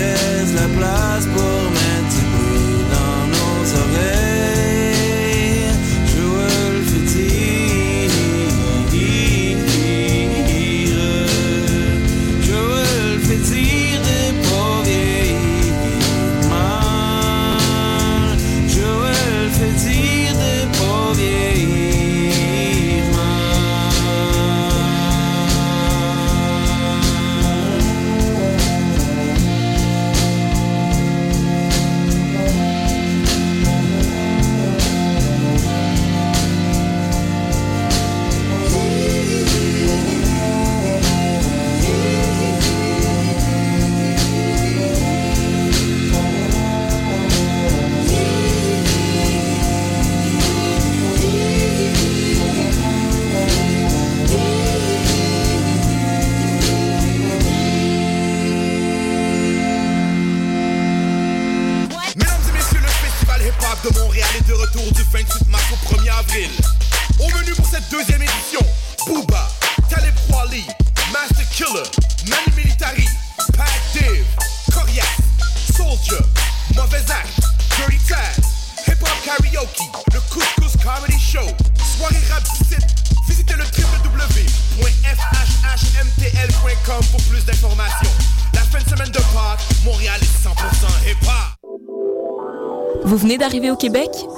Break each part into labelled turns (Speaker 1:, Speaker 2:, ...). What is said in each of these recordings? Speaker 1: la place pour mettre du bruit dans nos oreilles. Joël Fétir. Joël Fétir des pauvres vieilles mâles. Joël Fétir des pauvres vieilles mâles.
Speaker 2: Mesdames et messieurs, le festival hip-hop de Montréal est de retour du 28 mars au 1er avril. Au menu pour cette deuxième édition, Booba, Talib Kweli, Master Killer, Manu Militari, Pat Div, Corias, Soldier, Mauvais Act, Dirty Taz, Hip Hop Karaoke, le Couscous Comedy Show, Soirée Rap 17, visitez le www.fhhmtl.com pour plus d'informations. La fin de semaine de Pâques, Montréal est 100% hip-hop.
Speaker 3: Vous venez d'arriver au Québec?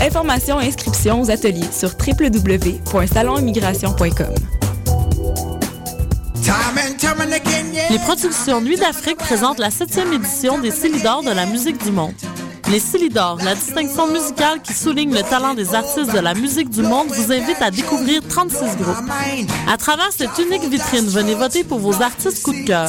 Speaker 3: Informations et inscriptions aux ateliers sur www.salonimmigration.com.
Speaker 4: Les productions Nuit d'Afrique présentent la 7e édition des Célidors de la musique du monde. Les Célidors, la distinction musicale qui souligne le talent des artistes de la musique du monde, vous invite à découvrir 36 groupes. À travers cette unique vitrine, venez voter pour vos artistes coup de cœur.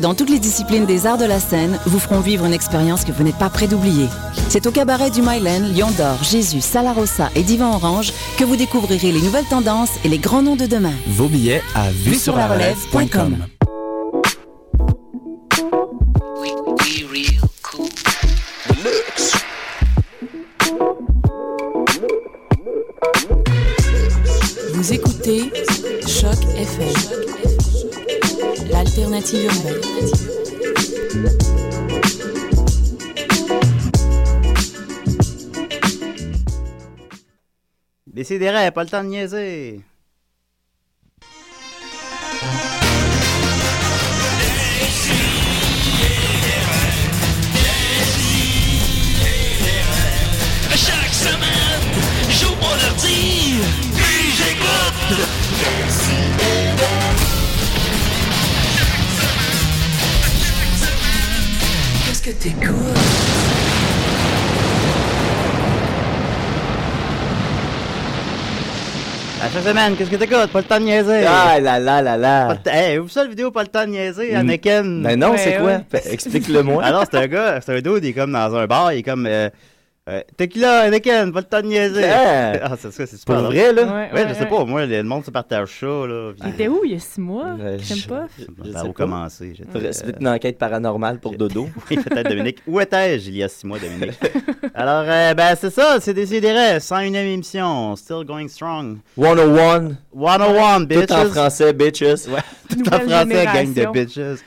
Speaker 5: dans toutes les disciplines des arts de la scène vous feront vivre une expérience que vous n'êtes pas prêt d'oublier. C'est au cabaret du Mylen, Lion d'Or, Jésus, Salarossa et Divan Orange que vous découvrirez les nouvelles tendances et les grands noms de demain.
Speaker 6: Vos billets à vue sur la relève.com.
Speaker 7: Vous écoutez Choc FM, l'alternative urbaine.
Speaker 8: Décidérez, pas le temps de niaiser.
Speaker 9: Chaque semaine, j'ouvre mon ordi, puis j'écoute.
Speaker 7: Qu'est-ce que t'écoutes
Speaker 8: À chaque semaine, qu'est-ce que t'écoutes? Pas le temps de niaiser.
Speaker 10: Ah là là là
Speaker 8: Pas
Speaker 10: là.
Speaker 8: le temps- Hey, ouvre ça la vidéo, pas le temps de niaiser,
Speaker 10: Mm.
Speaker 8: Anakin.
Speaker 10: Mais non, c'est quoi? Fait- Explique-le-moi.
Speaker 8: Alors, c'est un gars, c'est un dude, il est comme dans un bar, il est comme. Euh, euh, Tequila, Anakin, pas le temps de niaiser.
Speaker 10: Ah.
Speaker 8: Ah, c'est ça, c'est super.
Speaker 10: Pour
Speaker 8: drôle.
Speaker 10: vrai, là?
Speaker 8: Ouais, je sais pas, moi, le monde se partage ça, là.
Speaker 11: Il était où il y a six mois?
Speaker 10: Euh,
Speaker 11: J'aime
Speaker 10: je-
Speaker 11: pas.
Speaker 10: je
Speaker 8: Ça
Speaker 10: sais
Speaker 8: a
Speaker 10: pas.
Speaker 8: commencé. j'étais,
Speaker 10: Faudrait-
Speaker 8: euh,
Speaker 10: C'est peut-être une enquête paranormale pour Dodo.
Speaker 8: Oui, peut-être Dominique. Où étais-je il y a six mois, Dominique? Alors, euh, ben, c'est ça, c'est Décidéré, 101 émission, still going strong.
Speaker 10: 101,
Speaker 8: 101,
Speaker 10: tout en
Speaker 8: bitches.
Speaker 10: français, bitches.
Speaker 8: Ouais, tout en
Speaker 11: Nouvelle
Speaker 8: français, gang de
Speaker 11: génération.
Speaker 8: bitches.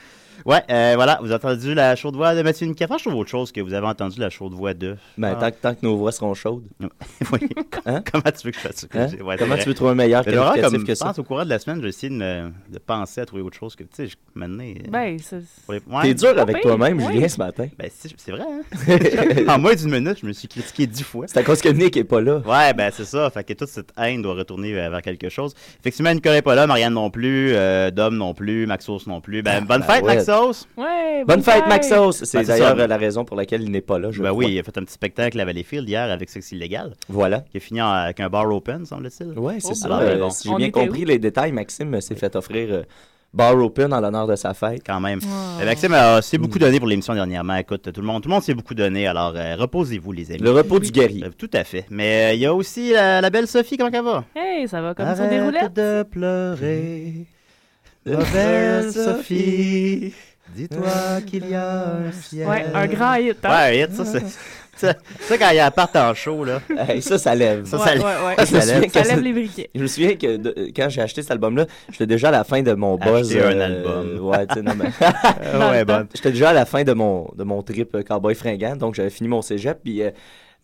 Speaker 8: Ouais, euh, voilà, vous avez entendu la chaude voix de Mathieu Nicaire. Je trouve autre chose que vous avez entendu la chaude voix de.
Speaker 11: Ah.
Speaker 10: Ben, tant, que- tant que nos voix seront chaudes.
Speaker 8: oui. Comment tu veux que je fasse ça?
Speaker 10: Hein?
Speaker 8: J'ai- ouais, c'est
Speaker 10: Comment tu
Speaker 8: vrai.
Speaker 10: veux trouver un meilleur
Speaker 8: C'est l'horreur,
Speaker 10: qualificatif
Speaker 8: comme
Speaker 10: que
Speaker 8: je
Speaker 10: ça?
Speaker 8: pense au courant de la semaine, je vais essayer de, me- de penser à trouver autre chose que, tu sais, je m'amener. euh,
Speaker 11: Ben, c'est.
Speaker 10: T'es dur avec toi-même, Julien, ce
Speaker 8: matin. Ben, si, c'est vrai, hein? En moins d'une minute, je me suis critiqué dix fois.
Speaker 10: C'est à cause que Nick est pas là.
Speaker 8: Ouais, ben, c'est ça. Fait que toute cette haine doit retourner euh, vers quelque chose. Effectivement, Nicolas est pas là, Marianne non plus, euh, Dom non plus, Maxos non plus. Ben, bonne
Speaker 10: ben
Speaker 8: fête,
Speaker 10: ouais.
Speaker 8: Maxos!
Speaker 11: Ouais,
Speaker 10: Bonne fête, Maxos!
Speaker 8: Ben,
Speaker 10: C'est
Speaker 8: ça.
Speaker 10: d'ailleurs euh, la raison pour laquelle il n'est pas là. Je
Speaker 8: Ben
Speaker 10: crois.
Speaker 8: oui, il a fait un petit spectacle à Valleyfield hier avec Sexe Illégal.
Speaker 10: Voilà.
Speaker 8: Qui a fini en- avec un bar open, semble-t-il.
Speaker 10: Ouais, c'est ça.
Speaker 8: Alors,
Speaker 10: Euh,
Speaker 8: ben, bon.
Speaker 10: Si j'ai bien compris les détails, Maxime s'est fait offrir euh, Bar Open en l'honneur de sa fête.
Speaker 8: Quand même. Euh, Maxime a s'est beaucoup donné pour l'émission dernièrement. Écoute, tout le monde, tout le monde s'est beaucoup donné. Alors, euh, reposez-vous, les amis.
Speaker 10: Le repos du guerrier.
Speaker 8: Euh, tout à fait. Mais euh, il y a aussi la, la belle Sophie, comment elle va?
Speaker 11: Hey, ça va comme
Speaker 8: Arrête
Speaker 11: sur des roulettes.
Speaker 8: de pleurer,
Speaker 11: la belle Sophie.
Speaker 8: Dis-toi qu'il y a un ciel.
Speaker 11: Ouais, un grand hit. hein?
Speaker 8: Ouais, un hit, ça, c'est. Ça, ça, quand il y a part en show, là.
Speaker 10: Hey, ça, ça lève.
Speaker 8: Ça, ça
Speaker 11: Ouais,
Speaker 8: lève.
Speaker 11: ouais, ouais.
Speaker 10: Ah, je me
Speaker 11: Ça
Speaker 10: souviens
Speaker 11: lève. Ça
Speaker 10: que-
Speaker 11: lève les briquets.
Speaker 10: Je me souviens que de- quand j'ai acheté cet album-là, j'étais déjà à la fin de mon buzz.
Speaker 8: Acheter un
Speaker 10: euh,
Speaker 8: album.
Speaker 10: Ouais, tu sais, non, mais.
Speaker 8: Dans le ouais, temps. bon.
Speaker 10: J'étais déjà à la fin de mon, de mon trip euh, Cowboy Fringant, donc j'avais fini mon cégep, puis. euh,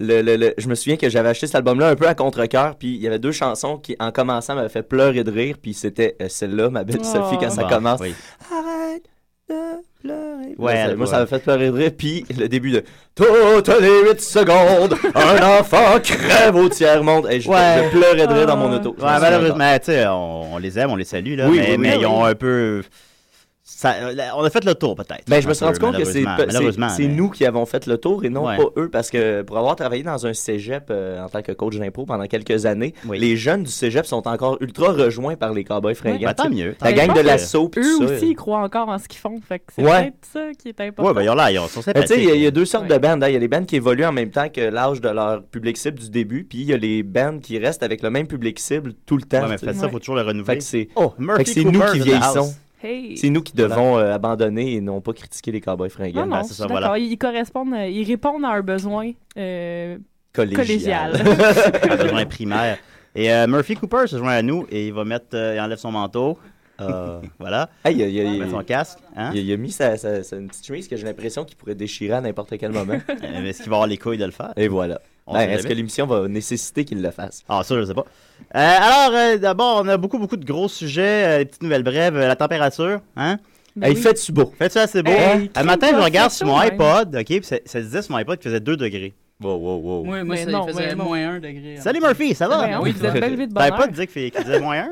Speaker 10: le, le- le- je me souviens que j'avais acheté cet album-là un peu à contre-cœur, puis il y avait deux chansons qui, en commençant, m'avaient fait pleurer de rire, puis c'était euh, celle-là, ma belle
Speaker 8: Oh.
Speaker 10: Sophie, quand ça
Speaker 8: Bon,
Speaker 10: commence.
Speaker 8: oui.
Speaker 10: Arrête de pleurer.
Speaker 8: Ouais,
Speaker 10: Moi, ça-
Speaker 8: elle-
Speaker 10: moi,
Speaker 8: ouais.
Speaker 10: ça m'a fait pleurer de rire, puis le début de Toutes les 8 secondes, un enfant crève au tiers-monde. Et je,
Speaker 8: Ouais. Ah.
Speaker 10: je pleurais de rire dans mon auto. Je me
Speaker 8: Ouais,
Speaker 10: souviens encore.
Speaker 8: malheureusement, tu sais, on, on les aime, on les salue, là.
Speaker 10: Oui,
Speaker 8: mais
Speaker 10: oui, oui.
Speaker 8: mais ils
Speaker 10: Oui.
Speaker 8: ont un peu. ça- la- on a fait le tour, peut-être.
Speaker 10: Ben, je me
Speaker 8: Un
Speaker 10: suis rendu
Speaker 8: peu,
Speaker 10: compte que c'est
Speaker 8: malheureusement.
Speaker 10: c'est-
Speaker 8: Malheureusement.
Speaker 10: c'est
Speaker 8: mais-
Speaker 10: nous qui avons fait le tour et non
Speaker 8: Ouais.
Speaker 10: pas eux, parce que pour avoir travaillé dans un cégep euh, en tant que coach d'impro pendant quelques années, les jeunes du cégep sont encore ultra rejoints par les cowboys fringants.
Speaker 8: Ben, tant mieux.
Speaker 10: La
Speaker 8: Mais je
Speaker 10: gang de
Speaker 8: pense que
Speaker 10: l'assaut, puis
Speaker 11: Eux
Speaker 10: tout ça. euh,
Speaker 11: aussi, ils croient encore en ce qu'ils font. Fait que c'est
Speaker 10: Ouais.
Speaker 11: peut-être ça qui est important.
Speaker 10: Oui,
Speaker 8: ben, ils ont l'air- ils sont
Speaker 10: Tu sais, il y a- il y, a deux sortes
Speaker 11: Ouais.
Speaker 10: de bandes. hein. Il y a les bandes qui évoluent en même temps que l'âge de leur public cible du début, puis il y a les bandes qui restent avec le même public cible tout le temps.
Speaker 8: Ouais, mais faites ça,
Speaker 10: Ouais.
Speaker 8: faut toujours le renouveler.
Speaker 10: Fait que c'est
Speaker 8: Oh,
Speaker 10: fait que
Speaker 8: Murphy
Speaker 10: c'est nous
Speaker 8: Cooper
Speaker 10: qui
Speaker 8: in the
Speaker 10: vieillissons.
Speaker 8: house.
Speaker 11: Hey.
Speaker 10: C'est nous qui
Speaker 8: Voilà.
Speaker 10: devons euh, abandonner et non pas critiquer les cowboys fringants.
Speaker 11: Non, non,
Speaker 10: Ben,
Speaker 11: je suis d'accord. Ils, ils correspondent, euh, ils répondent à un besoin euh,
Speaker 8: Collégial. Un besoin primaire. Et euh, Murphy Cooper se joint à nous et il va mettre, euh, il enlève son manteau. Euh, voilà.
Speaker 10: il, a- il a-
Speaker 8: Il
Speaker 10: il-
Speaker 8: met son casque. Hein?
Speaker 10: il a- il a mis sa, sa- sa- une petite chemise que j'ai l'impression qu'il pourrait déchirer à n'importe quel moment.
Speaker 8: Euh, mais Est-ce qu'il va avoir les couilles de le faire?
Speaker 10: Et voilà.
Speaker 8: On
Speaker 10: Ben,
Speaker 8: sait
Speaker 10: Est-ce
Speaker 8: jamais.
Speaker 10: que l'émission va nécessiter qu'il le fasse?
Speaker 8: Ah, ça, je sais pas. Euh, alors, euh, d'abord, on a beaucoup, beaucoup de gros sujets, euh, des petites nouvelles brèves, euh, la température, hein?
Speaker 10: Ben Hey, oui. fait-tu beau?
Speaker 8: Fait-tu assez beau?
Speaker 10: Hey,
Speaker 8: hein?
Speaker 10: crime
Speaker 8: Un matin, je
Speaker 10: pas,
Speaker 8: regarde
Speaker 10: fait
Speaker 8: sur mon
Speaker 10: chaud,
Speaker 8: iPod, OK, puis ça, ça disait sur mon iPod qu'il faisait 2 degrés.
Speaker 10: Wow, wow, wow.
Speaker 12: Ouais, moi,
Speaker 11: Mais
Speaker 12: ça,
Speaker 11: non,
Speaker 12: il faisait
Speaker 11: mais hein, non.
Speaker 12: moins 1 degré. hein.
Speaker 8: Salut Murphy, ça va?
Speaker 12: Ben oui, vous êtes belle vie de bonheur.
Speaker 8: T'avais pas dit qu'il qu'il disait moins 1?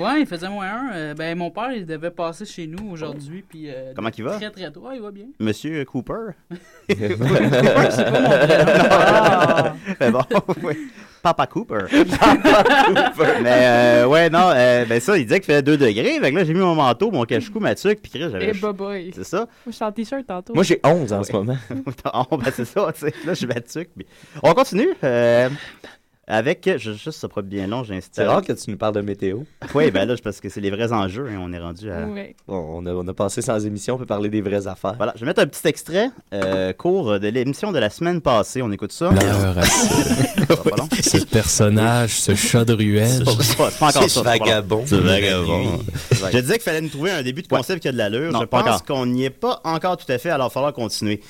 Speaker 12: Ouais, il faisait moins 1. ben, mon père, il devait passer chez nous aujourd'hui. Puis, euh,
Speaker 8: Comment qu'il va?
Speaker 12: Très, très tôt. Ouais, il va bien.
Speaker 8: Monsieur Cooper?
Speaker 12: Cooper, c'est pas mon vrai nom.
Speaker 8: Ah. Mais bon, oui. Papa Cooper. Mais euh, ouais, non, euh, ben ça, il disait qu'il faisait 2 degrés. Fait que là, j'ai mis mon manteau, mon cache-cou, ma tuque, puis Chris,
Speaker 12: Eh ben.
Speaker 8: j'avais.
Speaker 11: Et boboy.
Speaker 8: C'est ça?
Speaker 11: Eh, Moi, je suis en t-shirt tantôt.
Speaker 10: 11 en ce moment.
Speaker 8: oh, ben c'est ça, tu sais. Là, je suis battu. mais- On continue euh, avec. Je, juste, ça pourrait être bien long,
Speaker 10: C'est
Speaker 8: j'installe.
Speaker 10: rare que tu nous parles de météo.
Speaker 8: Oui, ben là, je- parce que c'est les vrais enjeux. hein, on est rendu à.
Speaker 11: Ouais.
Speaker 10: Bon, on, a, on a passé sans émission, on peut parler des vraies affaires.
Speaker 8: Voilà, je vais mettre un petit extrait euh, court de l'émission de la semaine passée. On écoute ça.
Speaker 13: L'heure à ce personnage, ce chat de ruelle.
Speaker 8: C'est pas, c'est pas encore ça. c'est pas long.
Speaker 13: Ce vagabond.
Speaker 8: Je disais qu'il fallait nous trouver un début de concept qui a de l'allure.
Speaker 13: Non,
Speaker 8: Je
Speaker 13: pas
Speaker 8: pense
Speaker 13: encore.
Speaker 8: qu'on n'y est pas encore tout à fait, alors il va falloir continuer.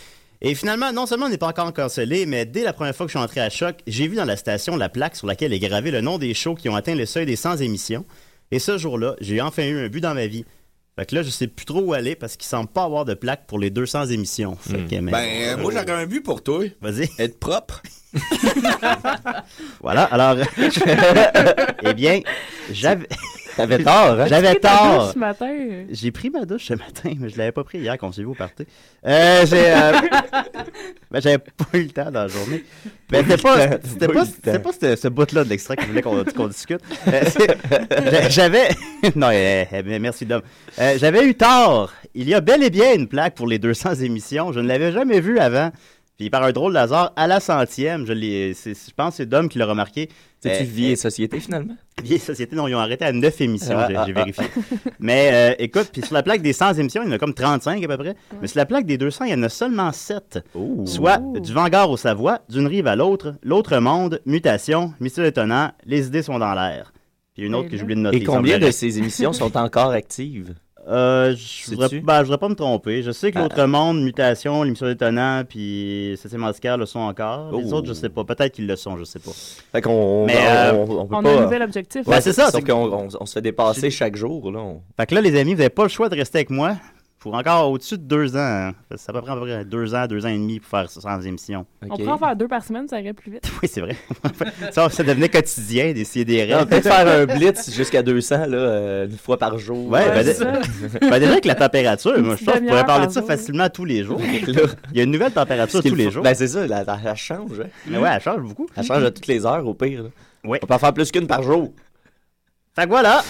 Speaker 8: Et finalement, non seulement on n'est pas encore cancellé, mais dès la première fois que je suis entré à Choc, j'ai vu dans la station la plaque sur laquelle est gravé le nom des shows qui ont atteint le seuil des 100 émissions. Et ce jour-là, j'ai enfin eu un but dans ma vie. Fait que là, je sais plus trop où aller parce qu'il semble pas avoir de plaque pour les 200 émissions. Fait
Speaker 13: Hmm.
Speaker 8: que, mais-
Speaker 14: Ben, euh, moi, j'aurais un but pour toi.
Speaker 8: Vas-y.
Speaker 14: Être propre.
Speaker 8: Voilà, alors. eh bien, j'avais.
Speaker 10: T'avais tort, hein?
Speaker 8: J'avais
Speaker 11: T'as pris ta
Speaker 8: tort.
Speaker 11: douche ce matin. hein?
Speaker 8: J'ai pris ma douche ce matin, mais je l'avais pas pris hier quand on s'est vu au party. Euh, j'ai, euh, ben, j'avais pas eu le temps dans la journée. Mais c'était pas, c'était pas, c'était pas ce, ce bout-là de l'extrait que je voulais qu'on, qu'on discute. Euh, c'est- j'avais, non, euh, euh, mais merci Dom. Euh, j'avais eu tort. Il y a bel et bien une plaque pour les 200 émissions. Je ne l'avais jamais vue avant. Puis par un drôle de hasard, à la centième, je, l'ai, c'est- je pense que c'est Dom qui l'a remarqué.
Speaker 10: C'est-tu
Speaker 8: Euh,
Speaker 10: vie et société finalement?
Speaker 8: Vieille Société, non, ils ont arrêté à 9 émissions,
Speaker 10: Ah,
Speaker 8: j'ai
Speaker 10: ah,
Speaker 8: j'ai
Speaker 10: ah.
Speaker 8: vérifié. Mais euh, écoute, puis sur la plaque des 100 émissions, il y en a comme 35 à peu près. Mais sur la plaque des 200, il y en a seulement 7. Soit du Vanguard au Savoie, d'une rive à l'autre, l'autre monde, mutation, missile étonnant, les idées sont dans l'air. Puis une autre que j'oublie de noter.
Speaker 10: Et combien
Speaker 8: il semblerait.
Speaker 10: de ces émissions sont encore actives?
Speaker 8: Euh, je voudrais, ben, je voudrais pas me tromper. Je sais
Speaker 10: Ben,
Speaker 8: que l'autre monde, Mutation, l'émission d'étonnant, puis Cécile Mascar le sont encore. Les
Speaker 10: Oh.
Speaker 8: autres, je sais pas. Peut-être qu'ils le sont, je sais pas.
Speaker 10: Fait qu'on
Speaker 8: Mais,
Speaker 10: on,
Speaker 8: euh,
Speaker 10: on- on peut
Speaker 8: on
Speaker 10: pas.
Speaker 8: a un nouvel objectif.
Speaker 10: Ouais,
Speaker 8: Ben,
Speaker 10: c'est
Speaker 8: c'est ça,
Speaker 10: ça.
Speaker 8: c'est
Speaker 10: Sauf
Speaker 8: que-
Speaker 10: qu'on on- on se fait dépasser chaque jour. Là, on-
Speaker 8: Fait que là, les amis, vous avez pas le choix de rester avec moi pour encore au-dessus de deux ans. hein. Parce que Ça peut prendre à peu près deux ans, deux ans et demi pour faire 100 émissions.
Speaker 11: On pourrait en faire deux par semaine, ça irait plus vite.
Speaker 8: Oui, c'est vrai. ça, ça devenait quotidien, d'essayer des
Speaker 10: Non,
Speaker 8: règles.
Speaker 10: peut-être faire un blitz jusqu'à 200 là, euh, une fois par jour.
Speaker 8: Ouais, ben,
Speaker 10: c'est
Speaker 8: dé-
Speaker 10: ça.
Speaker 8: ben, déjà avec la température,
Speaker 10: Une
Speaker 8: moi, je
Speaker 10: petite
Speaker 8: pense qu'on pourrait
Speaker 10: demi-heure
Speaker 8: parler
Speaker 10: par
Speaker 8: de ça
Speaker 10: jour.
Speaker 8: facilement tous les jours.
Speaker 10: Ouais,
Speaker 8: Il
Speaker 10: là.
Speaker 8: y a une nouvelle température
Speaker 10: Ce qu'il
Speaker 8: tous les
Speaker 10: faut-
Speaker 8: jours.
Speaker 10: Ben, c'est ça, la, la- elle change. hein.
Speaker 8: Mais ouais, elle change beaucoup.
Speaker 10: Elle change à toutes les heures, au pire. là. On peut en faire plus qu'une par jour.
Speaker 8: Fait que voilà!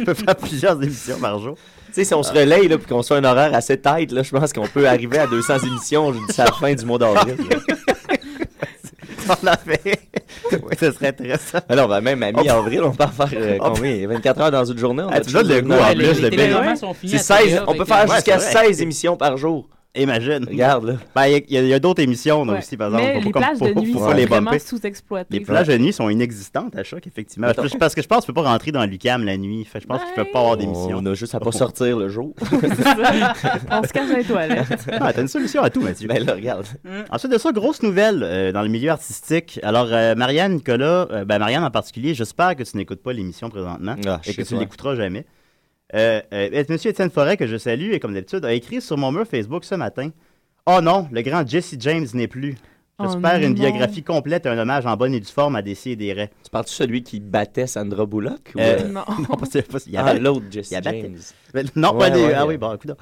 Speaker 8: On peut faire plusieurs émissions par jour.
Speaker 10: Tu sais, si on se relaye là, puis qu'on soit un horaire assez tight, là, je pense qu'on peut arriver à 200 émissions jusqu'à la fin du mois d'avril.
Speaker 8: on l'a fait. oui, ce serait intéressant.
Speaker 10: Alors, ben, même à
Speaker 8: On peut-
Speaker 10: mi-avril, on peut en faire euh,
Speaker 8: On peut-
Speaker 10: combien 24 heures dans une journée on
Speaker 8: Ah,
Speaker 10: a
Speaker 8: tu
Speaker 10: tout
Speaker 8: donnes le
Speaker 10: une
Speaker 8: goût,
Speaker 10: journée.
Speaker 8: en plus,
Speaker 10: les
Speaker 8: le
Speaker 10: télé-
Speaker 8: pire.
Speaker 10: ouais.
Speaker 12: sont finis
Speaker 10: C'est
Speaker 12: à TVA
Speaker 10: 16, on
Speaker 12: avec
Speaker 10: peut faire
Speaker 12: la-
Speaker 10: jusqu'à
Speaker 12: Ouais, c'est vrai.
Speaker 10: 16 émissions par jour.
Speaker 8: Imagine.
Speaker 10: Regarde, là.
Speaker 8: Ben, il y a- il y, a- il y a d'autres émissions, là,
Speaker 11: Ouais.
Speaker 8: aussi, par exemple.
Speaker 11: Mais
Speaker 8: Faut
Speaker 11: les
Speaker 8: pas-
Speaker 11: plages
Speaker 8: faut-
Speaker 11: de nuit
Speaker 8: faut
Speaker 11: sont
Speaker 8: pas les
Speaker 11: vraiment
Speaker 8: bumper.
Speaker 11: sous-exploitées.
Speaker 8: Les plages de nuit sont inexistantes à Choc, effectivement.
Speaker 10: Mettons.
Speaker 8: Parce- Parce que je pense que tu peux pas rentrer dans l'UCAM la nuit. Fait que je pense que tu peux pas avoir d'émission.
Speaker 10: On a juste à pas sortir le jour.
Speaker 11: On se cache dans les toilettes.
Speaker 8: Ah, t'as une solution à tout, Mathieu.
Speaker 10: Ben là, regarde.
Speaker 8: Ensuite de ça, grosse nouvelle euh, dans le milieu artistique. Alors, euh, Marianne, Nicolas, euh, ben Marianne en particulier, j'espère que tu n'écoutes pas l'émission présentement et que
Speaker 10: chez
Speaker 8: tu
Speaker 10: toi.
Speaker 8: l'écouteras jamais. Euh, euh, Monsieur Étienne Forêt, que je salue et comme d'habitude, a écrit sur mon mur Facebook ce matin Oh non, le grand Jesse James n'est plus.
Speaker 10: Oh
Speaker 8: J'espère une
Speaker 10: non.
Speaker 8: biographie complète et un hommage en bonne et due forme à des et des raies.
Speaker 10: Tu parles-tu de celui qui battait Sandra Bullock? ou,
Speaker 8: Euh,
Speaker 10: euh,
Speaker 8: non. parce que- parce qu'il y
Speaker 10: Ah,
Speaker 8: avait-
Speaker 10: l'autre Jesse
Speaker 8: il y avait-
Speaker 10: James.
Speaker 8: Mais non,
Speaker 10: Ouais,
Speaker 8: pas les-
Speaker 10: ouais,
Speaker 8: Ah
Speaker 10: euh,
Speaker 8: oui, bon, écoute.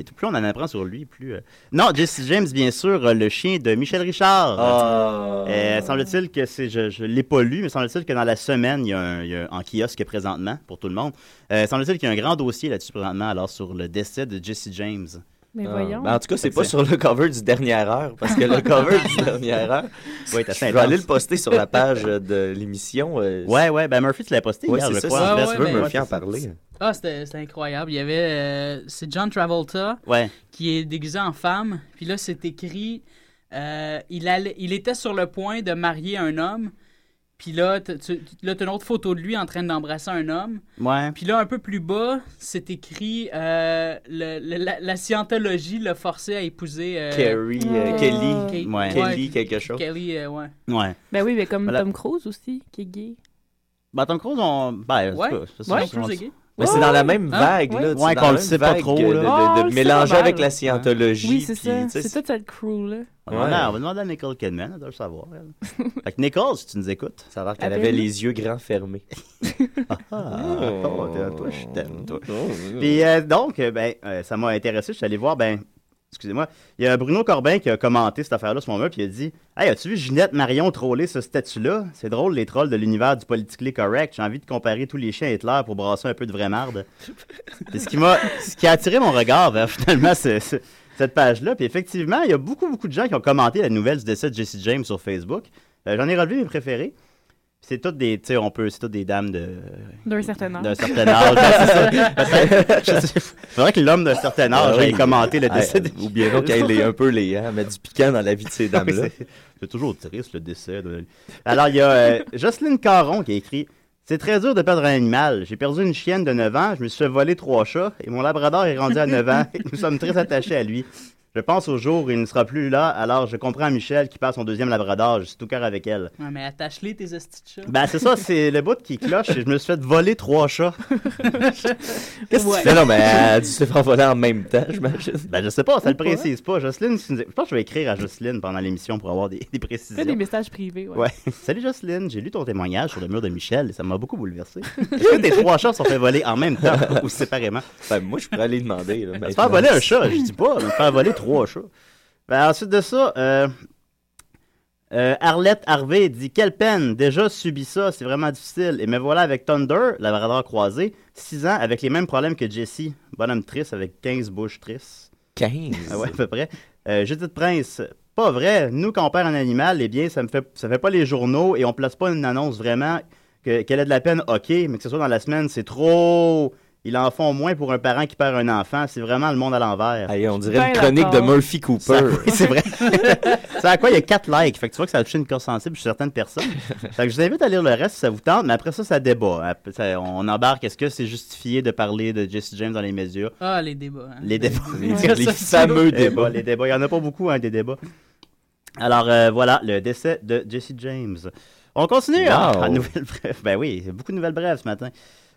Speaker 8: Et tout plus on en apprend sur lui, plus. euh, Non, Jesse James, bien sûr, euh, le chien de Michel Richard.
Speaker 10: Ah.
Speaker 8: Euh, semble-t-il que c'est. Je, je l'ai pas lu, mais semble-t-il que dans la semaine, il y a, un, il y a un- en kiosque présentement pour tout le monde. Euh, semble-t-il qu'il y a un grand dossier là-dessus présentement, alors sur le décès de Jesse James.
Speaker 11: Mais Ah. voyons.
Speaker 10: Ben, en tout cas, c'est pas sur le cover du Dernière Heure, parce que le cover du Dernière Heure,
Speaker 8: Ouais, t'as
Speaker 10: je
Speaker 8: fait
Speaker 10: vais aller
Speaker 8: intense.
Speaker 10: le poster sur la page euh, de l'émission. euh,
Speaker 8: Ouais, ouais, ben Murphy, tu l'as posté
Speaker 10: Ouais,
Speaker 8: hier,
Speaker 10: c'est
Speaker 8: je
Speaker 10: ça,
Speaker 8: crois.
Speaker 10: c'est
Speaker 8: en
Speaker 10: vrai,
Speaker 8: fait.
Speaker 10: tu veux,
Speaker 8: Ouais,
Speaker 10: Murphy,
Speaker 8: ouais,
Speaker 10: en
Speaker 8: c'est ça.
Speaker 10: parler.
Speaker 12: Ah, c'était c'était incroyable. Il y avait. euh, c'est John Travolta
Speaker 8: Ouais.
Speaker 12: qui est déguisé en femme. Puis là, c'est écrit. euh, il, allait- il était sur le point de marier un homme. Puis là, t- tu là, t'as une autre photo de lui en train d'embrasser un homme.
Speaker 8: Ouais.
Speaker 12: Puis là, un peu plus bas, c'est écrit euh, le- le- la, la scientologie l'a forcé à épouser. euh,
Speaker 10: Carrie, euh, Kelly.
Speaker 12: Ke-
Speaker 10: Ouais. Kelly quelque chose.
Speaker 12: Kelly, euh, ouais.
Speaker 8: Ouais.
Speaker 11: Ben oui, mais comme
Speaker 8: Voilà.
Speaker 11: Tom Cruise aussi, qui est gay.
Speaker 8: Ben, Tom Cruise, on. Ben,
Speaker 11: Ouais.
Speaker 8: c'est pas- c'est ça,
Speaker 11: Ouais.
Speaker 8: c'est ça,
Speaker 11: Tom Cruise
Speaker 8: on-
Speaker 11: est gay.
Speaker 10: Mais c'est dans la même
Speaker 8: Ah.
Speaker 11: Hein?
Speaker 10: vague, là.
Speaker 11: Ouais.
Speaker 10: tu
Speaker 8: Ouais,
Speaker 10: sais,
Speaker 8: qu'on
Speaker 10: dans la
Speaker 8: le
Speaker 10: même
Speaker 8: sait pas
Speaker 10: vague,
Speaker 8: trop,
Speaker 10: euh,
Speaker 8: là.
Speaker 10: de-
Speaker 8: Ah, on
Speaker 10: De, de
Speaker 8: le sait
Speaker 10: mélanger
Speaker 8: pas mal.
Speaker 10: avec la scientologie.
Speaker 11: Oui, c'est
Speaker 10: puis,
Speaker 11: ça.
Speaker 10: tu sais,
Speaker 11: C'est ça, le crew, là.
Speaker 8: On, va
Speaker 10: Ouais.
Speaker 8: demander- on va demander à Nicole Kidman, elle doit le savoir. elle. fait que Nicole, si tu nous écoutes.
Speaker 10: Savoir qu'elle avait les yeux grands fermés.
Speaker 8: Ah, toi, toi, toi, je t'aime, toi. Puis euh, donc, euh, ben, euh, ça m'a intéressé. Je suis allé voir, ben, excusez-moi, il y a Bruno Corbin qui a commenté cette affaire-là ce moment, puis il a dit Hey, as-tu vu Ginette Marion troller ce statut-là C'est drôle, les trolls de l'univers du politically correct. J'ai envie de comparer tous les chiens à Hitler pour brasser un peu de vraie marde. Puis ce qui m'a, ce qui a attiré mon regard vers finalement ce- ce- cette page-là. Puis effectivement, il y a beaucoup, beaucoup de gens qui ont commenté la nouvelle du décès de Jesse James sur Facebook. Euh, j'en ai relevé mes préférés. Puis C'est toutes des, tu sais, on peut, c'est toutes des dames de
Speaker 11: D'un certain âge.
Speaker 8: d'un certain âge. ben, c'est ça. Peut-être- je sais- faudrait que l'homme d'un certain âge
Speaker 10: Ah oui.
Speaker 8: aille commenter le
Speaker 10: Ah,
Speaker 8: décès.
Speaker 10: euh, oubliez donc qu'elle est un peu les hein, mettre du piquant dans la vie de ces dames-là.
Speaker 8: Oui, c'est- c'est toujours triste le décès. de- Alors, il y a euh, Jocelyne Caron qui a écrit C'est très dur de perdre un animal. J'ai perdu une chienne de 9 ans, je me suis fait voler trois chats et mon labrador est rendu à 9 ans. Et nous sommes très attachés à lui. Je pense au jour où il ne sera plus là, alors je comprends Michel qui passe son deuxième labrador. Je suis tout cœur avec elle.
Speaker 12: Ouais, mais attache-les tes estis de chats.
Speaker 8: Ben, c'est ça, c'est le bout qui cloche. Je me suis fait voler trois chats. Qu'est-ce
Speaker 12: Ouais.
Speaker 10: Non, non, mais euh, elle a dû se faire voler en même temps, j'imagine.
Speaker 8: Ben, je sais pas, ça le
Speaker 11: hein?
Speaker 8: précise pas. Jocelyne, si nous- je pense que je vais écrire à Jocelyne pendant l'émission pour avoir des, des précisions.
Speaker 11: Fais des messages privés, ouais.
Speaker 8: Ouais. Salut Jocelyne, j'ai lu ton témoignage sur le mur de Michel et ça m'a beaucoup bouleversé. Est-ce que tes trois chats sont fait voler en même temps ou séparément?
Speaker 10: Ben, moi, je pourrais aller demander. Là,
Speaker 8: Se faire voler un chat, je dis pas, mais se faire voler trois chats. Ben, ensuite de ça, euh, euh, Arlette Harvey dit Quelle peine, déjà subi ça, c'est vraiment difficile. Et me voilà avec Thunder, la labrador croisée, 6 ans avec les mêmes problèmes que Jessie, bonhomme triste avec 15 bouches tristes.
Speaker 10: 15
Speaker 8: ah Ouais, à peu près. Euh, Judith Prince, pas vrai. Nous, quand on perd un animal, eh bien, ça ne fait, ça fait pas les journaux et on place pas une annonce vraiment que- qu'elle a de la peine, ok, mais que ce soit dans la semaine, c'est trop. Ils en font moins pour un parent qui perd un enfant. C'est vraiment le monde à l'envers.
Speaker 10: on dirait une chronique de Murphy Cooper.
Speaker 8: oui, c'est vrai. c'est à quoi il y a 4 likes. Fait que tu vois que ça a touché une corde sensible chez certaines personnes. Fait que je vous invite à lire le reste si ça vous tente, mais après ça, ça débat. Après, ça- on embarque. Est-ce que c'est justifié de parler de Jesse James dans les médias?
Speaker 12: Ah, les débats. hein.
Speaker 8: Les débats.
Speaker 12: Ouais, ça, c'est-
Speaker 8: Eh ben, Les débats. Il n'y en a pas beaucoup, hein, des débats. Alors, euh, voilà, le décès de Jesse James. On continue.
Speaker 10: Wow.
Speaker 8: hein, à nouvelle brève. Ben oui, beaucoup de nouvelles brèves ce matin.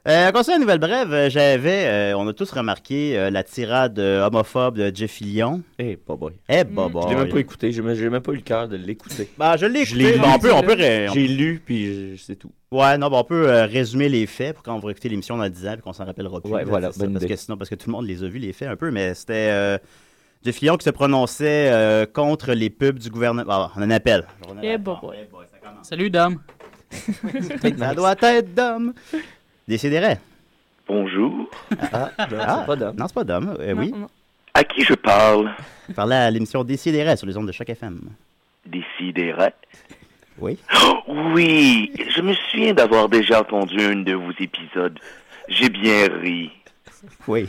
Speaker 8: Euh, on continue à nouvelle brève. Euh, J'avais, euh, on a tous remarqué euh, la tirade euh, homophobe de Jeff Lyon.
Speaker 10: Eh, pas boy.
Speaker 8: Eh, bah, bah.
Speaker 10: Je l'ai même pas écouté, j'ai même, j'ai même pas eu le cœur de l'écouter.
Speaker 8: Bah, je l'ai écouté,
Speaker 10: lu,
Speaker 8: mais on peut- on peut-
Speaker 10: J'ai lu, puis je- c'est tout.
Speaker 8: Ouais, non, ben, on peut euh, résumer les faits pour quand on va écouter l'émission dans 10 ans puis qu'on s'en rappellera plus.
Speaker 10: Ouais,
Speaker 8: là,
Speaker 10: voilà,
Speaker 8: c'est ça,
Speaker 10: bonne
Speaker 8: parce
Speaker 10: idée.
Speaker 8: que sinon, parce que tout le monde les a vus, les faits un peu, mais c'était euh, Jeff Lyon qui se prononçait euh, contre les pubs du gouvernement. Ah, on en appelle.
Speaker 11: Eh, bah, bah.
Speaker 12: Salut, Dom.
Speaker 8: Ça doit être Dom. Décidérez.
Speaker 15: Bonjour.
Speaker 8: Ah,
Speaker 15: c'est pas Dom.
Speaker 8: Non, c'est pas Dom. Euh, oui.
Speaker 15: À qui je parle
Speaker 8: Vous parlez à l'émission Décidérez sur les ondes de Choc FM.
Speaker 15: Décidérez.
Speaker 8: Oui.
Speaker 15: Oui, je me souviens d'avoir déjà entendu un de vos épisodes. J'ai bien ri.
Speaker 8: Oui.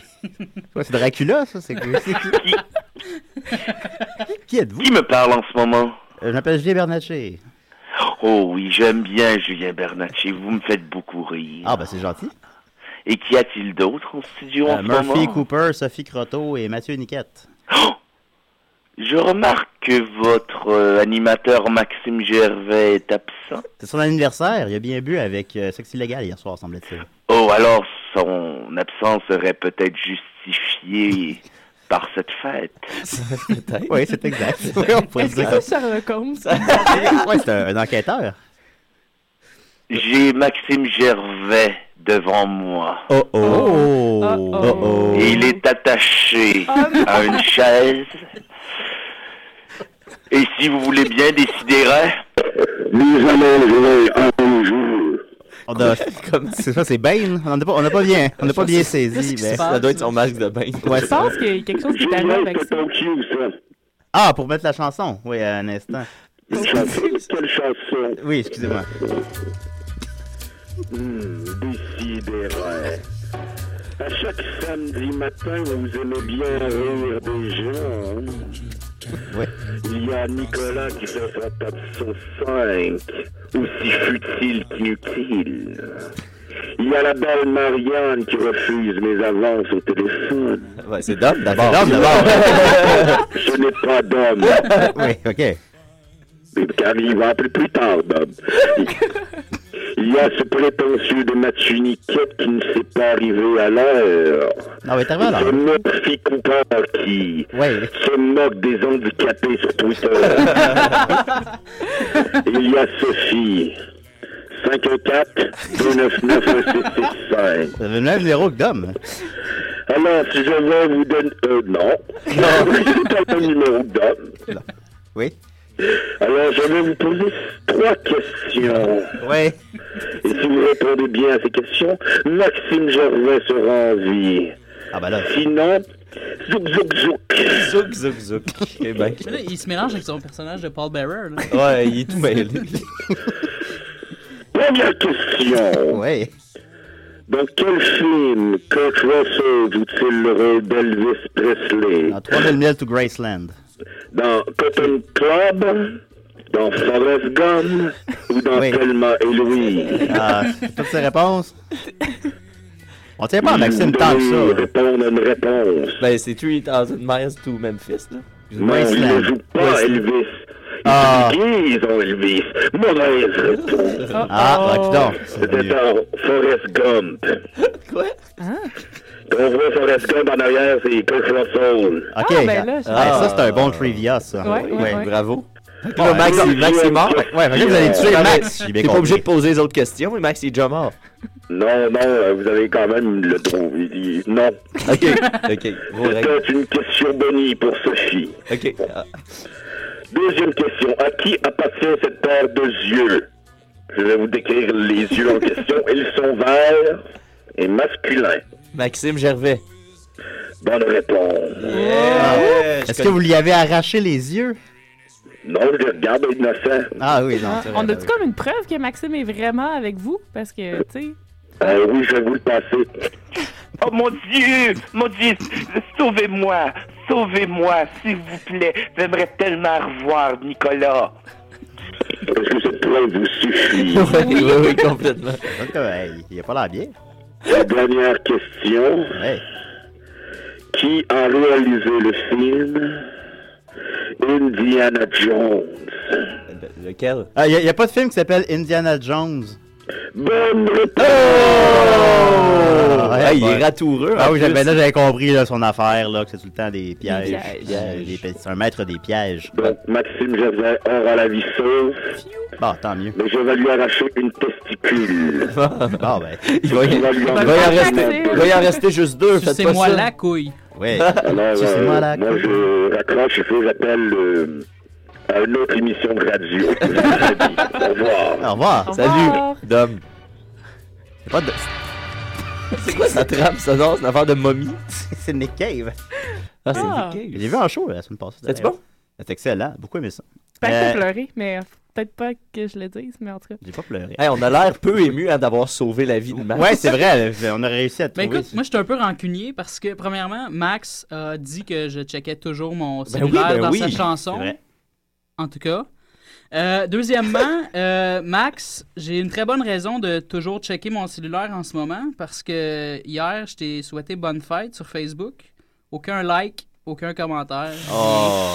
Speaker 8: Ouais, c'est Dracula, ça. C'est qui Qui êtes-vous
Speaker 15: Qui me parle en ce moment
Speaker 8: Euh, Je m'appelle Julien Bernatchez.
Speaker 15: Oh oui, j'aime bien Julien Bernatchez. Vous me faites beaucoup rire.
Speaker 8: Ah, ben c'est gentil.
Speaker 15: Et qui a-t-il d'autre en studio
Speaker 8: Euh,
Speaker 15: en ce
Speaker 8: Murphy
Speaker 15: moment
Speaker 8: Cooper, Sophie Croteau et Mathieu Niquette.
Speaker 15: Je remarque que votre euh, animateur Maxime Gervais est absent.
Speaker 8: C'est son anniversaire. Il a bien bu avec euh, Sexe illégal hier soir, semble-t-il.
Speaker 15: Oh, alors son absence serait peut-être justifiée par cette fête.
Speaker 8: Oui, c'est exact. Oui, on pourrait
Speaker 11: Est-ce que
Speaker 8: dire
Speaker 11: c'est
Speaker 8: ça.
Speaker 11: Sherlock Holmes?
Speaker 8: Ouais, c'est un, un enquêteur.
Speaker 15: J'ai Maxime Gervais devant moi.
Speaker 8: Oh oh.
Speaker 15: Et il est attaché
Speaker 11: Ah,
Speaker 15: à une chaise. Et si vous voulez bien décider, nous allons jouer un jour.
Speaker 8: On a- C'est ça, c'est Bane. On n'a pas, on n'a pas bien, on n'a pas bien saisi. mais-
Speaker 10: Ça doit être son masque de bain.
Speaker 8: Ouais,
Speaker 11: Je pense qu'il y a quelque chose qui est arrivé avec ça.
Speaker 8: Ah, pour mettre la chanson. Oui, un instant.
Speaker 15: Quelle chanson
Speaker 8: Oui, excusez-moi.
Speaker 15: Décidérez. Hmm, À chaque samedi matin, vous aimez bien rire des gens.
Speaker 8: Ouais.
Speaker 15: Il y a Nicolas qui se fait taper son 5, aussi futile qu'inutile. Il y a la belle Marianne qui refuse mes avances au téléphone.
Speaker 10: Ouais, c'est Dom d'abord.
Speaker 15: Dom, d'abord. Je n'ai pas d'homme.
Speaker 8: Oui, ok.
Speaker 15: Car il va appeler plus tard, Bob. Il y a ce prétentieux de Mathieu Niquette qui ne s'est pas arrivé à l'heure.
Speaker 8: Non, mais t'as raison,
Speaker 15: Ce Murphy Cooper qui se moque des handicapés sur Twitter. il y a Sophie. 514-299-1665.
Speaker 8: Vous avez le même numéro que Dom.
Speaker 15: Alors, si je veux vous donner... Euh, non. Non, c'est pas le numéro d'homme.
Speaker 8: Oui.
Speaker 15: Alors, je vais vous poser trois questions.
Speaker 8: Oui.
Speaker 15: Et si vous répondez bien à ces questions, Maxime Gervais sera en vie.
Speaker 8: Ah bah là.
Speaker 15: Sinon, zouk zouk zouk.
Speaker 10: Zouk zouk zouk. Eh ben.
Speaker 12: Mais là, il se mélange avec son personnage de Paul Bearer. là.
Speaker 10: Ouais, il est tout mêlé.
Speaker 15: Première question.
Speaker 8: Oui.
Speaker 15: Dans quel film Kurt Russell joue-t-il le rôle d'Elvis Presley
Speaker 8: 3000 milles to Graceland.
Speaker 15: Dans Cotton Club Dans Forrest Gump Ou dans Thelma et Louise
Speaker 8: Ah, toutes ces réponses. On tient pas à Maxime tant que ça.
Speaker 15: répondre à une réponse.
Speaker 10: Ben, c'est 3000 miles to Memphis, là.
Speaker 15: Non, il ne joue pas Elvis.
Speaker 10: Ah.
Speaker 15: Il se déguise en Elvis. Mauvaise réponse.
Speaker 8: Ah, bah, putain.
Speaker 15: C'était dans Forrest Gump. Quoi? Quand on voit Forrest Gump en arrière, c'est Kurt Russell.
Speaker 8: Ok. Ah, ça, c'est un bon trivia, ça.
Speaker 10: bravo.
Speaker 8: Ouais,
Speaker 10: Là,
Speaker 15: Ah,
Speaker 10: Max,
Speaker 8: ouais.
Speaker 10: Max est mort.
Speaker 8: Ouais, ouais, fait que vous allez tuer Max, j'ai bien
Speaker 10: T'es pas
Speaker 8: compris.
Speaker 10: obligé de poser les autres questions, mais Max est déjà mort.
Speaker 15: Non, non, euh, vous avez quand même le trou. Il dit Non.
Speaker 10: Ok, ok. vos règles.
Speaker 15: C'était une question bonnie pour Sophie.
Speaker 10: Ok. ah.
Speaker 15: Deuxième question. À qui appartient cette paire de yeux? Je vais vous décrire les yeux en question. Ils sont verts et masculins.
Speaker 10: Maxime Gervais.
Speaker 15: Bonne réponse.
Speaker 8: Ah.
Speaker 10: Euh,
Speaker 8: Est-ce que vous lui avez arraché les yeux?
Speaker 15: Non, je regarde innocent.
Speaker 8: Ah oui, non.
Speaker 11: Ah,
Speaker 8: c'est vrai,
Speaker 11: on
Speaker 8: bah
Speaker 11: a-tu
Speaker 8: oui.
Speaker 11: comme une preuve que Maxime est vraiment avec vous? Parce que, tu sais,
Speaker 15: Euh, oui, je vais vous le passer.
Speaker 16: Oh mon Dieu! Mon Dieu! Sauvez-moi! Sauvez-moi, s'il vous plaît! J'aimerais tellement revoir Nicolas!
Speaker 15: Est-ce que cette plainte vous suffit?
Speaker 10: oui, oui, complètement.
Speaker 8: Donc, euh, il- il a pas l'air bien.
Speaker 15: La dernière question. Qui a réalisé le film Indiana Jones?
Speaker 10: Lequel?
Speaker 8: Ah, il n'y a, pas de film qui s'appelle Indiana Jones.
Speaker 15: Bonne réponse!
Speaker 10: Ah, il est ratoureux,
Speaker 8: Ah
Speaker 10: en
Speaker 8: oui, j'avais-
Speaker 10: plus.
Speaker 8: ben là, j'avais compris là, son affaire, là, que c'est tout le temps des pièges.
Speaker 15: pièges.
Speaker 8: Des pièges. C'est un maître des pièges.
Speaker 15: Donc, Maxime Gervais hors à la vie sauve.
Speaker 8: Bon, tant mieux.
Speaker 15: Mais je vais lui arracher une testicule.
Speaker 8: Bon, ben.
Speaker 10: Il va y,
Speaker 15: Il va lui en-
Speaker 10: il va y en rester, il va y en rester juste deux. faites pas
Speaker 12: Sucez-moi
Speaker 10: ça.
Speaker 12: la couille.
Speaker 8: Ouais.
Speaker 15: Alors,
Speaker 10: Tu sais,
Speaker 15: euh,
Speaker 10: moi,
Speaker 15: moi,
Speaker 10: la
Speaker 15: je raccroche, il faut que j'appelle euh, à une autre émission de radio. Au revoir.
Speaker 8: Au revoir.
Speaker 10: Ah, Salut, Dom.
Speaker 8: C'est pas de...
Speaker 10: C'est quoi ça trappe, ça danse, une affaire de momie?
Speaker 8: c'est Nick Cave.
Speaker 10: Ah, c'est Ah. Nick Cave.
Speaker 8: J'ai vu en show la semaine passée.
Speaker 10: C'était-tu
Speaker 8: d'ailleurs.
Speaker 10: bon?
Speaker 8: C'était excellent. Beaucoup aimé ça.
Speaker 11: Pas que
Speaker 8: Euh,
Speaker 11: t'as pleuré, mais euh, peut-être pas que je le dise, mais en tout cas.
Speaker 8: J'ai pas pleuré.
Speaker 10: Hey, on a l'air peu ému à d'avoir sauvé la vie de Max.
Speaker 8: Ouais, c'est vrai, là, on a réussi à
Speaker 12: Ben
Speaker 8: trouver.
Speaker 12: écoute, moi, je suis un peu rancunier parce que, premièrement, Max a dit que je checkais toujours mon
Speaker 8: Ben
Speaker 12: cellulaire
Speaker 8: oui, ben
Speaker 12: dans
Speaker 8: oui,
Speaker 12: sa
Speaker 8: c'est
Speaker 12: chanson.
Speaker 8: vrai.
Speaker 12: En tout cas. Euh, deuxièmement, euh, Max, j'ai une très bonne raison de toujours checker mon cellulaire en ce moment parce que hier, je t'ai souhaité bonne fête sur Facebook. Aucun like, aucun commentaire.
Speaker 8: Oh.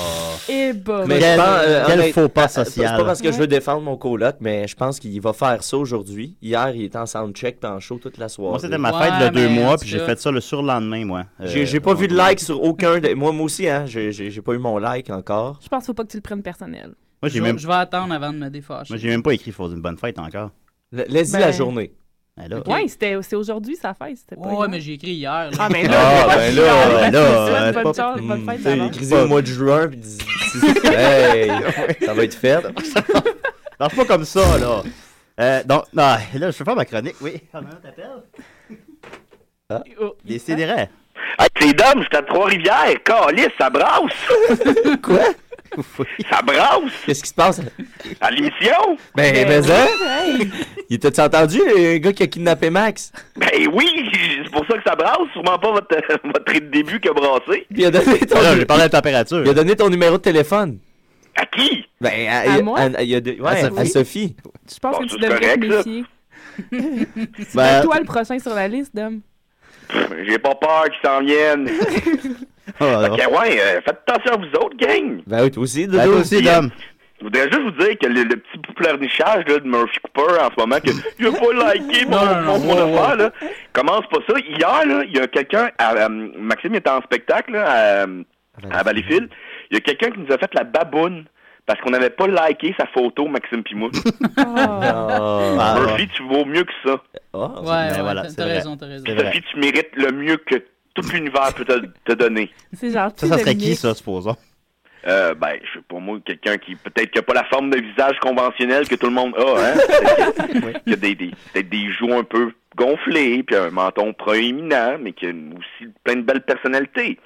Speaker 11: Et bah.
Speaker 10: Mais
Speaker 8: Quel-
Speaker 10: je pense, euh,
Speaker 8: quel
Speaker 10: honnête-
Speaker 8: faux pas
Speaker 10: euh,
Speaker 8: social.
Speaker 10: C'est pas parce que je
Speaker 8: Ouais.
Speaker 10: veux défendre mon coloc, mais je pense qu'il va faire ça aujourd'hui. Hier, il était en soundcheck puis en show toute la soirée.
Speaker 8: Moi, c'était ma fête de deux mois, puis j'ai fait ça le surlendemain, moi. Euh,
Speaker 10: J'ai j'ai pas vu de like sur aucun. de- Moi, moi aussi, hein, j'ai- j'ai j'ai pas eu mon like encore.
Speaker 11: Je pense faut pas que tu le prennes personnel.
Speaker 8: Moi, j'ai
Speaker 12: Je-
Speaker 8: même-
Speaker 12: Je vais attendre avant de me défâcher.
Speaker 8: Moi, j'ai même pas écrit Faut une bonne fête encore.
Speaker 10: Laisse-y
Speaker 11: Ben- la journée.
Speaker 8: Alors,
Speaker 11: Ouais, c'était c'est aujourd'hui sa fête, c'était pas.
Speaker 12: Ouais, mais j'ai écrit hier.
Speaker 11: Ah, mais là,
Speaker 8: Ah, ben là, ben là,
Speaker 11: bonne
Speaker 8: euh,
Speaker 11: chance, bonne
Speaker 10: Hmm,
Speaker 11: fête
Speaker 10: t'sais,
Speaker 11: d'avance.
Speaker 10: écrisez au mois de juin, puis dis- hey, ça va être fait.
Speaker 8: Marche pas comme ça, là. Euh, donc, non, là, je vais faire ma chronique, oui. Ah,
Speaker 11: Oh,
Speaker 8: des
Speaker 12: Oh,
Speaker 8: sidérés.
Speaker 16: Hey, c'est Dom, j'étais à Trois-Rivières! Calice, ça brasse!
Speaker 10: Quoi?
Speaker 16: Ça brasse!
Speaker 10: Qu'est-ce qui se passe?
Speaker 16: À l'émission?
Speaker 10: Ben, mais hein? Il t'a-tu entendu, le gars qui a kidnappé Max?
Speaker 16: Ben oui! C'est pour ça que ça brasse! Sûrement pas votre, votre trait de début qui a brassé!
Speaker 10: Puis il a donné ton.
Speaker 8: Là, j'ai parlé de température.
Speaker 10: Il a donné ton numéro de téléphone.
Speaker 16: À qui?
Speaker 10: Ben, à,
Speaker 16: À
Speaker 10: il-
Speaker 16: moi?
Speaker 10: à- il a de- ouais,
Speaker 16: À
Speaker 10: à
Speaker 16: Sophie.
Speaker 10: Sophie.
Speaker 11: Je pense
Speaker 16: Bon,
Speaker 11: que tu
Speaker 16: c'est
Speaker 11: devrais te
Speaker 16: correct, ça.
Speaker 11: méfier. C'est
Speaker 16: Ben-
Speaker 11: toi le prochain sur la liste, Dom.
Speaker 16: Pff, J'ai pas peur qu'ils s'en viennent!
Speaker 10: Oh,
Speaker 16: ok, ouais, euh, faites attention à vous autres, gang!
Speaker 10: Ben oui, toi aussi,
Speaker 8: Ben, toi aussi, Dom.
Speaker 16: Je voudrais juste vous dire que le, le petit pleurnichage là, de Murphy Cooper en ce moment, que il a pas liké mon, mon, mon affaire, là. Commence pas ça. Hier, là, il y a quelqu'un, à, euh, Maxime était en spectacle là, à, à Valleyfield. Il y a quelqu'un qui nous a fait la baboune parce qu'on n'avait pas liké sa photo, Maxime Pimou.
Speaker 11: Oh,
Speaker 16: Murphy, tu vaux mieux que ça.
Speaker 12: Ouais, ouais, t'as- t'as raison, t'as raison.
Speaker 16: Sophie, tu mérites le mieux que tout l'univers peut te, te donner.
Speaker 11: C'est gentil.
Speaker 8: Ça, ça serait qui,
Speaker 11: Dominique.
Speaker 8: ça, supposons?
Speaker 16: Euh, ben, je sais pas moi, quelqu'un qui peut-être qui a pas la forme de visage conventionnelle que tout le monde a, hein? Peut-être qui a des, des, peut-être des joues un peu gonflées, puis un menton proéminent, mais qui a une- aussi plein de belles personnalités.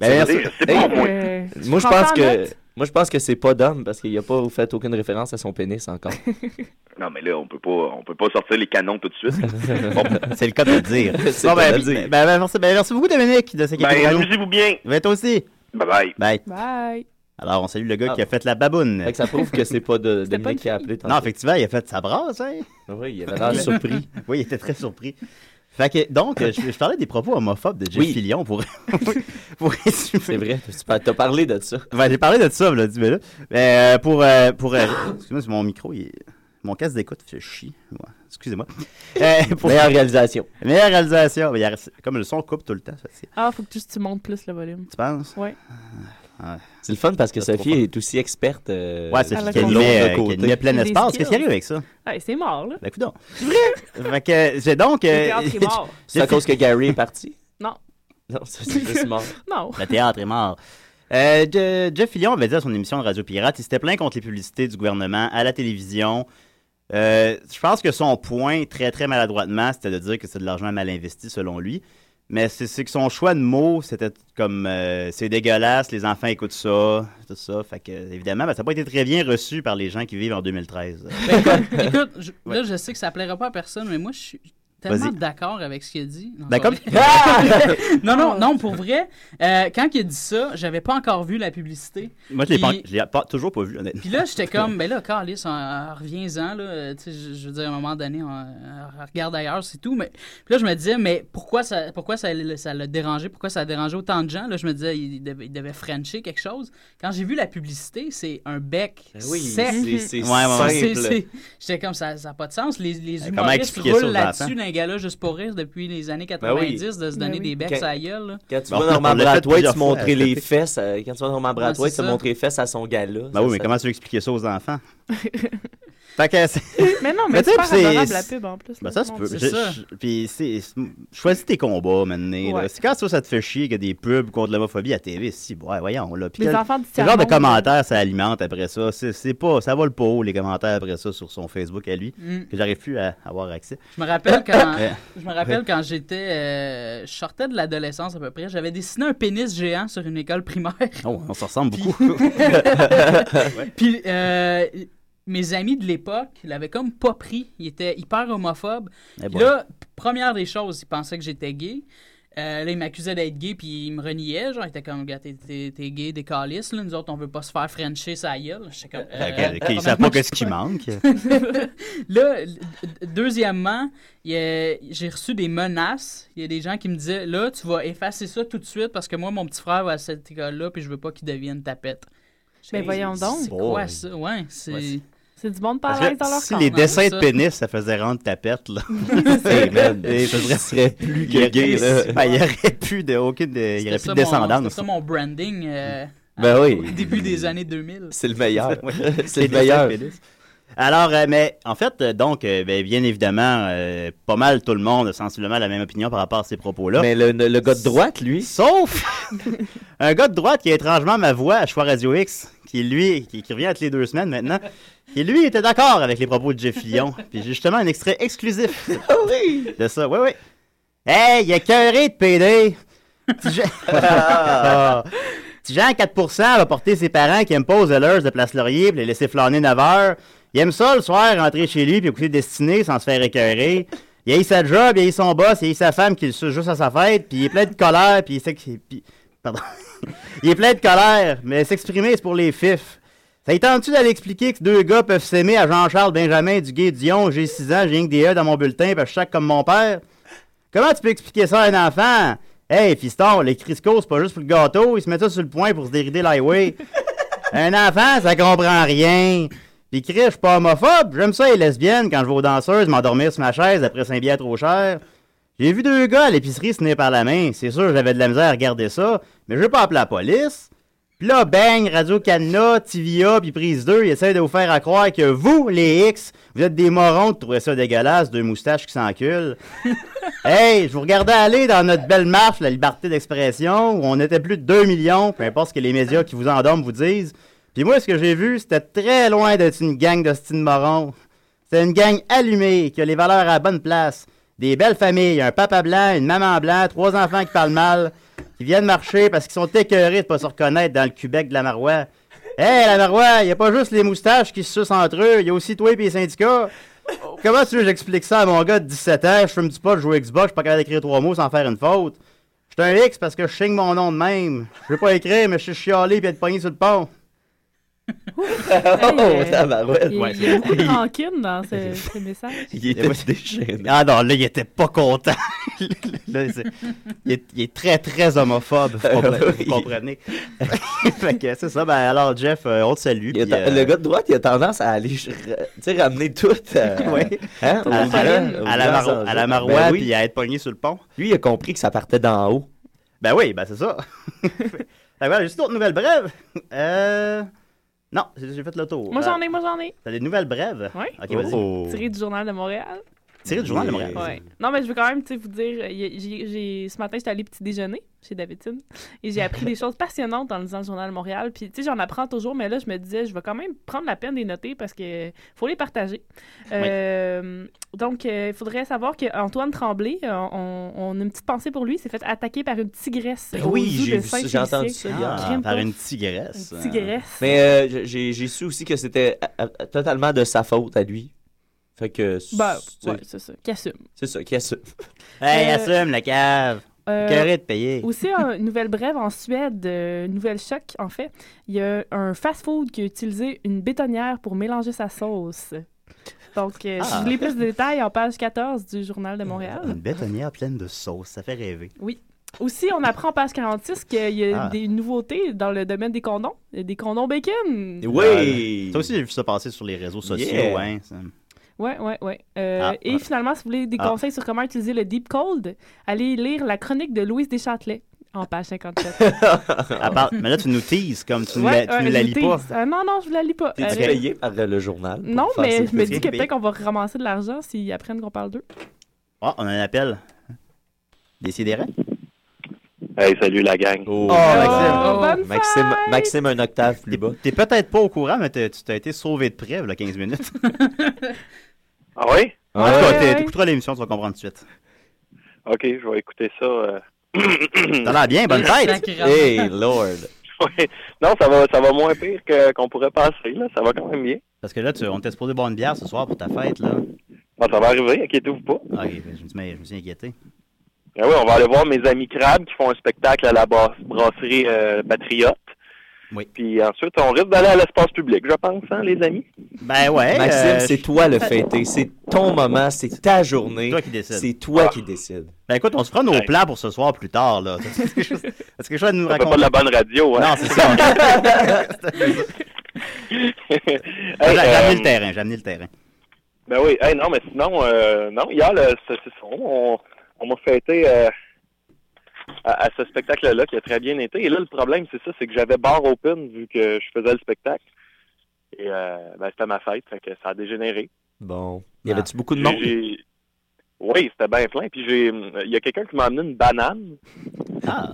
Speaker 10: Ben,
Speaker 16: Ça veut
Speaker 10: merci.
Speaker 16: dire, je sais
Speaker 10: Hey,
Speaker 16: pas, moi.
Speaker 11: Euh,
Speaker 10: Moi, je
Speaker 16: prends
Speaker 10: pense
Speaker 16: ça en
Speaker 10: que.
Speaker 16: note?
Speaker 10: Moi, je pense que c'est pas d'homme parce qu'il a pas fait aucune référence à son pénis encore.
Speaker 16: Non, mais là, on peut pas, on peut pas sortir les canons tout de suite.
Speaker 8: C'est le cas de le dire.
Speaker 10: C'est
Speaker 8: Bon,
Speaker 10: le
Speaker 8: ben,
Speaker 10: cas de le dire.
Speaker 8: ben, ben, merci, ben, merci beaucoup, Dominique, de ces
Speaker 16: Ben,
Speaker 8: questions.
Speaker 16: amusez-vous bien.
Speaker 8: Ben, toi aussi.
Speaker 16: Bye-bye.
Speaker 8: Bye.
Speaker 11: Bye.
Speaker 8: Alors, on salue le
Speaker 10: Ah.
Speaker 8: gars qui a fait la baboune.
Speaker 10: Fait que ça prouve que c'est pas de Dominique qui a appelé.
Speaker 8: Non, effectivement, il euh, a fait sa brasse, hein?
Speaker 10: Oui, il avait l'air surpris.
Speaker 8: oui, il était très surpris. Fait que, donc, je, je parlais des propos homophobes de Jeff
Speaker 10: Oui.
Speaker 8: Fillion pour, pour résumer. C'est
Speaker 10: vrai, tu as parlé de ça.
Speaker 8: Ben, j'ai parlé de ça, là, dis-moi là. Mais, euh, pour, euh, pour, euh, excusez-moi, c'est mon micro, il est- mon casque d'écoute fait chier. Ouais, excusez-moi. Euh,
Speaker 10: Meilleure réalisation.
Speaker 8: Meilleure réalisation. Mais il y a- Comme le son coupe tout le temps, ça, c'est-
Speaker 11: Ah, faut que tu, tu montes plus le volume.
Speaker 8: Tu penses?
Speaker 11: Ouais.
Speaker 10: C'est le fun parce que
Speaker 8: Ça, c'est
Speaker 10: Sophie
Speaker 8: trop fun.
Speaker 10: est aussi experte. euh,
Speaker 8: Ah. Ouais, Sophie,
Speaker 10: à
Speaker 8: qu'elle
Speaker 10: l'autre
Speaker 8: met, euh,
Speaker 10: côté.
Speaker 8: qu'elle met plein
Speaker 11: Des
Speaker 8: espace. Qu'est-ce
Speaker 11: skills.
Speaker 8: qu'il arrive avec ça?
Speaker 11: Hey, c'est mort, là.
Speaker 8: Ben, coudonc. C'est vrai? fait que, j'ai donc.
Speaker 11: Le théâtre est mort.
Speaker 10: C'est à cause que Gary est parti.
Speaker 11: Non.
Speaker 10: Non, ça, c'est juste mort.
Speaker 11: Non.
Speaker 8: Le théâtre est mort. Euh, Je- Jeff Fillion avait dit à son émission de Radio Pirate, il s'était plaint contre les publicités du gouvernement à la télévision. Euh, je pense que son point, très très maladroitement, c'était de dire que c'est de l'argent mal investi selon lui. Mais c'est c'est que son choix de mots, c'était comme euh, c'est dégueulasse, les enfants écoutent ça, tout ça. Fait que, évidemment, ben, ça n'a pas été très bien reçu par les gens qui vivent en 2013.
Speaker 12: Écoute, je- là, je sais que ça plaira pas à personne, mais moi, je suis tellement
Speaker 8: Vas-y.
Speaker 12: d'accord avec ce qu'il a dit. Non,
Speaker 8: Ben,
Speaker 12: c'est pas
Speaker 8: comme-
Speaker 12: vrai.
Speaker 8: Ah!
Speaker 12: non, non, non, pour vrai, euh, quand il a dit ça, j'avais pas encore vu la publicité.
Speaker 8: Moi, je l'ai pas,
Speaker 12: Puis-
Speaker 8: je l'ai pas- toujours pas vu, honnêtement.
Speaker 12: Puis là, j'étais comme, ben là, Carlis, en- en- reviens-en, là. euh, Tu sais, je, je veux dire, à un moment donné, on, on regarde ailleurs, c'est tout. Mais puis là, je me disais, mais pourquoi ça, pourquoi ça, le- ça l'a dérangé? Pourquoi ça a dérangé autant de gens? Là, je me disais, il, devait, il devait frencher quelque chose. Quand j'ai vu la publicité, c'est un bec
Speaker 10: Ben oui,
Speaker 12: sec.
Speaker 10: c'est- c'est
Speaker 12: Mhm.
Speaker 10: simple.
Speaker 12: C'est- c'est- J'étais comme, ça n'a pas de sens. Les, les
Speaker 10: Ben, Comment
Speaker 12: humoristes
Speaker 10: expliquer ça aux
Speaker 12: roulent là-dessus
Speaker 10: enfants?
Speaker 12: d'un gars-là juste pour rire depuis les années 90
Speaker 10: Ben oui.
Speaker 12: de se
Speaker 10: Ben
Speaker 12: donner
Speaker 10: oui.
Speaker 12: des becs
Speaker 10: Quand-
Speaker 12: à la gueule. là.
Speaker 10: Quand tu
Speaker 8: Bon,
Speaker 10: vois
Speaker 8: on
Speaker 10: Norman
Speaker 8: l'a fait
Speaker 10: Brathwaite
Speaker 8: plusieurs
Speaker 10: se montrer
Speaker 8: fois,
Speaker 10: les
Speaker 8: cet été.
Speaker 10: fesses, euh, quand tu vois Norman Brathwaite
Speaker 12: c'est
Speaker 10: se
Speaker 12: ça.
Speaker 10: montrer les fesses à son gars-là.
Speaker 8: Ben oui, mais
Speaker 10: ça-
Speaker 8: comment tu veux expliquer ça aux enfants? fait que c'est-
Speaker 11: Mais non, mais
Speaker 8: ben, tu sais,
Speaker 11: c'est
Speaker 8: puis
Speaker 11: super adorable, la pub, en plus,
Speaker 8: Ben
Speaker 11: là.
Speaker 8: ça, tu
Speaker 11: Non,
Speaker 8: peux.
Speaker 11: c'est
Speaker 8: Je-
Speaker 11: ça.
Speaker 8: je- Puis c'est. c'est- Choisis tes combats, maintenant. là.
Speaker 11: Ouais.
Speaker 8: C'est quand ça, ça te fait chier qu'il y a des pubs contre l'homophobie à TV. Si, ouais, voyons, là. Puis
Speaker 11: Les
Speaker 8: quel-
Speaker 11: enfants du
Speaker 8: quel genre de
Speaker 11: tiers-monde,
Speaker 8: commentaires ça alimente après ça? C'est c'est pas. Ça vole pas haut, les commentaires après ça, sur son Facebook à lui.
Speaker 12: Mm.
Speaker 8: Que j'arrive plus à avoir accès. Euh,
Speaker 12: Je me rappelle quand,
Speaker 8: Ouais.
Speaker 12: je me rappelle
Speaker 8: Ouais.
Speaker 12: quand j'étais, euh, je sortais de l'adolescence à peu près, j'avais dessiné un pénis géant sur une école primaire.
Speaker 8: Oh, on se ressemble beaucoup. Ouais.
Speaker 12: Puis euh, mes amis de l'époque l'avaient comme pas pris, ils étaient hyper homophobes.
Speaker 8: Eh
Speaker 12: Puis
Speaker 8: boy.
Speaker 12: là, première des choses, ils pensaient que j'étais gay. Euh, là, ils m'accusaient d'être gay, puis ils me reniaient. Genre, ils étaient comme, gars, t'es- t'es t'es gay, des calices, là. Nous autres, on veut pas se faire frencher sa gueule. J'étais comme, euh,
Speaker 8: Fait que- qu'ils
Speaker 12: premièrement,
Speaker 8: savent pas qu'est-ce qui manque.
Speaker 12: là, d- deuxièmement, il y a- j'ai reçu des menaces. Il y a des gens qui me disaient Là, tu vas effacer ça tout de suite parce que moi, mon petit frère va à cette école-là puis je veux pas qu'il devienne tapette.
Speaker 11: Mais
Speaker 12: J'ai-
Speaker 11: voyons donc.
Speaker 12: C'est quoi ça Ouais, c'est.
Speaker 11: C'est du monde pas
Speaker 8: Parce
Speaker 11: à
Speaker 8: que
Speaker 11: l'aise Ah, dans leur
Speaker 8: si
Speaker 11: camp.
Speaker 8: les
Speaker 11: Non,
Speaker 8: dessins
Speaker 11: c'est
Speaker 8: de
Speaker 11: ça.
Speaker 8: pénis, ça faisait rendre ta perte, là.
Speaker 11: Hey, man,
Speaker 8: Et ça serait, plus
Speaker 10: que gay, là.
Speaker 8: Ben, il n'y aurait plus de, aucune de- il y aurait
Speaker 12: C'était
Speaker 8: plus de
Speaker 12: ça mon-
Speaker 8: descendance.
Speaker 12: C'était ça mon branding euh,
Speaker 8: Ben oui.
Speaker 12: au début des années 2000.
Speaker 10: C'est le meilleur.
Speaker 8: Ouais.
Speaker 10: C'est le
Speaker 8: Les dessins
Speaker 10: meilleur.
Speaker 8: de pénis. Alors, euh, mais en fait, euh, donc, euh, ben, bien évidemment, euh, pas mal tout le monde a sensiblement la même opinion par rapport à ces propos-là.
Speaker 10: Mais le, le- le gars de droite, lui.
Speaker 8: Sauf un gars de droite qui est étrangement ma voix à Choix Radio X, qui lui, qui, qui revient toutes les deux semaines maintenant, qui lui était d'accord avec les propos de Jeff Fillon. Puis j'ai justement un extrait exclusif
Speaker 10: Ah
Speaker 8: de ça. Oui, oui. Hey, il a cœuré de PD. Petit Jean- Ah. Petit Jean, 4 va porter ses parents qui aiment pas aux heures de Place Laurier puis les laisser flâner 9 heures. Il aime ça le soir, rentrer chez lui puis écouter Destiné sans se faire écœurer. Il a eu sa job, il a eu son boss, il a eu sa femme qui le suce juste à sa fête, puis il est plein de colère, puis il sait que... puis- Pardon. il est plein de colère, mais s'exprimer, c'est pour les fifs. Ça y tente-tu d'aller expliquer que deux gars peuvent s'aimer à Jean-Charles Benjamin Duguay Dion, j'ai 6 ans, j'ai rien que des E dans mon bulletin, parce que je chaque comme mon père? Comment tu peux expliquer ça à un enfant? Hey, fiston, les Crisco, c'est pas juste pour le gâteau, ils se mettent ça sur le point pour se dérider l'highway. un enfant, ça comprend rien. Puis Chris, je suis pas homophobe, j'aime ça les lesbiennes quand je vais aux danseuses m'endormir sur ma chaise après Saint-Bière trop cher. J'ai vu deux gars à l'épicerie se tenir par la main, c'est sûr j'avais de la misère à regarder ça, mais je veux pas appeler la police. Puis là, bang, Radio-Canada, TVA, puis Prise 2, ils essayent de vous faire à croire que vous, les X, vous êtes des morons de trouver ça dégueulasse, deux moustaches qui s'enculent. Hey, je vous regardais aller dans notre belle marche, la liberté d'expression, où on était plus de 2 millions, peu importe ce que les médias qui vous endorment vous disent. Puis moi, ce que j'ai vu, c'était très loin d'être une gang de style moron. C'est une gang allumée, qui a les valeurs à la bonne place. Des belles familles, un papa blanc, une maman blanc, trois enfants qui parlent mal, qui viennent marcher parce qu'ils sont écœurés de pas se reconnaître dans le Québec de la Marois. Hey, la Marois, il a pas juste les moustaches qui se sucent entre eux, il y a aussi toi et les syndicats. Comment tu veux que j'explique ça à mon gars de 17 ans? Je fume du pot, je joue à Xbox, je suis pas capable d'écrire trois mots sans faire une faute. Je suis un X parce que je signe mon nom de même. Je veux pas écrire, mais je suis chialé puis être pogné sur le pont. Oh,
Speaker 11: euh,
Speaker 10: tabarouette.
Speaker 11: Il y a-
Speaker 8: Ouais,
Speaker 11: il y a
Speaker 8: c'est-
Speaker 11: beaucoup de rancune dans ce, ce message.
Speaker 10: Il était déchaîné.
Speaker 8: Ah non, là, il était pas content. Là, c'est- il, est, il est très, très homophobe, vous comprenez.
Speaker 10: Euh, Oui.
Speaker 8: vous comprenez. fait que c'est ça. Ben alors, Jeff, euh, on te salue.
Speaker 10: Il a
Speaker 8: puis,
Speaker 10: ten-
Speaker 8: euh,
Speaker 10: Le gars de droite, il a tendance à aller ch- ra- tu sais, ramener tout euh,
Speaker 8: Ouais.
Speaker 10: hein,
Speaker 8: À la-
Speaker 10: aux gens, aux
Speaker 8: à la
Speaker 10: gens
Speaker 8: Maro-
Speaker 10: sans
Speaker 8: à la
Speaker 10: jeu.
Speaker 8: Marois,
Speaker 10: Ben oui.
Speaker 8: puis à être pogné sur le pont.
Speaker 10: Lui, il a compris que ça partait d'en haut.
Speaker 8: Ben oui, ben c'est ça. Fait que voilà, juste une autre nouvelle brève. Euh... Non, j'ai j'ai fait le tour.
Speaker 11: Moi,
Speaker 8: Euh,
Speaker 11: j'en ai, moi, j'en ai.
Speaker 8: T'as des nouvelles brèves?
Speaker 11: Oui.
Speaker 8: Ok, vas-y.
Speaker 10: Oh.
Speaker 11: Tiré du Journal de Montréal.
Speaker 8: Tiré du Journal de
Speaker 10: Ah,
Speaker 8: Montréal.
Speaker 11: Ouais. Non, mais je veux quand même tu sais, vous dire, euh, y a- j'ai- j'ai- ce matin, j'étais allée petit déjeuner chez Davidine et j'ai appris des choses passionnantes en lisant le Journal de Montréal. Puis, tu sais, j'en apprends toujours, mais là, je me disais, je vais quand même prendre la peine de les noter parce que faut les partager. Euh, Donc, euh, il faudrait savoir qu'Antoine Tremblay, euh, on, on a une petite pensée pour lui, s'est fait attaquer par une tigresse.
Speaker 10: Ben
Speaker 11: au
Speaker 10: oui,
Speaker 11: zoo de
Speaker 10: j'ai vu ça, j'ai
Speaker 11: Saint-Félicien. Ah,
Speaker 10: entendu ça hier.
Speaker 11: Crime
Speaker 8: Par
Speaker 11: pas.
Speaker 8: une tigresse.
Speaker 11: Une tigresse.
Speaker 10: Mais euh, j'ai- j'ai su aussi que c'était euh, euh, totalement de sa faute à lui. Fait que.
Speaker 11: Ben, ouais, c'est ça. Qui assume.
Speaker 10: C'est ça, qui assume.
Speaker 8: Hey,
Speaker 11: Euh,
Speaker 8: assume la cave.
Speaker 11: Euh,
Speaker 8: Carré de payer.
Speaker 11: Aussi, un- une nouvelle brève en Suède, euh, une nouvelle choc, en fait. Il y a un fast-food qui a utilisé une bétonnière pour mélanger sa sauce. Donc, euh, si
Speaker 8: Ah.
Speaker 11: vous voulez plus de détails, en page 14 du Journal de Montréal.
Speaker 8: Une bétonnière pleine de sauce, ça fait rêver.
Speaker 11: Oui. Aussi, on apprend en page 46 qu'il y a
Speaker 8: Ah.
Speaker 11: des nouveautés dans le domaine des condoms. Il y a Des condoms bacon.
Speaker 8: Oui! Ça aussi, j'ai vu ça passer sur les réseaux sociaux,
Speaker 10: Yeah.
Speaker 8: hein. ça.
Speaker 11: Ouais, ouais, ouais. Euh,
Speaker 8: Ah,
Speaker 11: et finalement, si vous voulez des
Speaker 8: Ah.
Speaker 11: conseils sur comment utiliser le Deep Cold, allez lire la chronique de Louise Deschâtelet en page 57.
Speaker 8: À part- mais là, tu nous teases, comme tu ne la,
Speaker 11: Ouais,
Speaker 8: tu
Speaker 11: euh,
Speaker 8: nous la
Speaker 11: je
Speaker 8: lis
Speaker 11: vous
Speaker 8: pas.
Speaker 11: tease. Euh, non, non, je ne la lis pas.
Speaker 10: T'es-tu
Speaker 11: Euh,
Speaker 10: payé par euh, le journal? pour
Speaker 11: Non,
Speaker 10: faire
Speaker 11: mais
Speaker 10: ces
Speaker 11: je me dis
Speaker 10: trucs?
Speaker 11: que peut-être qu'on va ramasser de l'argent s'ils apprennent qu'on parle d'eux.
Speaker 8: Ah, on a un appel. Décidérez.
Speaker 16: Hey, salut la gang.
Speaker 10: Oh,
Speaker 8: Maxime.
Speaker 11: Ah, bonne
Speaker 10: Maxime, Maxime, un octave plus bas.
Speaker 8: T'es peut-être pas au courant, mais t'es- tu t'as été sauvé de près, là, 15 minutes.
Speaker 16: Ah oui?
Speaker 8: En tout cas,
Speaker 16: ouais,
Speaker 8: t'es-
Speaker 16: ouais.
Speaker 8: t'écouteras l'émission, tu vas comprendre tout de suite.
Speaker 16: Ok, je vais écouter ça. euh.
Speaker 8: T'as l'air bien, bonne fête!
Speaker 10: Hey, Lord!
Speaker 16: Ouais. Non, ça va, ça va moins pire que- qu'on pourrait penser, là. Ça va quand même bien.
Speaker 8: Parce que là, tu, on était supposé boire une bière ce soir pour ta fête, là.
Speaker 16: Bon, ça va arriver, inquiétez-vous pas.
Speaker 8: Ah, ok, ben, je me suis, mais je me suis inquiété.
Speaker 16: Ah oui, on va aller voir mes amis crabes qui font un spectacle à la bas- brasserie euh, Patriote.
Speaker 8: Oui.
Speaker 16: Puis ensuite, on risque d'aller à l'espace public, je pense, hein, les amis?
Speaker 8: Ben ouais.
Speaker 10: Maxime,
Speaker 8: euh,
Speaker 10: c'est toi le fêté. C'est ton moment, c'est ta journée.
Speaker 8: toi qui décides.
Speaker 10: C'est toi qui décides.
Speaker 8: Ben écoute, on se fera nos plans pour ce soir plus tard, là. Est-ce que quelque chose à nous
Speaker 16: Ça fait
Speaker 8: raconter?
Speaker 16: pas de la bonne radio, hein?
Speaker 8: Non, c'est ça. J'ai j'ai amené
Speaker 10: euh,
Speaker 8: le terrain, j'ai amené le terrain.
Speaker 16: euh, Ben oui, hey, non, mais sinon, euh, non, hier, le, c'est, c'est ça, on, on m'a fêté euh, à, à ce spectacle-là qui a très bien été. Et là, le problème, c'est ça, c'est que j'avais bar open vu que je faisais le spectacle. Et euh, ben, c'était ma fête, fait que ça a dégénéré.
Speaker 10: Bon. Ah. Y avait-tu beaucoup de monde?
Speaker 16: J'ai- Oui, c'était bien plein. Puis j'ai, il y a quelqu'un qui m'a amené une banane.
Speaker 8: Ah.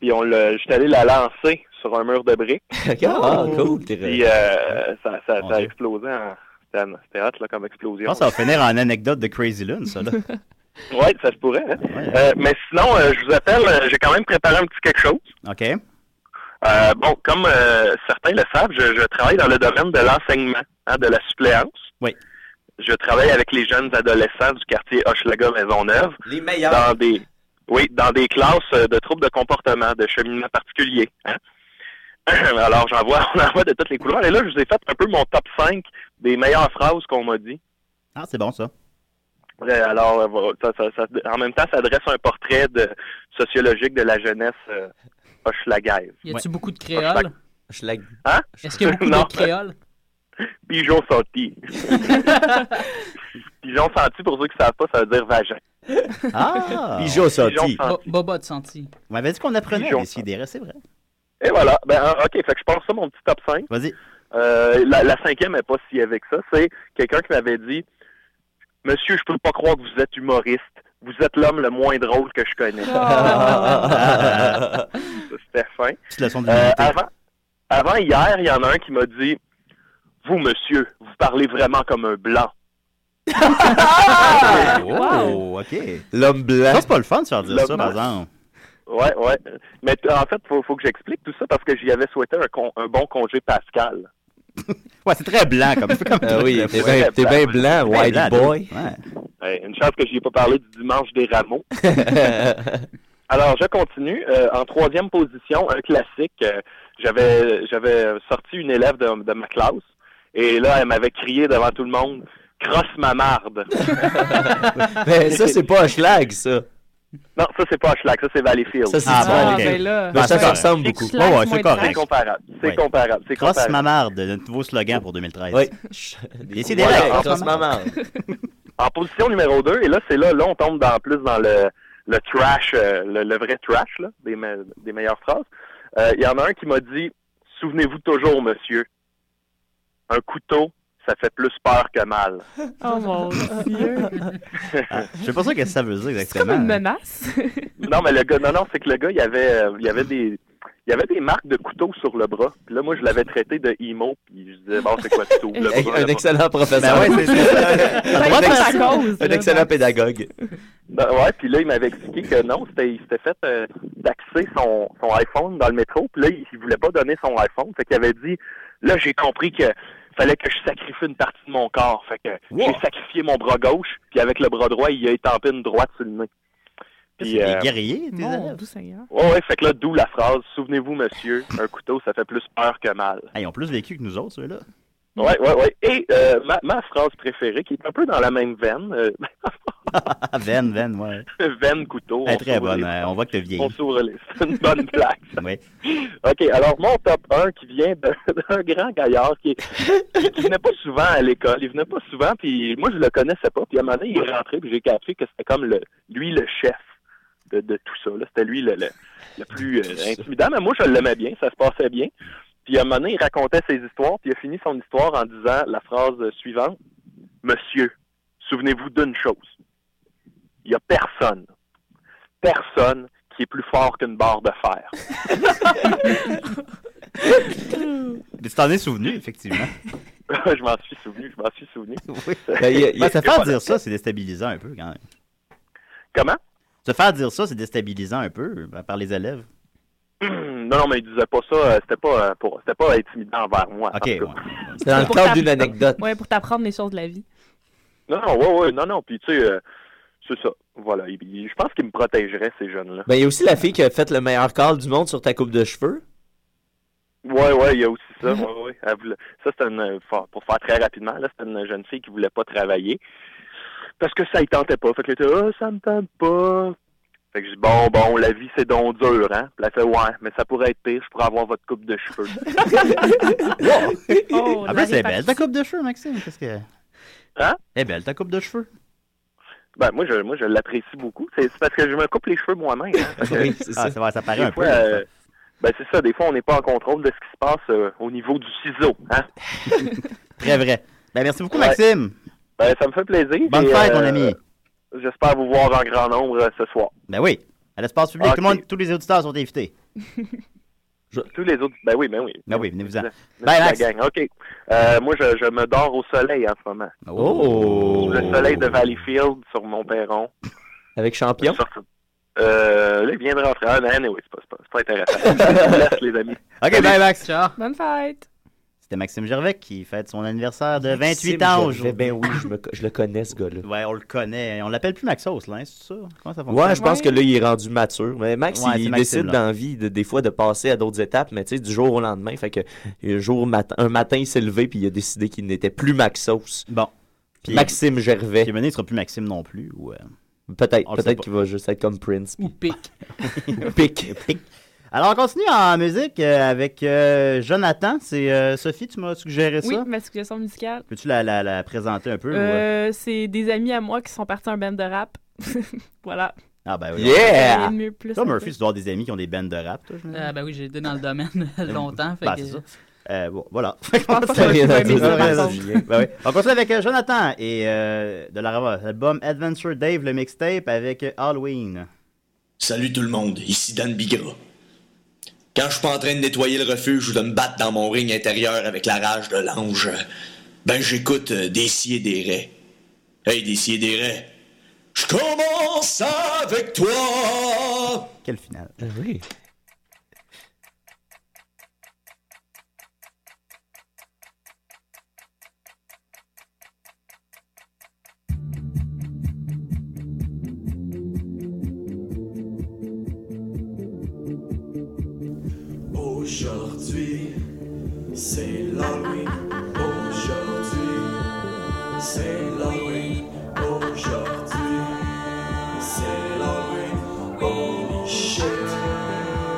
Speaker 16: Puis on l'a, j'étais allé la lancer sur un mur de briques.
Speaker 10: Ah, cool. t'es-
Speaker 16: Puis euh, ça, ça,
Speaker 8: Mon
Speaker 16: ça a
Speaker 8: Dieu.
Speaker 16: explosé. En... C'était, c'était hot là, comme explosion.
Speaker 8: Je pense que ça va finir en anecdote de Crazy Lune, ça, là.
Speaker 16: Oui, ça se pourrait. hein. Euh, mais sinon, euh, je vous appelle, euh, j'ai quand même préparé un petit quelque chose.
Speaker 8: OK.
Speaker 16: Euh, bon, comme euh, certains le savent, je, je travaille dans le domaine de l'enseignement, hein, de la suppléance.
Speaker 8: Oui.
Speaker 16: Je travaille avec les jeunes adolescents du quartier Hochelaga-Maisonneuve.
Speaker 10: Les meilleurs.
Speaker 16: Dans des, oui, dans des classes euh, de troubles de comportement, de cheminement particulier. hein. Alors, j'en vois, on en voit de toutes les couleurs. Et là, je vous ai fait un peu mon top 5 des meilleures phrases qu'on m'a dit.
Speaker 8: Ah, c'est bon, ça.
Speaker 16: Euh, Alors, euh, va- ça- ça- ça- en même temps, ça dresse un portrait de, sociologique de la jeunesse euh, hochelagaise.
Speaker 12: Y a-tu
Speaker 16: Ouais.
Speaker 12: beaucoup de créoles?
Speaker 10: Hochelag-
Speaker 16: Hein?
Speaker 12: Est-ce qu'il y a beaucoup
Speaker 16: Non.
Speaker 12: de créoles?
Speaker 16: Pigeon senti. Pigeon senti, pour ceux qui ne savent pas, ça veut dire vagin.
Speaker 8: Ah!
Speaker 10: Pigeon senti.
Speaker 12: Bo- Boba de senti.
Speaker 8: Vous m'avez dit qu'on apprenait
Speaker 16: Pigeon
Speaker 8: à décider, c'est vrai.
Speaker 16: Et voilà. Ben, ah, OK, fait que je pense ça, mon petit top 5.
Speaker 8: Vas-y.
Speaker 16: la, la cinquième n'est pas si avec ça. C'est quelqu'un qui m'avait dit Monsieur, je peux pas croire que vous êtes humoriste. Vous êtes l'homme le moins drôle que je connais.
Speaker 11: Ah.
Speaker 8: Ah.
Speaker 16: Ça, C'était fin.
Speaker 8: Petite leçon de
Speaker 16: Euh,
Speaker 8: l'humanité.
Speaker 16: avant, avant hier, il y en a un qui m'a dit Vous, monsieur, vous parlez vraiment comme un blanc.
Speaker 8: Oh, OK.
Speaker 10: L'homme blanc.
Speaker 8: Ça, c'est pas le fun de se faire dire
Speaker 16: L'homme
Speaker 8: ça, par exemple.
Speaker 16: Ouais, ouais. Mais t- en fait, faut, faut que j'explique tout ça parce que j'y avais souhaité un, con- un bon congé Pascal.
Speaker 8: Ouais, c'est très blanc, comme, comme
Speaker 10: Ah oui, t'es bien
Speaker 16: t'es
Speaker 10: ben blanc,
Speaker 8: Ouais,
Speaker 10: white
Speaker 8: blanc,
Speaker 10: boy.
Speaker 8: Ouais.
Speaker 16: Ouais, Ben, une chance que j'y ai pas parlé du dimanche des rameaux. Alors, je continue. Euh, en troisième position, un classique. euh, j'avais, j'avais sorti une élève de, de ma classe et là, elle m'avait crié devant tout le monde Crosse ma marde.
Speaker 10: Mais Ben, ça, c'est pas un schlag, ça.
Speaker 16: non, ça, c'est pas Schlag, ça, c'est Valleyfield.
Speaker 10: Ça, c'est Ah, différent,
Speaker 8: ok. ben là.
Speaker 10: Mais ça,
Speaker 8: Ben,
Speaker 10: ça ressemble
Speaker 8: c'est
Speaker 10: beaucoup.
Speaker 8: Schlag, Ouais, ouais, c'est moins
Speaker 16: c'est
Speaker 8: de correct.
Speaker 16: C'est comparable. C'est
Speaker 8: Ouais.
Speaker 16: comparable. C'est
Speaker 8: Cross
Speaker 16: comparable.
Speaker 8: Mamarde, notre nouveau slogan pour 2013.
Speaker 10: Oui.
Speaker 8: Décidez,
Speaker 16: Ouais,
Speaker 8: cross
Speaker 16: cross
Speaker 8: mamarde.
Speaker 16: En position numéro 2, et là, c'est là, là, on tombe dans, plus dans le, le trash, euh, le, le vrai trash, là, des, me- des meilleures phrases. Euh, Il y en a un qui m'a dit Souvenez-vous toujours, monsieur, un couteau, ça fait plus peur que mal.
Speaker 11: Oh mon dieu.
Speaker 8: Ah, Je sais pas sûr qu'est-ce que ça veut dire
Speaker 11: C'est comme
Speaker 8: exactement.
Speaker 11: une menace.
Speaker 16: non, mais le gars, non, non, c'est que le gars, il y avait, euh, il y avait des. Il y avait des marques de couteau sur le bras. Puis là, moi, je l'avais traité de emo. Puis je disais, bon, c'est quoi, tu t'ouvres le
Speaker 10: Un-
Speaker 16: bras?
Speaker 10: Un
Speaker 16: là-bas?
Speaker 10: excellent professeur.
Speaker 16: Ben ouais, c'est ça.
Speaker 10: Un
Speaker 16: Ben,
Speaker 10: ex-
Speaker 16: c'est sa cause,
Speaker 10: Un
Speaker 16: là,
Speaker 10: excellent
Speaker 16: Max.
Speaker 10: pédagogue.
Speaker 16: Ben ouais, puis là, il m'avait expliqué que non, c'était, il s'était fait euh, taxer son, son iPhone dans le métro, puis là, il, il voulait pas donner son iPhone. Fait qu'il avait dit, là, j'ai compris que fallait que je sacrifie une partie de mon corps. Fait que j'ai sacrifié mon bras gauche, puis avec le bras droit, il a étampé une droite sur le nez. Puis,
Speaker 8: C'est
Speaker 16: euh,
Speaker 8: des guerriers, tes
Speaker 11: Mon
Speaker 8: élèves.
Speaker 11: doux Seigneur.
Speaker 16: Ouais, ouais, fait que là, d'où la phrase Souvenez-vous, monsieur, un couteau, ça fait plus peur que mal.
Speaker 8: Ah, ils ont plus vécu que nous autres, ceux-là. Mm.
Speaker 16: Ouais, ouais, ouais. Et euh, ma, ma phrase préférée, qui est un peu dans la même veine, euh,
Speaker 8: Ah, Ven, Ven, ouais.
Speaker 16: veine couteau.
Speaker 8: Elle est
Speaker 16: on
Speaker 8: très
Speaker 16: s'ouvre
Speaker 8: bonne.
Speaker 16: les-
Speaker 8: euh, on voit que t'as vieilli.
Speaker 16: On s'ouvre les. C'est une bonne blague. ça.
Speaker 8: Oui.
Speaker 16: OK, alors mon top 1 qui vient d'un d'un grand gaillard qui, qui venait pas souvent à l'école. Il venait pas souvent, puis moi, je le connaissais pas. Puis à un moment donné, il est rentré, puis j'ai capté que c'était comme le, lui le chef de, de tout ça. là. C'était lui le, le, le plus euh, intimidant. Mais moi, je l'aimais bien, ça se passait bien. Puis à un moment donné, il racontait ses histoires, puis il a fini son histoire en disant la phrase suivante. Monsieur, souvenez-vous d'une chose. Il n'y a personne, personne qui est plus fort qu'une barre de fer.
Speaker 8: Mais tu t'en es souvenu, effectivement.
Speaker 16: je m'en suis souvenu, je m'en suis souvenu.
Speaker 8: Ben, se faire
Speaker 16: Voilà.
Speaker 8: dire ça, c'est déstabilisant un peu, quand même.
Speaker 16: Comment?
Speaker 8: Se faire dire ça, c'est déstabilisant un peu euh, par les élèves.
Speaker 16: Hum, Non, non, mais il disait pas ça, euh, c'était pas, euh, pour, c'était pas intimidant envers moi. en
Speaker 8: OK,
Speaker 16: tout cas.
Speaker 8: C'est dans le
Speaker 11: Pour
Speaker 8: cadre
Speaker 11: t'app-
Speaker 8: d'une anecdote.
Speaker 11: Ouais, pour t'apprendre les choses de la vie.
Speaker 16: Non, non, ouais, ouais, non, non, puis tu sais, euh, c'est ça, voilà, il- il- je pense qu'il me protégerait, ces jeunes-là.
Speaker 10: Ben, il y a aussi la fille qui a fait le meilleur call du monde sur ta coupe de cheveux.
Speaker 16: Ouais, ouais, il y a aussi ça. Ouais, ouais. Elle voulait- Ça, c'était une. euh, fa- Pour faire très rapidement, là, c'était une jeune fille qui voulait pas travailler. Parce que ça, il tentait pas. Fait que là, oh, ça me tente pas. Fait que je dis, bon, bon, la vie, c'est donc dur, hein. Puis elle fait, ouais, mais ça pourrait être pire, je pourrais avoir votre coupe de cheveux.
Speaker 11: Oh,
Speaker 8: En plus, elle est belle, ta
Speaker 16: d'accord.
Speaker 8: coupe de cheveux, Maxime. Qu'est-ce que...
Speaker 16: Hein?
Speaker 8: Elle est belle, ta coupe de cheveux.
Speaker 16: Ben, moi, je, moi, je l'apprécie beaucoup. C'est c'est parce que je me coupe les cheveux moi-même. hein. Fait que-
Speaker 8: Oui, c'est ça. Ah, c'est vrai, ça paraît
Speaker 16: Des
Speaker 8: un
Speaker 16: fois,
Speaker 8: peu,
Speaker 16: euh, ben, c'est ça. Des fois, on n'est pas en contrôle de ce qui se passe euh, au niveau du ciseau, hein.
Speaker 8: Très vrai. Ben, merci beaucoup,
Speaker 16: Ouais.
Speaker 8: Maxime.
Speaker 16: Ben, ça me fait plaisir.
Speaker 8: Bonne
Speaker 16: et,
Speaker 8: fête, mon
Speaker 16: euh,
Speaker 8: ami.
Speaker 16: J'espère vous voir en grand nombre euh, ce soir.
Speaker 8: Ben oui, à l'espace public,
Speaker 16: Ok.
Speaker 8: tout le monde, tous les auditeurs sont invités.
Speaker 16: Tous les autres. Ben oui, ben oui.
Speaker 8: Ben oui, venez-vous-en.
Speaker 16: Merci,
Speaker 8: Bye, Max.
Speaker 16: la gang. OK. Euh, moi, je, je me dors au soleil en ce moment.
Speaker 10: Oh!
Speaker 16: Le soleil de Valleyfield sur mon perron.
Speaker 10: Avec champion.
Speaker 16: Euh, là, il vient de rentrer. Ah, mais anyway, c'est pas, c'est pas, c'est pas intéressant. Je vous laisse, les amis.
Speaker 8: OK, bye, Max.
Speaker 11: Bonne fête.
Speaker 8: C'était Maxime Gervais qui fête son anniversaire de 28
Speaker 10: Maxime
Speaker 8: ans aujourd'hui.
Speaker 10: Gervais, Ben oui, je, me co- je le connais, ce gars-là.
Speaker 8: Ouais, on le connaît. On l'appelle plus Maxos, là, hein, c'est ça? Comment ça fonctionne?
Speaker 10: Ouais, je pense que là, il est rendu mature. Mais Max,
Speaker 8: Ouais, c'est
Speaker 10: il
Speaker 8: Maxime,
Speaker 10: décide
Speaker 8: là.
Speaker 10: d'envie, de, des fois, de passer à d'autres étapes, mais tu sais, du jour au lendemain. Fait que un, jour, mat- un matin, il s'est levé, puis il a décidé qu'il n'était plus Maxos.
Speaker 8: Bon. Puis-
Speaker 10: Maxime Gervais.
Speaker 8: Puis maintenant, il sera plus Maxime non plus. ou, euh,
Speaker 10: Peut-être,
Speaker 8: on le sait
Speaker 10: peut-être
Speaker 8: pas.
Speaker 10: qu'il va juste être comme Prince. puis-
Speaker 8: Pic. Alors, on continue en musique euh, avec euh, Jonathan. C'est euh, Sophie, tu m'as suggéré
Speaker 11: Oui,
Speaker 8: ça.
Speaker 11: ma suggestion musicale.
Speaker 8: Peux-tu la, la- la présenter un peu? ou, euh?
Speaker 11: Euh, C'est des amis à moi qui sont partis en band de rap. voilà.
Speaker 8: Ah, ben oui.
Speaker 11: Yeah! Rien de mieux, plus
Speaker 8: Toi,
Speaker 11: un peu.
Speaker 8: Murphy, tu dois avoir des amis qui ont des bands de rap, toi, je me dis.
Speaker 12: Ah, ben oui, j'ai été dans le domaine longtemps. Fait
Speaker 8: Ben,
Speaker 12: que...
Speaker 8: c'est ça. Euh, bon, voilà.
Speaker 12: pense pas que j'aurais pu aimer ça, par contre.
Speaker 8: Ben oui. On continue avec euh, Jonathan et euh, de la- l'album Adventure Dave, le mixtape avec euh, Halloween.
Speaker 14: Salut tout le monde, ici Dan Bigra. Quand je suis pas en train de nettoyer le refuge ou de me battre dans mon ring intérieur avec la rage de l'ange, euh, ben j'écoute euh, des scies et des raies. Hey, des scies et des raies. Je commence avec toi!
Speaker 8: Quelle finale.
Speaker 10: oui.
Speaker 1: Aujourd'hui, c'est l'Halloween. Aujourd'hui, c'est l'Halloween. Aujourd'hui, c'est l'Halloween. Holy shit.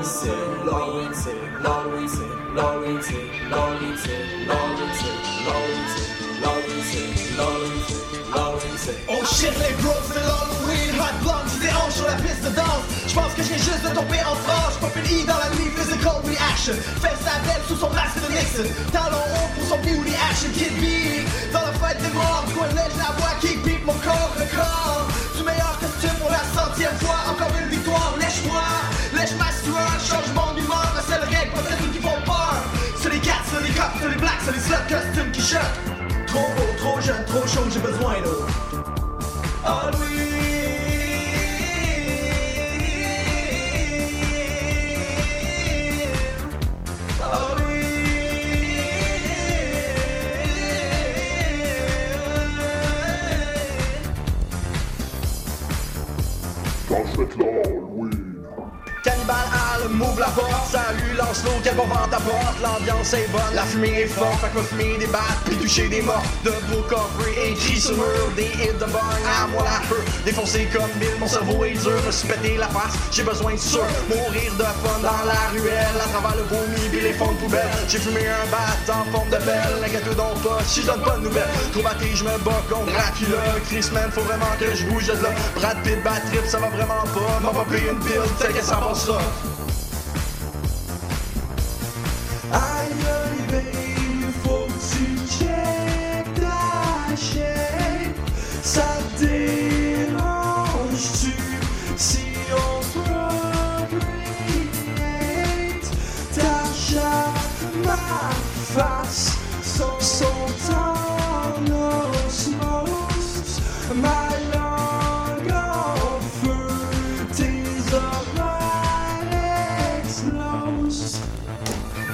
Speaker 1: C'est l'Halloween, c'est l'Halloween, c'est l'Halloween, c'est l'Halloween, c'est l'Halloween, c'est l'Halloween, c'est l'Halloween, c'est l'Halloween, c'est l'Halloween, c'est
Speaker 17: Oh shit les bros, c'est l'Halloween, hot blonde, des hanches sur la piste de danse Je pense que j'ai juste de tomber en France, pop une I dans la nuit, physical reaction Fais sa tête sous son masque de Nixon, talon haut pour son blue reaction Kid beat, dans la fête des morts, coin de neige, la voix qui beat mon corps, le corps Du meilleur costume pour la centième fois, encore une victoire, lèche-moi Lèche ma sueur, change mon humeur, ma seule règle, pas celles qui font peur C'est les cats, c'est les cops, c'est les blacks, c'est les slut costumes qui choquent Trop beau, trop jeune, trop chaud, j'ai besoin d'eau Ah Ah Halloween. Cannibal Al, m'ouvre la porte, salut Lancelot, quel bon vent t'apporte L'ambiance est bonne, la fumée est forte, fait que va fumer des battes puis toucher des morts De beaux coffrets écrits sur mur, des hits de burn, à moi la feu Défoncé comme mille, mon cerveau est dur, me suis pété la face, j'ai besoin de sûr Mourir de fun dans la ruelle, à travers le vomi puis les fonds de poubelle J'ai fumé un bat en forme de belle, la gâteau dans pas, si je donne pas de nouvelles Trop batté, je me bats contre Dracula, Chris man, faut vraiment que je bouge de là Brad Pitt, bat trip, ça va vraiment pas, m'a pas payé une pile, t'es que ça va ça
Speaker 1: Aïe, baby, faut que tu check ta chaîne. Ça te dérange-tu si on procreate? Ta chatte, ma face sont, sont en osmose. Ma langue en feu, tes oreilles explosent.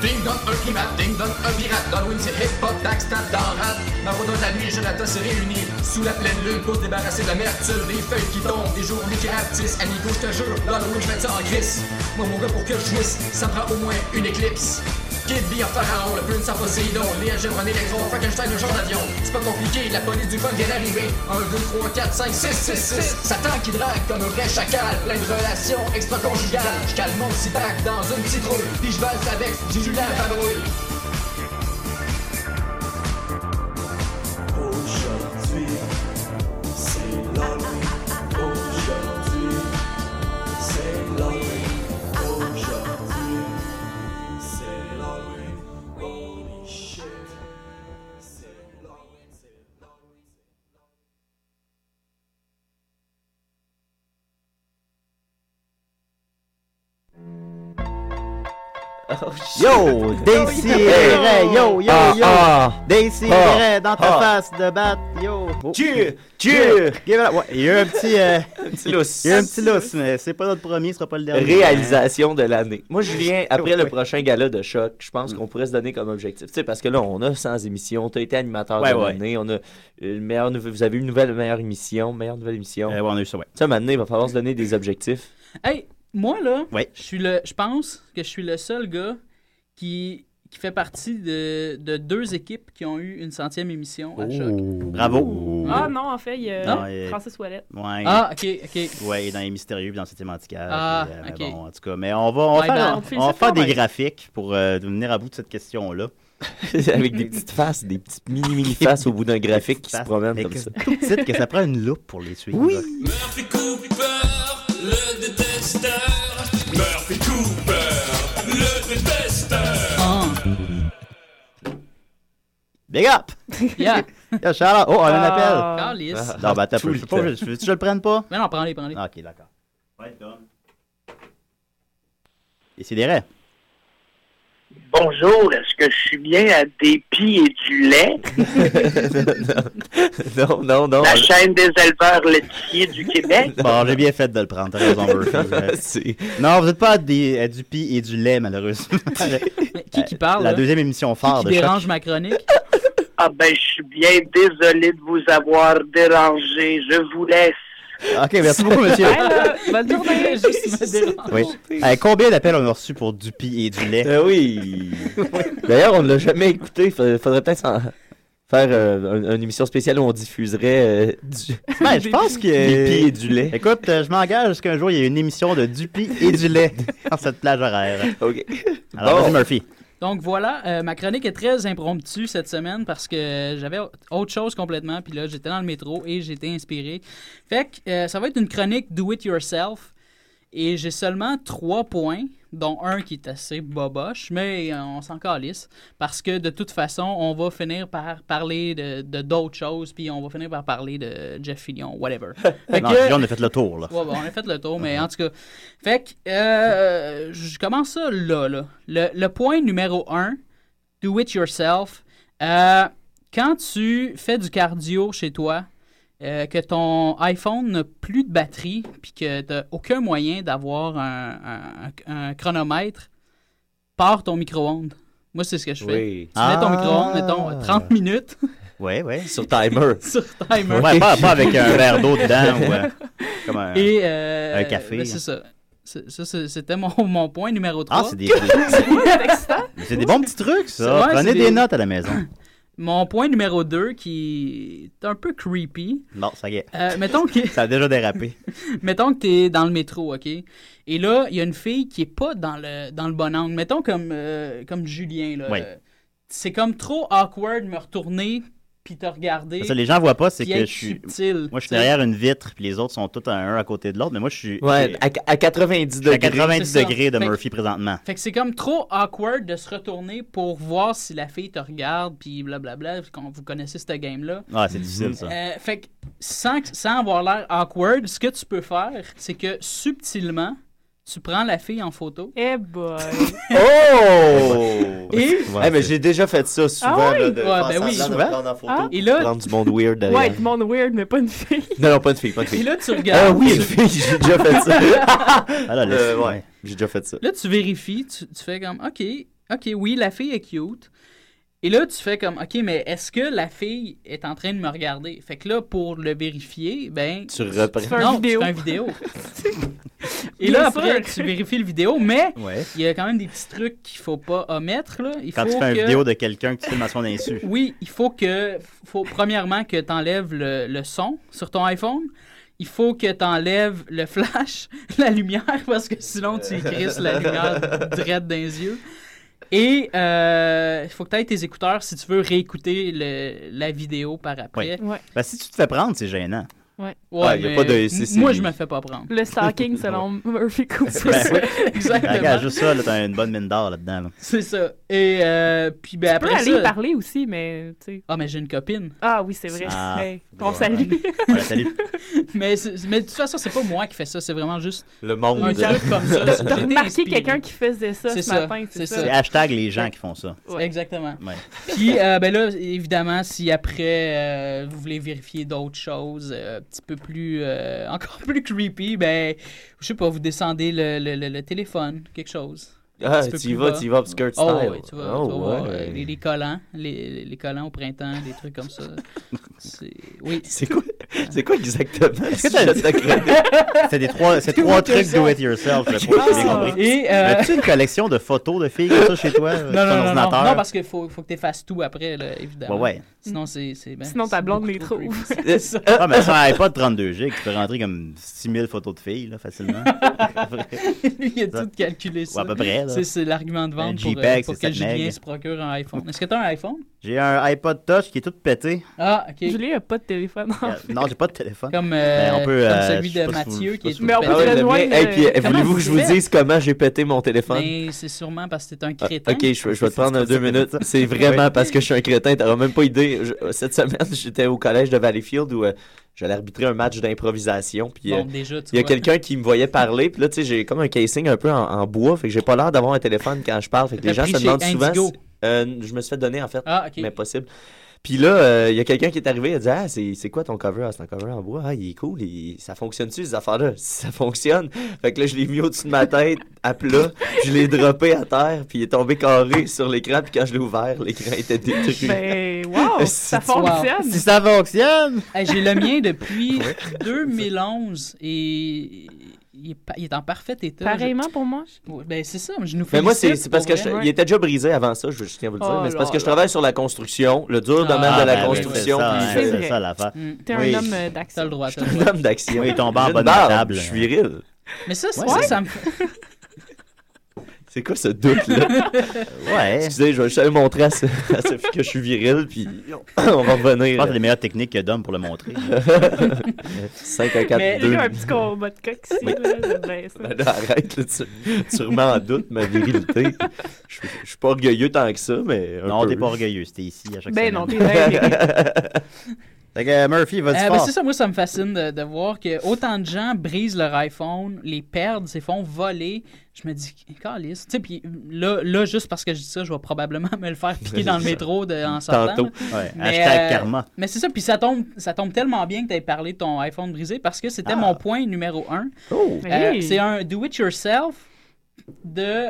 Speaker 18: Ding dong, un primate, ding dong, un pirate, Darwin c'est hip hop, tax, tap, dans rap. Maraudeur de la nuit, Jonathan se réunit sous la pleine lune pour se débarrasser de la mercure, des feuilles qui tombent, des journées qui rapetissent. Amigo, je te jure, Darwin, je vais ça en gris. Moi, mon gars, pour que je jouisse, ça me prend au moins une éclipse. Kid B en pharaon, le prince en Poséidon, Léa Gérone électron, Frankenstein, le genre d'avion. C'est pas compliqué, la police du fun vient d'arriver. 1, 2, 3, 4, 5, 6, 6, 6. Satan qui drague comme un vrai chacal, plein de relations extra-conjugales. Je calme mon cibac dans une citrouille, puis je valse avec du Julien Fabrouille.
Speaker 1: Aujourd'hui, c'est l'Halloween. Aujourd'hui, c'est l'Halloween. Aujourd'hui, c'est l'Halloween. Holy shit. C'est l'Halloween, c'est l'Halloween.
Speaker 8: Yo, Desiré, yo, yo,
Speaker 10: Ah,
Speaker 8: yo.
Speaker 10: ah.
Speaker 8: Desiré,
Speaker 10: Ah,
Speaker 8: dans ta
Speaker 10: ah.
Speaker 8: face de batte, yo.
Speaker 10: Cheer,
Speaker 8: cheer.
Speaker 10: cheer.
Speaker 8: Give it up. Ouais, il y a eu un petit, euh,
Speaker 10: petit lousse.
Speaker 8: Il y a eu un petit lousse, mais c'est pas notre premier, ce sera pas le dernier.
Speaker 10: Réalisation de l'année. Moi, Julien, après le
Speaker 8: Oui.
Speaker 10: prochain gala de choc, je
Speaker 8: Mm.
Speaker 10: pense qu'on pourrait se donner comme objectif. Tu sais, parce que là, on a 100 émissions, t'as été animateur
Speaker 8: Ouais,
Speaker 10: de
Speaker 8: ouais.
Speaker 10: l'année, on a euh, le meilleur, nouvel- vous avez eu une nouvelle meilleure émission, meilleure nouvelle émission.
Speaker 8: on a eu ça, Euh, ouais.
Speaker 10: Tu sais, maintenant, il va falloir se donner des objectifs.
Speaker 12: Hey, moi là,
Speaker 10: Ouais.
Speaker 12: je suis le, je pense que je suis le seul gars qui qui fait partie de, de deux équipes qui ont eu une centième émission
Speaker 8: Oh.
Speaker 12: à choc.
Speaker 8: Bravo.
Speaker 11: Ah non, en fait, il y a
Speaker 8: Non, il-
Speaker 11: Francis Ouellet.
Speaker 8: Ouais.
Speaker 12: Ah, ok, ok.
Speaker 8: Ouais, il est dans les mystérieux, puis dans le septième antiquaire.
Speaker 11: Ah,
Speaker 8: puis, euh, mais
Speaker 11: ok.
Speaker 8: Bon, en tout cas, mais on va, on va
Speaker 11: Ouais,
Speaker 8: faire,
Speaker 11: ben,
Speaker 8: on
Speaker 11: on fait
Speaker 8: va
Speaker 11: ça
Speaker 8: faire
Speaker 11: quand
Speaker 8: des
Speaker 11: même.
Speaker 8: graphiques pour euh, venir à bout de cette question-là.
Speaker 10: Avec des petites faces, des petites mini-mini faces au bout d'un graphique qui se promène comme ça.
Speaker 8: Tout petite que ça prend une loupe pour les suivre.
Speaker 10: Oui.
Speaker 9: Murphy Cooper, le détesteur. Murphy Cooper, le détesteur.
Speaker 12: Ah.
Speaker 8: Big up!
Speaker 12: Yeah.
Speaker 8: Yo, Charles, oh, on a un
Speaker 12: Ah.
Speaker 8: appel.
Speaker 12: Calice.
Speaker 8: Non, ben, t'as peu. Je
Speaker 12: Tout le
Speaker 8: sais pas,
Speaker 12: temps.
Speaker 8: je- je- tu le prennes pas?
Speaker 12: Mais non, prends-les, prends-les.
Speaker 8: Ah, ok, d'accord. Et c'est des raies.
Speaker 19: Bonjour, est-ce que je suis bien à des pieds et du lait?
Speaker 10: non, non, non.
Speaker 19: La chaîne des éleveurs laitiers du Québec?
Speaker 8: Bon, j'ai bien fait de le prendre, t'as raison, Euh,
Speaker 10: Murphy.
Speaker 8: non, vous n'êtes pas à, des- à du pi et du lait, malheureusement.
Speaker 12: qui qui
Speaker 11: Ah
Speaker 12: parle?
Speaker 8: Euh, La
Speaker 12: là?
Speaker 8: deuxième émission
Speaker 12: Qui,
Speaker 8: phare
Speaker 12: qui
Speaker 8: de Choc.
Speaker 12: dérange ma chronique?
Speaker 19: Ah ben, je suis bien désolé de vous avoir dérangé. Je vous laisse.
Speaker 8: Ok, merci beaucoup, monsieur.
Speaker 12: Bonne journée. Juste me dérange.
Speaker 8: Oui. Euh, combien d'appels on a reçu pour du pi et du lait?
Speaker 10: Euh, oui. D'ailleurs, on ne l'a jamais écouté. Fa- Faudrait peut-être s'en- faire euh, un- une émission spéciale où on diffuserait euh, du...
Speaker 8: Ben, je pense que.
Speaker 10: Des pis et du lait.
Speaker 8: Écoute, euh, je m'engage à ce qu'un jour, il y ait une émission de du pi et du lait dans cette plage horaire.
Speaker 10: OK.
Speaker 8: Alors,
Speaker 12: Bon.
Speaker 8: vas-y, Murphy.
Speaker 12: Donc voilà, euh, ma chronique est très impromptue cette semaine parce que j'avais autre chose complètement. Puis là, j'étais dans le métro et j'étais inspiré. Fait que euh, ça va être une chronique do it yourself. Et j'ai seulement trois points, dont un qui est assez boboche, mais euh, on s'en calisse. Parce que de toute façon, on va finir par parler de de d'autres choses. Puis on va finir par parler de Jeff Fillion, whatever. Fait
Speaker 8: Non,
Speaker 12: que-
Speaker 8: déjà, on a fait le tour, là.
Speaker 12: Ouais, bon, on a fait le tour, mais
Speaker 10: Uh-huh.
Speaker 12: en tout cas. Fait que, euh, je commence ça là, là. Le, le point numéro un, do it yourself. Euh, quand tu fais du cardio chez toi, euh, que ton iPhone n'a plus de batterie, puis que tu aucun moyen d'avoir un, un- un chronomètre, pars ton micro-ondes. Moi, c'est ce que je fais.
Speaker 10: Oui.
Speaker 12: Tu mets ton
Speaker 10: Ah.
Speaker 12: micro-ondes, mettons, 30 minutes.
Speaker 8: Ouais, ouais.
Speaker 10: Sur timer.
Speaker 12: Sur timer.
Speaker 8: Ouais, pas, pas avec un verre d'eau dedans ou euh, comme un,
Speaker 12: Et, euh,
Speaker 8: un café. hein.
Speaker 12: ben, c'est ça. C'est- ça, c'est- c'était mon, mon point numéro 3.
Speaker 8: Ah, c'est des, des- c'est des bons petits trucs, ça. Prenez des notes à la maison.
Speaker 12: Mon point numéro 2 qui est un peu creepy.
Speaker 8: Non, ça y est.
Speaker 12: Euh, mettons que
Speaker 8: Ça a déjà dérapé.
Speaker 12: mettons que t'es dans le métro, OK? Et là, il y a une fille qui est pas dans le, dans le bon angle. Mettons comme, euh, comme Julien, là.
Speaker 8: Oui.
Speaker 12: C'est comme trop awkward de me retourner puis te regarder.
Speaker 8: Parce que les gens voient pas, c'est
Speaker 12: puis
Speaker 8: que je
Speaker 12: être
Speaker 8: suis.
Speaker 12: subtil,
Speaker 8: moi, je suis
Speaker 12: tu sais.
Speaker 8: derrière une vitre, puis les autres sont tous à un à côté de l'autre, mais moi, je suis.
Speaker 10: Ouais, à, à 90
Speaker 8: je suis
Speaker 10: degrés.
Speaker 8: à 90
Speaker 12: C'est ça.
Speaker 8: degrés de
Speaker 12: Fait que-
Speaker 8: Murphy présentement.
Speaker 12: Fait que c'est comme trop awkward de se retourner pour voir si la fille te regarde, puis blablabla, quand vous connaissez ce game-là.
Speaker 8: Ah, c'est difficile, ça.
Speaker 12: Euh, fait que sans, sans avoir l'air awkward, ce que tu peux faire, c'est que subtilement, tu prends la fille en photo.
Speaker 11: Eh boy!
Speaker 10: Oh!
Speaker 12: Et-
Speaker 10: Eh, mais j'ai déjà fait ça souvent.
Speaker 11: Ah oui?
Speaker 10: là, de
Speaker 11: Ouais,
Speaker 10: faire
Speaker 12: ben
Speaker 10: semblant
Speaker 12: oui.
Speaker 10: de
Speaker 12: Souvent?
Speaker 10: prendre en photo.
Speaker 11: Ah.
Speaker 12: Et là-
Speaker 10: Prendre du monde weird derrière.
Speaker 11: Ouais, du monde weird, mais pas une fille.
Speaker 10: Non, non, pas de fille, pas de fille.
Speaker 12: Et là, tu regardes.
Speaker 10: Ah oui, une fille, j'ai déjà fait ça. Ah,
Speaker 8: Ah, là, le-
Speaker 10: Euh, ouais, j'ai déjà fait ça.
Speaker 12: Là, tu vérifies, tu, tu fais comme, OK, OK, oui, la fille est cute. Et là, tu fais comme, OK, mais est-ce que la fille est en train de me regarder? Fait que là, pour le vérifier, ben...
Speaker 10: Tu reprends.
Speaker 11: fais un
Speaker 12: Non,
Speaker 11: vidéo.
Speaker 12: Tu fais un vidéo. Et là,
Speaker 11: Bien
Speaker 12: après,
Speaker 11: sûr.
Speaker 12: tu vérifies le vidéo, mais
Speaker 8: Ouais.
Speaker 12: il y a quand même des petits trucs qu'il faut pas omettre, là. Il
Speaker 8: Quand tu
Speaker 12: faut
Speaker 8: fais une
Speaker 12: que-
Speaker 8: vidéo de quelqu'un que tu filmes à son insu.
Speaker 12: Oui, il faut que... Faut, premièrement, que tu enlèves le, le son sur ton iPhone. Il faut que tu enlèves le flash, la lumière, parce que sinon, tu y crisses la lumière drette dans les yeux. Et euh, il faut que tu aies tes écouteurs si tu veux réécouter le- la vidéo par
Speaker 8: Oui.
Speaker 12: après.
Speaker 8: Ben, si tu te fais prendre, c'est gênant.
Speaker 11: Ouais.
Speaker 12: Ouais,
Speaker 10: Ah, y a
Speaker 12: mais
Speaker 10: pas de- c'est-
Speaker 12: m-
Speaker 10: c'est-
Speaker 12: moi, je me fais pas prendre.
Speaker 11: Le stalking selon Murphy Cooper.
Speaker 8: Ben, oui.
Speaker 12: Exactement.
Speaker 8: Regarde, juste ça, là, t'as une bonne mine d'or là-dedans. là.
Speaker 12: C'est ça. Et euh, puis ben,
Speaker 11: Tu peux
Speaker 12: après
Speaker 11: aller
Speaker 12: ça...
Speaker 11: y parler aussi, mais tu sais.
Speaker 12: Ah, mais j'ai une copine.
Speaker 11: Ah oui, c'est vrai.
Speaker 8: Ah.
Speaker 11: Hey, on salue.
Speaker 8: Ouais, salut.
Speaker 12: mais, c'est- mais de toute façon, c'est pas moi qui fais ça, c'est vraiment juste
Speaker 10: Le monde.
Speaker 12: un truc comme ça.
Speaker 10: T'as-
Speaker 12: J'ai
Speaker 11: T'as
Speaker 12: été
Speaker 11: remarqué
Speaker 12: inspiré.
Speaker 11: quelqu'un qui faisait ça
Speaker 12: C'est
Speaker 11: ce
Speaker 12: ça,
Speaker 11: matin, c'est
Speaker 12: c'est
Speaker 11: ça?
Speaker 8: C'est hashtag les gens qui font ça.
Speaker 11: Ouais.
Speaker 12: Exactement.
Speaker 8: Ouais.
Speaker 12: Puis, euh, ben là, évidemment, si après euh, vous voulez vérifier d'autres choses, euh, un petit peu plus, euh, encore plus creepy, ben, je sais pas, vous descendez le, le- le- le téléphone, quelque chose. Un
Speaker 10: Ah,
Speaker 12: petit peu
Speaker 10: tu y
Speaker 12: plus
Speaker 10: vas,
Speaker 12: bas.
Speaker 10: tu y vas upskirt
Speaker 12: Oh,
Speaker 10: style.
Speaker 12: ouais, tu vas,
Speaker 10: Oh,
Speaker 12: tu vas voir,
Speaker 10: ouais.
Speaker 12: euh, les, les collants, les, les collants au printemps, des trucs comme ça. C'est- Oui.
Speaker 10: C'est quoi, c'est quoi exactement? Est-ce que
Speaker 8: C'est des trois, c'est trois trucs do it yourself. je crois, j'ai bien compris.
Speaker 12: Et, euh,
Speaker 8: As-tu une collection de photos de filles comme ça chez toi? euh, sur
Speaker 12: non,
Speaker 8: ton
Speaker 12: non, non, non,
Speaker 8: ordinateur?
Speaker 12: non, parce qu'il faut, faut que tu effaces tout après, là, évidemment.
Speaker 8: Ouais, ouais.
Speaker 12: Sinon, c'est. c'est- ben,
Speaker 11: Sinon, ta
Speaker 12: c'est
Speaker 11: blonde
Speaker 12: beaucoup
Speaker 11: les
Speaker 12: trop creepy.
Speaker 11: trouve.
Speaker 12: C'est ça.
Speaker 8: Ah, mais
Speaker 12: euh.
Speaker 8: sur un iPod 32 gigs, tu peux rentrer comme 6000 photos de filles, là, facilement.
Speaker 12: Lui, il a tout calculé ça.
Speaker 8: Ouais, à peu près, là.
Speaker 12: C'est, c'est l'argument de
Speaker 8: Un
Speaker 12: vente pour,
Speaker 8: JPEG,
Speaker 12: euh, pour
Speaker 8: c'est
Speaker 12: que
Speaker 8: sept meg.
Speaker 12: Julien se procure un iPhone. Est-ce que t'as un iPhone?
Speaker 8: J'ai un iPod Touch qui est tout pété.
Speaker 12: Ah, OK.
Speaker 11: Julien a pas de téléphone. en fait.
Speaker 8: Non, j'ai pas de téléphone.
Speaker 12: Comme, euh,
Speaker 8: Ben, on peut,
Speaker 12: comme
Speaker 8: euh,
Speaker 12: celui
Speaker 8: je sais
Speaker 12: de
Speaker 8: pas si vous-
Speaker 12: Mathieu
Speaker 8: je sais
Speaker 12: qui
Speaker 8: pas
Speaker 12: est
Speaker 8: si
Speaker 12: tout
Speaker 8: vous-
Speaker 11: Mais on
Speaker 10: Ah
Speaker 11: peut te
Speaker 10: ouais, le mien.
Speaker 11: rejoindre.
Speaker 10: Hey, puis,
Speaker 11: euh,
Speaker 10: eh, voulez-vous que je vous
Speaker 11: comment tu
Speaker 10: dise comment j'ai pété mon téléphone?
Speaker 12: Mais c'est sûrement parce que t'es un
Speaker 10: Ah,
Speaker 12: crétin.
Speaker 10: ok, je, je vais te prendre un deux minutes. C'est vraiment parce que je suis un crétin. T'auras même pas idée. Je- cette semaine, j'étais au collège de Valleyfield où euh, j'allais arbitrer un match d'improvisation. Puis euh,
Speaker 12: Bon, déjà, tu
Speaker 10: il y a
Speaker 12: vois.
Speaker 10: quelqu'un qui me voyait parler. Puis là, tu sais, j'ai comme un casing un peu en, en bois. Fait que j'ai pas l'air d'avoir un téléphone quand je parle. Fait que les
Speaker 12: T'as pris
Speaker 10: gens se
Speaker 12: chez
Speaker 10: demandent souvent.
Speaker 12: Indigo.
Speaker 10: si- euh, je me suis fait donner en fait.
Speaker 12: Ah, ok.
Speaker 10: Mais possible. Puis là, euh, il y a quelqu'un qui est arrivé, il a dit Ah, c'est c'est quoi ton cover Ah, c'est un cover en bois. Ah, il est cool. il- Ça fonctionne-tu, ces affaires-là Si ça fonctionne. Fait que là, je l'ai mis au-dessus de ma tête, à plat. Je l'ai droppé à terre, puis il est tombé carré sur l'écran. Puis quand je l'ai ouvert, l'écran était détruit.
Speaker 11: Ben, wow, ça fonctionne.
Speaker 8: Si ça fonctionne!
Speaker 12: Hey, j'ai le mien depuis 2011 et il est, pa- il est en parfait état.
Speaker 11: Pareillement pour moi.
Speaker 12: Je- Ouais, Ben, c'est ça, je nous
Speaker 10: Mais moi, c'est
Speaker 12: félicite
Speaker 10: c'est parce
Speaker 12: pour
Speaker 10: que je-
Speaker 12: vrai.
Speaker 10: il était déjà brisé avant ça, je, je tiens à vous le dire.
Speaker 11: Oh
Speaker 10: mais c'est parce
Speaker 11: là
Speaker 10: que je
Speaker 11: là.
Speaker 10: travaille sur la construction, le dur
Speaker 12: Ah,
Speaker 10: domaine de la
Speaker 8: ben oui,
Speaker 10: construction.
Speaker 8: c'est ça,
Speaker 10: puis
Speaker 8: hein,
Speaker 10: je-
Speaker 11: C'est
Speaker 8: c'est
Speaker 11: vrai.
Speaker 8: ça l'affaire.
Speaker 12: Mm.
Speaker 11: T'es un
Speaker 10: Oui.
Speaker 11: homme euh, d'action.
Speaker 12: T'as le droit, t'as le
Speaker 10: un
Speaker 12: droit.
Speaker 10: homme d'action.
Speaker 8: Oui, tomber en
Speaker 10: J'ai une
Speaker 8: bas de la
Speaker 10: barbe,
Speaker 8: table.
Speaker 10: Je suis viril.
Speaker 12: Mais ça, c'est-
Speaker 8: Ouais.
Speaker 12: ça, ça me
Speaker 10: C'est quoi ce doute-là?
Speaker 8: Ouais.
Speaker 10: Excusez, je vais juste aller montrer à, ce- à Sophie que je suis viril, puis on va
Speaker 8: Je pense que
Speaker 10: revenir. euh,
Speaker 8: c'est les meilleures techniques que d'hommes pour le montrer.
Speaker 10: 5 à
Speaker 12: Mais-
Speaker 10: 4,
Speaker 11: Il y
Speaker 10: 2.
Speaker 11: a Eh, un petit combat de coq ici, là, j'aime bien ça.
Speaker 10: Ben là, arrête, là, tu, tu remets en doute ma virilité. Je suis- je suis pas orgueilleux tant que ça, mais. un
Speaker 8: Non,
Speaker 10: peu.
Speaker 8: t'es pas orgueilleux, c'était ici à chaque
Speaker 11: Ben
Speaker 8: semaine.
Speaker 11: non, t'es dingue.
Speaker 8: Fait que euh, Murphy, va du
Speaker 12: Euh, ben,
Speaker 8: fort.
Speaker 12: c'est ça, moi, ça me fascine de, de voir que autant de gens brisent leur iPhone, les perdent, se font voler. Je me dis, calisse. Tu sais, puis là, là, juste parce que je dis ça, je vais probablement me le faire piquer dans le métro de- en sortant.
Speaker 10: Tantôt.
Speaker 12: là.
Speaker 8: Ouais,
Speaker 12: Mais,
Speaker 8: hashtag
Speaker 12: euh,
Speaker 8: karma.
Speaker 12: Mais c'est ça, puis ça tombe, ça tombe tellement bien que tu parlé de ton iPhone brisé parce que c'était mon point numéro un.
Speaker 10: Oh!
Speaker 12: Euh,
Speaker 11: Hey.
Speaker 12: c'est un do-it-yourself de...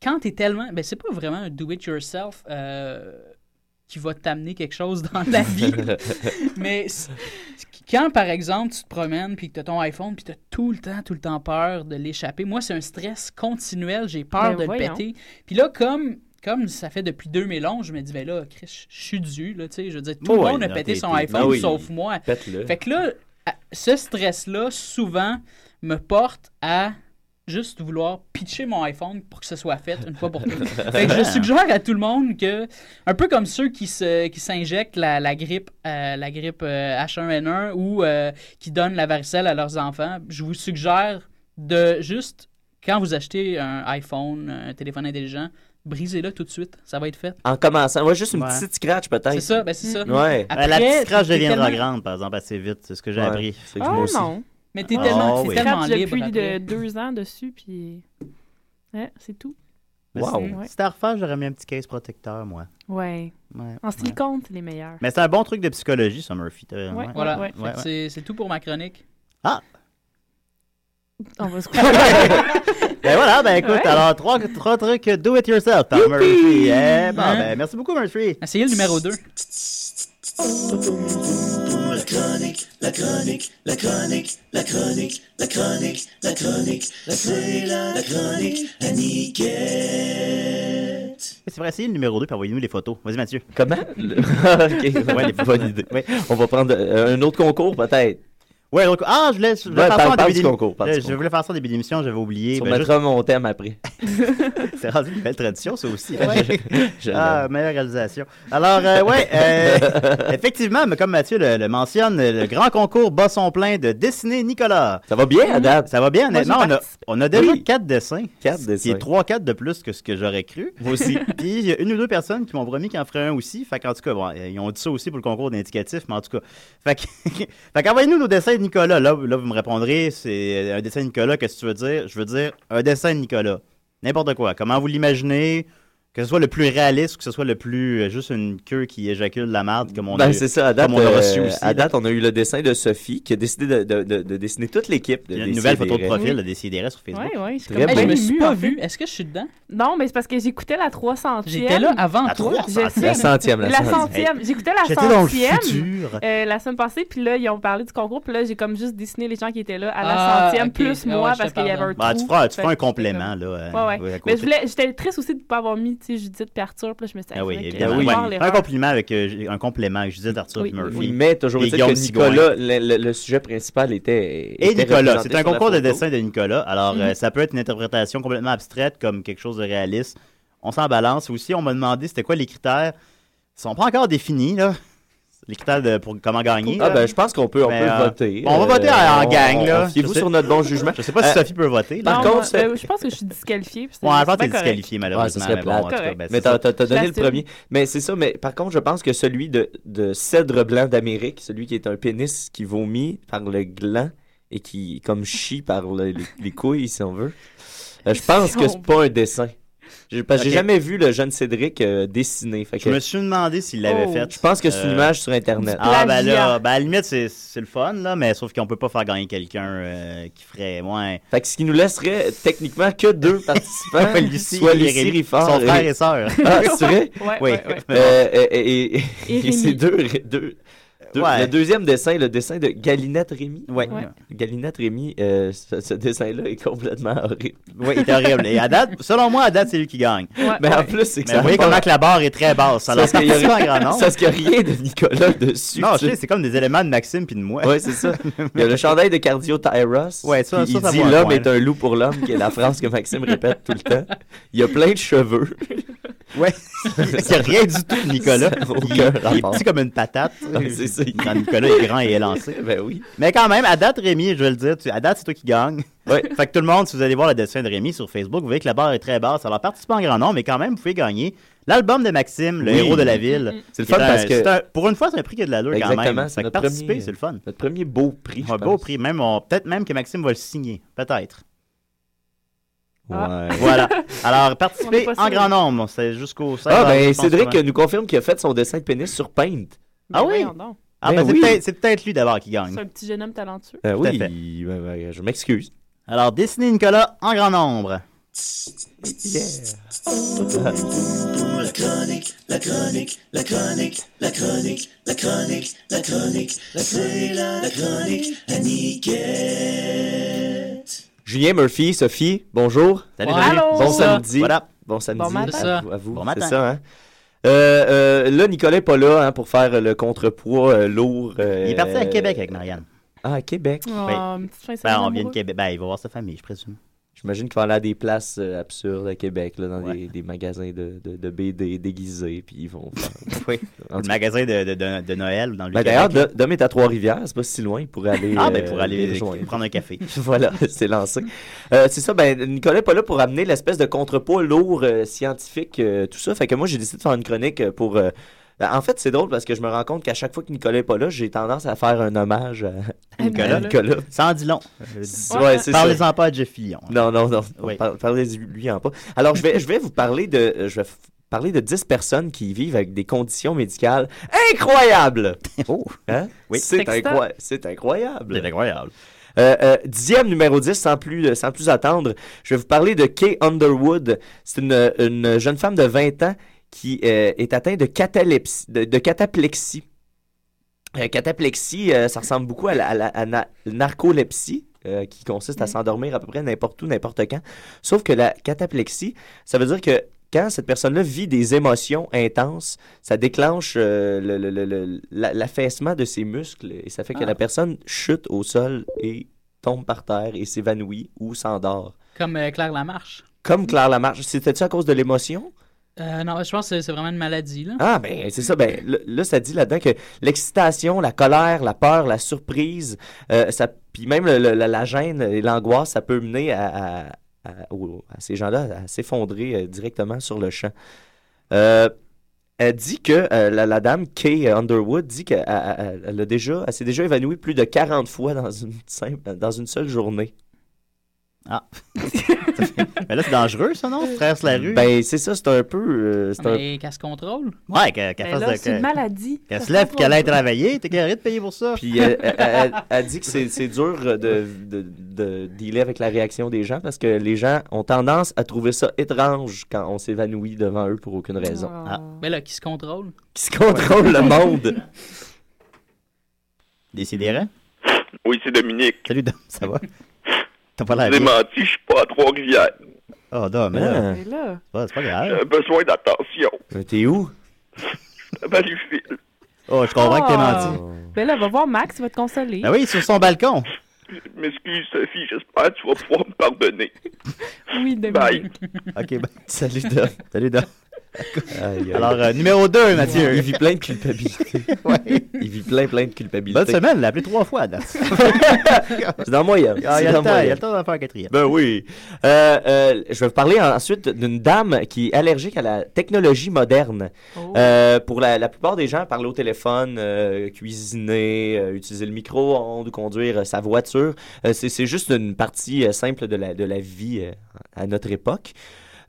Speaker 12: Quand t'es tellement... Ben, c'est pas vraiment un do-it-yourself. euh, qui va t'amener quelque chose dans la vie. Mais c- quand, par exemple, tu te promènes puis que tu as ton iPhone puis tu as tout le temps, tout le temps peur de l'échapper, moi, c'est un stress continuel. J'ai peur
Speaker 11: Ben
Speaker 12: de
Speaker 11: voyons.
Speaker 12: le péter. Puis là, comme. Comme ça fait depuis 2011, je me dis, ben là, Chris, je suis dû, là, tu sais, je veux dire, tout le
Speaker 10: Ouais,
Speaker 12: monde a
Speaker 10: non,
Speaker 12: pété
Speaker 10: t'es-
Speaker 12: son
Speaker 10: t'es-
Speaker 12: iPhone,
Speaker 10: ben oui,
Speaker 12: sauf moi.
Speaker 10: pète-le.
Speaker 12: Fait que là, à- ce stress-là, souvent, me porte à juste vouloir pitcher mon iPhone pour que ce soit fait une fois pour toutes. fait que je suggère à tout le monde que, un peu comme ceux qui se- qui s'injectent qui la, la grippe, euh, la grippe euh, H1N1 ou euh, qui donnent la varicelle à leurs enfants, je vous suggère de juste, quand vous achetez un iPhone, un téléphone intelligent, brisez-le tout de suite. Ça va être fait.
Speaker 10: En commençant, ouais, juste une
Speaker 12: Ouais.
Speaker 10: petite scratch peut-être.
Speaker 12: C'est ça, ben c'est
Speaker 8: Mm.
Speaker 12: ça.
Speaker 10: Ouais.
Speaker 12: Après,
Speaker 8: la petite crache
Speaker 12: t'es
Speaker 8: deviendra
Speaker 12: tellement-
Speaker 8: grande, par exemple, assez vite. C'est ce que j'ai
Speaker 10: Ouais,
Speaker 8: appris.
Speaker 10: c'est
Speaker 11: Ah non.
Speaker 12: Mais t'es
Speaker 8: Ah,
Speaker 12: tellement- c'est
Speaker 8: oui.
Speaker 12: tellement
Speaker 11: Scratch
Speaker 12: libre
Speaker 11: depuis de
Speaker 12: après.
Speaker 11: deux ans dessus, puis. Ouais, c'est tout.
Speaker 8: Mais
Speaker 11: Wow.
Speaker 8: si-
Speaker 11: Ouais.
Speaker 8: Si c'était à refaire, j'aurais mis un petit case protecteur, moi.
Speaker 11: Ouais.
Speaker 8: Ouais,
Speaker 11: En silicone, c'est les meilleurs.
Speaker 8: Mais c'est un bon truc de psychologie, ça, Murphy. T'as- ouais.
Speaker 12: Voilà,
Speaker 8: Ouais,
Speaker 12: Fait que
Speaker 8: ouais.
Speaker 12: c'est- c'est tout pour ma chronique.
Speaker 8: Ah!
Speaker 11: On va se
Speaker 8: Ben voilà, ben écoute,
Speaker 12: Ouais.
Speaker 8: alors trois, trois trucs do it yourself par
Speaker 12: Youpi!
Speaker 8: Murphy. Eh, bon,
Speaker 12: Hein?
Speaker 8: ben, merci beaucoup, Murphy.
Speaker 12: Essayez le numéro 2.
Speaker 1: La chronique, la chronique, la chronique, la chronique, la chronique, la chronique, c'est la chronique à Niquette.
Speaker 8: C'est vrai, essayez le numéro 2 puis envoyez-nous les photos. Vas-y, Mathieu.
Speaker 10: Comment? ok,
Speaker 8: Ouais, les
Speaker 10: bonne idée. On va prendre euh, un autre concours peut-être.
Speaker 8: Ouais, donc, ah, je voulais, je voulais
Speaker 10: Ouais,
Speaker 8: faire ça
Speaker 10: parle-
Speaker 8: en
Speaker 10: parle
Speaker 8: début
Speaker 10: du
Speaker 8: d'émi-
Speaker 10: concours, parle du
Speaker 8: Je voulais faire ça en début d'émission, j'avais oublié.
Speaker 10: On
Speaker 8: Ben,
Speaker 10: mettra mon thème après.
Speaker 8: C'est rendu une belle tradition, ça aussi. hein.
Speaker 10: Ouais. Je- je
Speaker 8: ah, meilleure réalisation. Alors, euh, ouais, euh, effectivement, mais comme Mathieu le, le mentionne, le grand concours Bosson plein de dessiner Nicolas.
Speaker 10: Ça va bien, Adam.
Speaker 8: Ça va bien,
Speaker 10: Moi,
Speaker 8: honnêtement.
Speaker 10: j'ai
Speaker 8: On a,
Speaker 10: participé.
Speaker 8: on a déjà
Speaker 10: Oui.
Speaker 8: quatre dessins.
Speaker 10: Quatre
Speaker 8: ce Qui
Speaker 10: dessins.
Speaker 8: est trois, quatre de plus que ce que j'aurais cru.
Speaker 10: Moi aussi.
Speaker 8: Puis, il y a une ou deux personnes qui m'ont promis qu'ils en feraient un aussi. Fait qu'en tout cas, bon, ils ont dit ça aussi pour le concours d'indicatif, mais en tout cas. Fait que- fait qu'envoyez-nous nos dessins de Nicolas. Là, là, vous me répondrez, c'est un dessin de Nicolas, qu'est-ce que tu veux dire? Je veux dire un dessin de Nicolas. N'importe quoi. Comment vous l'imaginez? Que ce soit le plus réaliste ou que ce soit le plus euh, juste une queue qui éjacule la marde comme on
Speaker 10: Ben,
Speaker 8: a,
Speaker 10: c'est ça, à date,
Speaker 8: comme on a reçu
Speaker 10: euh,
Speaker 8: aussi.
Speaker 10: à date, on a eu le dessin de Sophie qui a décidé de, de- de- de dessiner toute l'équipe.
Speaker 8: Il y a une nouvelle photo de profil
Speaker 10: de
Speaker 8: de Décideret sur Facebook.
Speaker 11: Ouais, ouais, je suis
Speaker 10: Très
Speaker 11: comme-
Speaker 10: bien.
Speaker 11: Hey,
Speaker 10: Je me
Speaker 11: j'ai
Speaker 10: suis
Speaker 11: ému,
Speaker 10: pas
Speaker 11: en fait.
Speaker 12: Est-ce que je suis dedans?
Speaker 11: Non, mais c'est parce que j'écoutais la 300e.
Speaker 12: J'étais là avant La toi. 300e.
Speaker 11: Je sais.
Speaker 10: La centième, la
Speaker 11: La
Speaker 10: centième.
Speaker 11: centième.
Speaker 10: Hey.
Speaker 11: J'écoutais la
Speaker 10: J'étais dans le
Speaker 11: centième
Speaker 10: futur.
Speaker 11: euh, la semaine passée, puis là, ils ont parlé du concours, puis là, j'ai comme juste dessiné les gens qui étaient là à la
Speaker 12: Ah,
Speaker 11: centième,
Speaker 12: ok.
Speaker 11: plus
Speaker 12: Ah
Speaker 11: moi,
Speaker 12: ouais, je te
Speaker 11: parce qu'il y avait un
Speaker 8: pardonne. Bah,
Speaker 11: trou.
Speaker 8: tu feras- tu feras
Speaker 11: Fait
Speaker 8: un
Speaker 11: que c'était
Speaker 8: complément,
Speaker 11: comme-
Speaker 8: là, euh,
Speaker 11: Ouais,
Speaker 8: oui, à
Speaker 11: ouais.
Speaker 8: côté.
Speaker 11: Mais je voulais- j'étais triste aussi de ne pas avoir mis, tu sais, Judith puis Arthur, puis là, je me suis dit,
Speaker 8: Ah oui,
Speaker 11: ah, c'est vrai que
Speaker 8: évidemment.
Speaker 11: je vais
Speaker 8: Ouais.
Speaker 11: voir
Speaker 8: Un
Speaker 11: l'erreur.
Speaker 8: complément avec euh, un complément avec Judith Arthur
Speaker 11: Oui,
Speaker 8: et Murphy.
Speaker 10: Oui, mais toujours
Speaker 8: Et
Speaker 10: est-il
Speaker 8: Guillaume
Speaker 10: que
Speaker 8: Sigouin.
Speaker 10: Nicolas, le, le- le sujet principal était.
Speaker 8: Et
Speaker 10: était
Speaker 8: Nicolas,
Speaker 10: représenté
Speaker 8: c'est un
Speaker 10: sur la
Speaker 8: concours de
Speaker 10: photo.
Speaker 8: dessin de Nicolas. Alors, euh,
Speaker 10: Mhm.
Speaker 8: ça peut être une interprétation complètement abstraite, comme quelque chose de réaliste. On s'en balance. Aussi, on m'a demandé c'était quoi les critères. Ils sont pas encore définis, là. Les critères de- pour comment gagner.
Speaker 10: Ah,
Speaker 8: là.
Speaker 10: ben, je pense qu'on peut, on
Speaker 8: Mais,
Speaker 10: peut
Speaker 8: euh,
Speaker 10: voter.
Speaker 8: On va
Speaker 10: Euh,
Speaker 8: voter en, en
Speaker 10: on-
Speaker 8: gang,
Speaker 10: on-
Speaker 8: là.
Speaker 10: on- Fiez-vous
Speaker 8: Je sais-
Speaker 10: sur notre bon jugement.
Speaker 8: Je sais pas si
Speaker 10: Euh,
Speaker 8: Sophie peut voter. là.
Speaker 10: Par
Speaker 11: Non,
Speaker 10: contre,
Speaker 11: euh, je pense que je suis disqualifiée. puis c'est-
Speaker 8: Ouais, je
Speaker 11: c'est
Speaker 8: pense que
Speaker 11: pas
Speaker 8: t'es
Speaker 11: correct.
Speaker 8: disqualifié,
Speaker 10: Ouais, ce
Speaker 8: malheureusement.
Speaker 10: serait
Speaker 8: mais bon,
Speaker 10: plate.
Speaker 8: en tout cas, ben,
Speaker 10: mais
Speaker 8: c'est ça.
Speaker 10: t'as, t'as- t'as donné le
Speaker 11: J'assume.
Speaker 10: premier. Mais c'est ça, mais par contre, je pense que celui de, de cèdre blanc d'Amérique, celui qui est un pénis qui vomit par le gland et qui, comme chie par le- les, les couilles, si on veut, euh, je pense que c'est pas un dessin. J'ai, parce que
Speaker 8: Ok.
Speaker 10: j'ai jamais vu le jeune Cédric euh, dessiner. Fait
Speaker 8: Je me suis demandé s'il l'avait fait.
Speaker 10: Je pense que c'est une
Speaker 8: Euh,
Speaker 10: image sur Internet.
Speaker 8: Ah, ben là, ben à la limite, c'est c'est le fun, là, mais sauf qu'on peut pas faire gagner quelqu'un euh, qui ferait moins.
Speaker 10: Fait que ce qui nous laisserait techniquement que deux participants,
Speaker 8: Lucie
Speaker 10: soit
Speaker 8: et
Speaker 10: Lucie
Speaker 8: Rémi,
Speaker 10: Riffard
Speaker 8: son frère et sœur.
Speaker 10: Ah, c'est vrai?
Speaker 8: Ouais, Oui. ouais, ouais.
Speaker 10: Euh, et- et, et-
Speaker 8: Et
Speaker 10: et c'est
Speaker 8: Rémi.
Speaker 10: deux, deux, deux-
Speaker 8: Ouais.
Speaker 10: Le deuxième dessin, le dessin de Galinette Rémi.
Speaker 8: Ouais. Ouais.
Speaker 10: Galinette Rémi, euh, ce, ce dessin-là est complètement horrible.
Speaker 8: Oui, il est horrible. Et à date, selon moi, à date, c'est lui qui gagne.
Speaker 10: Mais en plus, c'est que
Speaker 8: Ah, Mais
Speaker 10: ça
Speaker 8: vous voyez
Speaker 10: a pas-
Speaker 8: comment que la barre est très basse.
Speaker 10: C'est
Speaker 8: Alors,
Speaker 10: parce qu'il y a-
Speaker 8: c'est pas grand nombre.
Speaker 10: c'est parce qu'il y a rien de Nicolas dessus.
Speaker 8: Non,
Speaker 10: tu
Speaker 8: je sais, c'est comme des éléments de Maxime puis de moi.
Speaker 10: Ouais, c'est ça. Il y a le chandail de Cardio Tyros.
Speaker 8: Ouais, ça-
Speaker 10: puis
Speaker 8: ça,
Speaker 10: il
Speaker 8: ça
Speaker 10: dit
Speaker 8: vaut un
Speaker 10: l'homme
Speaker 8: point,
Speaker 10: est
Speaker 8: là.
Speaker 10: un loup pour l'homme, qui est la phrase que Maxime répète tout le temps. Il y a plein de cheveux.
Speaker 8: Ouais. Il y a rien du tout, de Nicolas.
Speaker 10: Ça n'a
Speaker 8: Il,
Speaker 10: aucun
Speaker 8: il est
Speaker 10: rapport.
Speaker 8: petit comme une patate.
Speaker 10: Ouais, c'est ça.
Speaker 8: Quand Nicolas est grand et élancé.
Speaker 10: Ben oui.
Speaker 8: Mais quand même, à date, Rémi, je vais le dire, tu- à date, c'est toi qui gagne. Fait que tout le monde, si vous allez voir le dessin de Rémi sur Facebook, vous voyez que la barre est très basse. Alors, participez en grand nombre, mais quand même, vous pouvez gagner l'album de Maxime, le
Speaker 10: Oui.
Speaker 8: héros de la ville.
Speaker 10: C'est le
Speaker 8: qui est
Speaker 10: fun
Speaker 8: un-
Speaker 10: parce que-
Speaker 8: c'est un- pour une fois, c'est un prix qui a de l'allure quand même.
Speaker 10: Exactement, c'est
Speaker 8: Fait que
Speaker 10: notre
Speaker 8: participer,
Speaker 10: premier-
Speaker 8: c'est le fun.
Speaker 10: Notre premier beau prix.
Speaker 8: Un
Speaker 10: je
Speaker 8: beau
Speaker 10: pense.
Speaker 8: prix. Même on- Peut-être même que Maxime va le signer. Peut-être.
Speaker 10: Ouais. Ah,
Speaker 8: Voilà. Alors, participez
Speaker 10: On est pas
Speaker 8: en
Speaker 10: sûr.
Speaker 8: grand nombre. C'est jusqu'au 16
Speaker 10: Ah,
Speaker 8: je
Speaker 10: ben
Speaker 8: pense,
Speaker 10: Cédric
Speaker 8: souvent.
Speaker 10: nous confirme qu'il a fait son dessin de pénis sur Paint.
Speaker 11: Ah oui? voyons donc.
Speaker 8: Ah, ben,
Speaker 10: Ben
Speaker 8: c'est
Speaker 10: oui.
Speaker 8: peut-être- c'est peut-être lui d'abord qui gagne.
Speaker 11: C'est un petit jeune homme talentueux.
Speaker 10: Euh, oui,
Speaker 8: Tout à
Speaker 10: ben, ben, je m'excuse.
Speaker 8: Alors, dessinez Nicolas en grand nombre.
Speaker 10: Yeah.
Speaker 1: La chronique, la La chronique, la chronique, la chronique, la chronique, la chronique, la chronique, la chronique, la
Speaker 10: Julien Murphy, Sophie, bonjour.
Speaker 1: Salut, Ouais. salut.
Speaker 10: Bon
Speaker 1: Allô.
Speaker 10: samedi.
Speaker 1: Voilà.
Speaker 10: Bon samedi
Speaker 1: Bon matin.
Speaker 10: à-
Speaker 1: C'est ça.
Speaker 10: à vous.
Speaker 1: Bon matin.
Speaker 10: C'est ça, hein? Euh, euh, là, Nicolas n'est pas là hein, pour faire le contrepoids euh, lourd. euh,
Speaker 8: Il est parti à Québec avec Marianne.
Speaker 10: Ah, à Québec.
Speaker 11: Oh,
Speaker 8: Oui.
Speaker 11: un petit fin de
Speaker 8: Ben,
Speaker 11: semaine
Speaker 8: on vient de
Speaker 11: amoureux.
Speaker 8: Québec. Ben, il va voir sa famille, je présume.
Speaker 10: J'imagine qu'il va aller à des places euh, absurdes à Québec, là, dans des, des magasins de, de, de BD déguisés, puis ils vont faire...
Speaker 8: oui,
Speaker 10: un
Speaker 8: magasin de, de, de, de Noël ou dans le
Speaker 10: Ben,
Speaker 8: Québec.
Speaker 10: D'ailleurs, Do- Dom est à Trois-Rivières, c'est pas si loin, il pourrait aller...
Speaker 8: Ah, ben,
Speaker 10: euh,
Speaker 8: pour aller
Speaker 10: les rejoindre.
Speaker 8: prendre un café.
Speaker 10: voilà, c'est lancé. Euh, c'est ça, ben, Nicolas est pas là pour amener l'espèce de contrepoids lourd euh, scientifique, euh, tout ça. Fait que moi, j'ai décidé de faire une chronique euh, pour. euh, en fait, c'est drôle parce que je me rends compte qu'à chaque fois que Nicolas est pas là, j'ai tendance à faire un hommage à, à
Speaker 11: Ben
Speaker 8: Nicolas.
Speaker 10: Sans dit long.
Speaker 8: Ouais. Parlez-en
Speaker 10: pas à Jeff Fillon. Non, non, non. Par- Parlez-lui en pas. Alors, je vais, je vais vous parler de. euh, Je vais f- parler de 10 personnes qui vivent avec des conditions médicales incroyables. Oh!
Speaker 8: Oui.
Speaker 10: C'est
Speaker 8: C'est excitant.
Speaker 10: incroyable. C'est incroyable.
Speaker 8: C'est
Speaker 10: incroyable. Euh, euh, dixième numéro 10, sans plus, euh, sans plus attendre, je vais vous parler de Kay Underwood. C'est une, une jeune femme de 20 ans qui euh, est atteinte de, catalepsie- de, de cataplexie. Euh, cataplexie, euh, ça ressemble beaucoup à la, à la- à na- narcolepsie, euh, qui consiste à s'endormir à peu près n'importe où, n'importe quand. Sauf que la cataplexie, ça veut dire que quand cette personne-là vit des émotions intenses, ça déclenche euh, le- le- le- le- la- l'affaissement de ses muscles et ça fait que
Speaker 12: Ah.
Speaker 10: la personne chute au sol et tombe par terre et s'évanouit ou s'endort.
Speaker 12: Comme euh, Claire Lamarche.
Speaker 10: Comme Claire Lamarche, c'était-tu à cause de l'émotion?
Speaker 12: Euh, non, je pense que c'est- c'est vraiment une maladie, là.
Speaker 10: Ah, ben, c'est ça. Ben, le- là, ça dit là-dedans que l'excitation, la colère, la peur, la surprise, euh, ça, puis même le- le- la, la gêne et l'angoisse, ça peut mener à, à- à- au- à ces gens-là à s'effondrer euh, directement sur le champ. Euh, elle dit que euh, la, la dame Kay Underwood dit qu'elle elle- elle- elle a déjà, elle s'est déjà évanouie plus de 40 fois dans une, simple- dans une seule journée. Ah. Mais là, c'est dangereux, ça, non? Traverse la rue. Ben, c'est ça, c'est un peu. euh, c'est un-
Speaker 12: Mais qu'elle se contrôle.
Speaker 10: Ouais, qu'elle- qu'elle
Speaker 11: ben
Speaker 12: Mais
Speaker 10: fasse
Speaker 12: ben là,
Speaker 10: de-
Speaker 12: c'est une
Speaker 10: que-
Speaker 12: maladie.
Speaker 10: qu'elle
Speaker 12: Ça
Speaker 10: se lève,
Speaker 12: se
Speaker 10: qu'elle aille
Speaker 12: contrôle.
Speaker 10: travailler,
Speaker 8: t'es carré de payer pour ça.
Speaker 10: Puis euh, elle, elle- elle dit que c'est c'est dur de, de, de dealer avec la réaction des gens parce que les gens ont tendance à trouver ça étrange quand on s'évanouit devant eux pour aucune raison.
Speaker 11: Ah,
Speaker 12: Mais là, qui se contrôle.
Speaker 10: Qui se contrôle le monde. Décidérez.
Speaker 16: Oui, c'est Dominique.
Speaker 8: Salut, Dom, ça va? T'as pas l'air
Speaker 16: Je vous ai
Speaker 8: bien.
Speaker 16: menti, je suis pas à Trois-Rivières.
Speaker 8: Oh, Dom, mais là.
Speaker 11: ben
Speaker 16: Mais là.
Speaker 8: Ouais, c'est pas grave.
Speaker 10: Euh,
Speaker 16: J'ai besoin d'attention.
Speaker 10: Ah. Mais t'es où?
Speaker 16: La Valleyfield.
Speaker 8: Oh, je comprends que t'es
Speaker 11: Ah.
Speaker 8: menti.
Speaker 11: Ben là, va voir Max, il va te consoler.
Speaker 8: Ben oui, sur son balcon.
Speaker 16: Je m'excuse, Sophie, j'espère que tu vas pouvoir me pardonner.
Speaker 11: Oui, Dominique.
Speaker 16: Bye.
Speaker 8: OK, ben, salut, Dom. Salut, Dom.
Speaker 10: Aïe, aïe.
Speaker 8: Alors, euh, numéro 2, Mathieu.
Speaker 10: Il vit plein de culpabilité. Il vit plein, plein de culpabilité.
Speaker 8: Bonne semaine, l'a appelé trois fois, Dom.
Speaker 10: C'est dans la moyenne.
Speaker 8: Ah, il y
Speaker 10: C'est
Speaker 8: a
Speaker 10: dans
Speaker 8: le temps,
Speaker 10: la
Speaker 8: il y a
Speaker 10: moyenne.
Speaker 8: le temps d'en faire un quatrième.
Speaker 10: Ben oui. Euh, euh, je vais vous parler ensuite d'une dame qui est allergique à la technologie moderne.
Speaker 12: Oh.
Speaker 10: Euh, pour la, la plupart des gens, parler au téléphone, euh, cuisiner, euh, utiliser le micro-ondes, conduire euh, sa voiture, euh, c'est c'est juste une partie euh, simple de la, de la vie euh, à notre époque.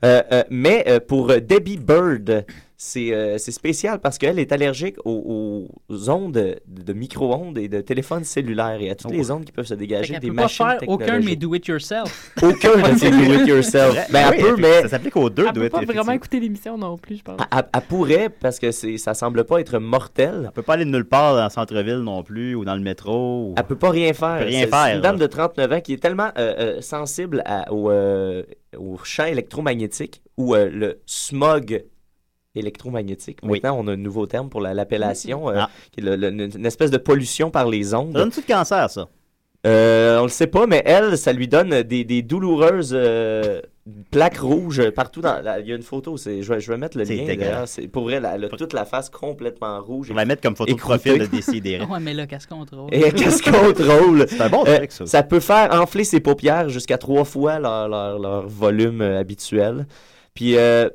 Speaker 10: Euh, euh, mais euh, pour Debbie Bird, c'est euh, c'est spécial parce qu'elle est allergique aux, aux ondes de, de micro-ondes et de téléphones cellulaires et à toutes les ondes qui peuvent se dégager
Speaker 12: Elle
Speaker 10: des
Speaker 12: Oh. peut pas
Speaker 10: machines
Speaker 12: faire aucun de
Speaker 10: technologiques.
Speaker 12: mes do-it-yourself.
Speaker 10: Aucun de ces do-it-yourself. Ben, elle peut, mais...
Speaker 11: Elle peut pas vraiment écouter l'émission non plus, je pense.
Speaker 10: Elle, elle- elle pourrait, parce que c'est- ça semble pas être mortel.
Speaker 8: Elle peut pas aller de nulle part dans le centre-ville non plus ou dans le métro.
Speaker 10: Elle peut pas rien faire.
Speaker 8: Elle peut rien
Speaker 10: C'est-
Speaker 8: faire,
Speaker 10: C'est une dame
Speaker 8: là.
Speaker 10: de 39 ans qui est tellement euh, euh, sensible à- au, euh, au champ électromagnétique ou euh, le smog électromagnétique. Maintenant, on a un nouveau terme pour la- l'appellation,
Speaker 8: Ah.
Speaker 10: euh, qui est le- le- une espèce de pollution par les ondes.
Speaker 8: Ça donne-tu de cancer, ça?
Speaker 10: Euh, on le sait pas, mais elle, ça lui donne des, des douloureuses euh, plaques rouges partout. Dans, la- il y a une photo, c'est, je, vais, je vais mettre le
Speaker 8: C'est
Speaker 10: lien.
Speaker 8: dégueulasse.
Speaker 10: d'ailleurs. C'est, pour elle, elle a toute la face complètement rouge.
Speaker 8: On va la mettre comme photo de profil de
Speaker 10: Écroutée.
Speaker 8: décider.
Speaker 12: Ouais, mais là, qu'elle se contrôle.
Speaker 10: Et qu'est-ce qu'on drôle!
Speaker 8: C'est un bon
Speaker 10: Euh,
Speaker 8: truc, ça.
Speaker 10: peut faire enfler ses paupières jusqu'à trois fois leur, leur- leur volume euh, habituel. Puis, euh,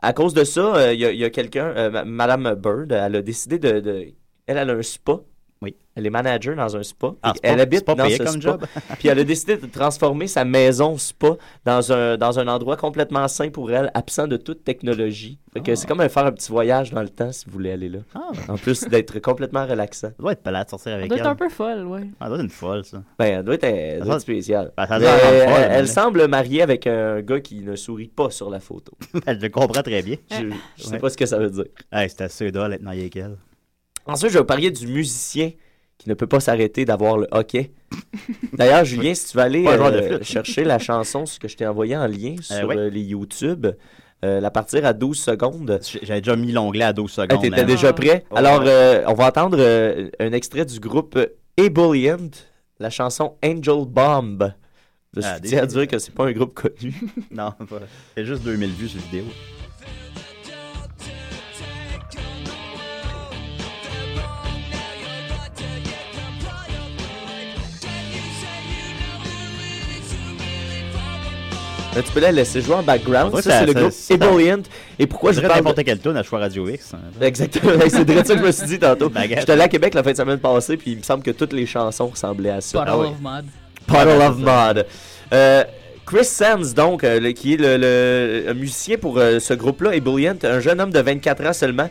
Speaker 10: à cause de ça, euh, il y a- il y a, quelqu'un, euh, ma- Madame Bird, elle a décidé de. de- elle, elle a un spa Oui. Elle est manager dans un spa.
Speaker 8: Ah,
Speaker 10: Et
Speaker 8: c'est pas-
Speaker 10: elle habite
Speaker 8: c'est pas
Speaker 10: dans
Speaker 8: payé
Speaker 10: ce
Speaker 8: comme
Speaker 10: spa.
Speaker 8: job.
Speaker 10: puis elle a décidé de transformer sa maison spa dans un, dans un endroit complètement sain pour elle, absent de toute technologie. Fait
Speaker 8: Ah.
Speaker 10: que c'est comme un- faire un petit voyage dans le temps si vous voulez aller là. En plus d'être complètement relaxant. Ça
Speaker 8: doit être plat de sortir avec
Speaker 11: Elle doit être un peu folle, ouais.
Speaker 8: Ah, elle doit être une folle, ça.
Speaker 10: Ben, elle doit être, elle doit
Speaker 8: doit-
Speaker 10: être spéciale.
Speaker 8: Ben, ça
Speaker 10: Mais
Speaker 8: doit être
Speaker 10: elle,
Speaker 8: folle,
Speaker 10: elle
Speaker 8: elle.
Speaker 10: semble mariée avec un gars qui ne sourit pas sur la photo.
Speaker 8: Ben, je le comprends très bien.
Speaker 10: Je, je sais pas ce que ça veut dire.
Speaker 8: Hey, c'était assez drôle d'être marié avec elle.
Speaker 10: Ensuite, je vais vous parler du musicien qui ne peut pas s'arrêter d'avoir le hockey. D'ailleurs, Julien, si tu vas aller
Speaker 8: Pas un joueur de
Speaker 10: euh,
Speaker 8: flûte. Eh
Speaker 10: chercher la chanson, ce que je t'ai envoyé en lien sur
Speaker 8: oui.
Speaker 10: euh, les YouTube, euh, la partir à 12 secondes.
Speaker 8: J'avais déjà mis l'onglet à 12 secondes.
Speaker 10: T'étais
Speaker 8: hein.
Speaker 10: déjà prêt?
Speaker 8: Ouais.
Speaker 10: Alors, euh, on va entendre euh, un extrait du groupe Ebullient, la chanson Angel Bomb. Je
Speaker 8: Ah,
Speaker 10: suis dit à
Speaker 8: des-
Speaker 10: dire que c'est pas un groupe connu.
Speaker 8: Non, pas- c'est juste 2000 vues sur vidéo.
Speaker 10: Là, Ben, tu peux la laisser jouer en background.
Speaker 8: Ouais,
Speaker 10: Ça, c'est le groupe Ebullient. Et pourquoi je
Speaker 8: dirais
Speaker 10: parle de- Ben,
Speaker 8: n'importe quel tune à choix Radio X. hein.
Speaker 10: Exactement, Hey, c'est de ça que je me suis dit tantôt.
Speaker 8: Baguette.
Speaker 10: J'étais allé à Québec la fin de semaine passée, puis il me semble que toutes les chansons ressemblaient à ça. Ah
Speaker 12: Puddle of Mud.
Speaker 10: Puddle of Mud. Euh, Chris Sands, donc, euh, le- qui est le, le- un musicien pour euh, ce groupe-là, est brillant, un jeune homme de 24 ans seulement.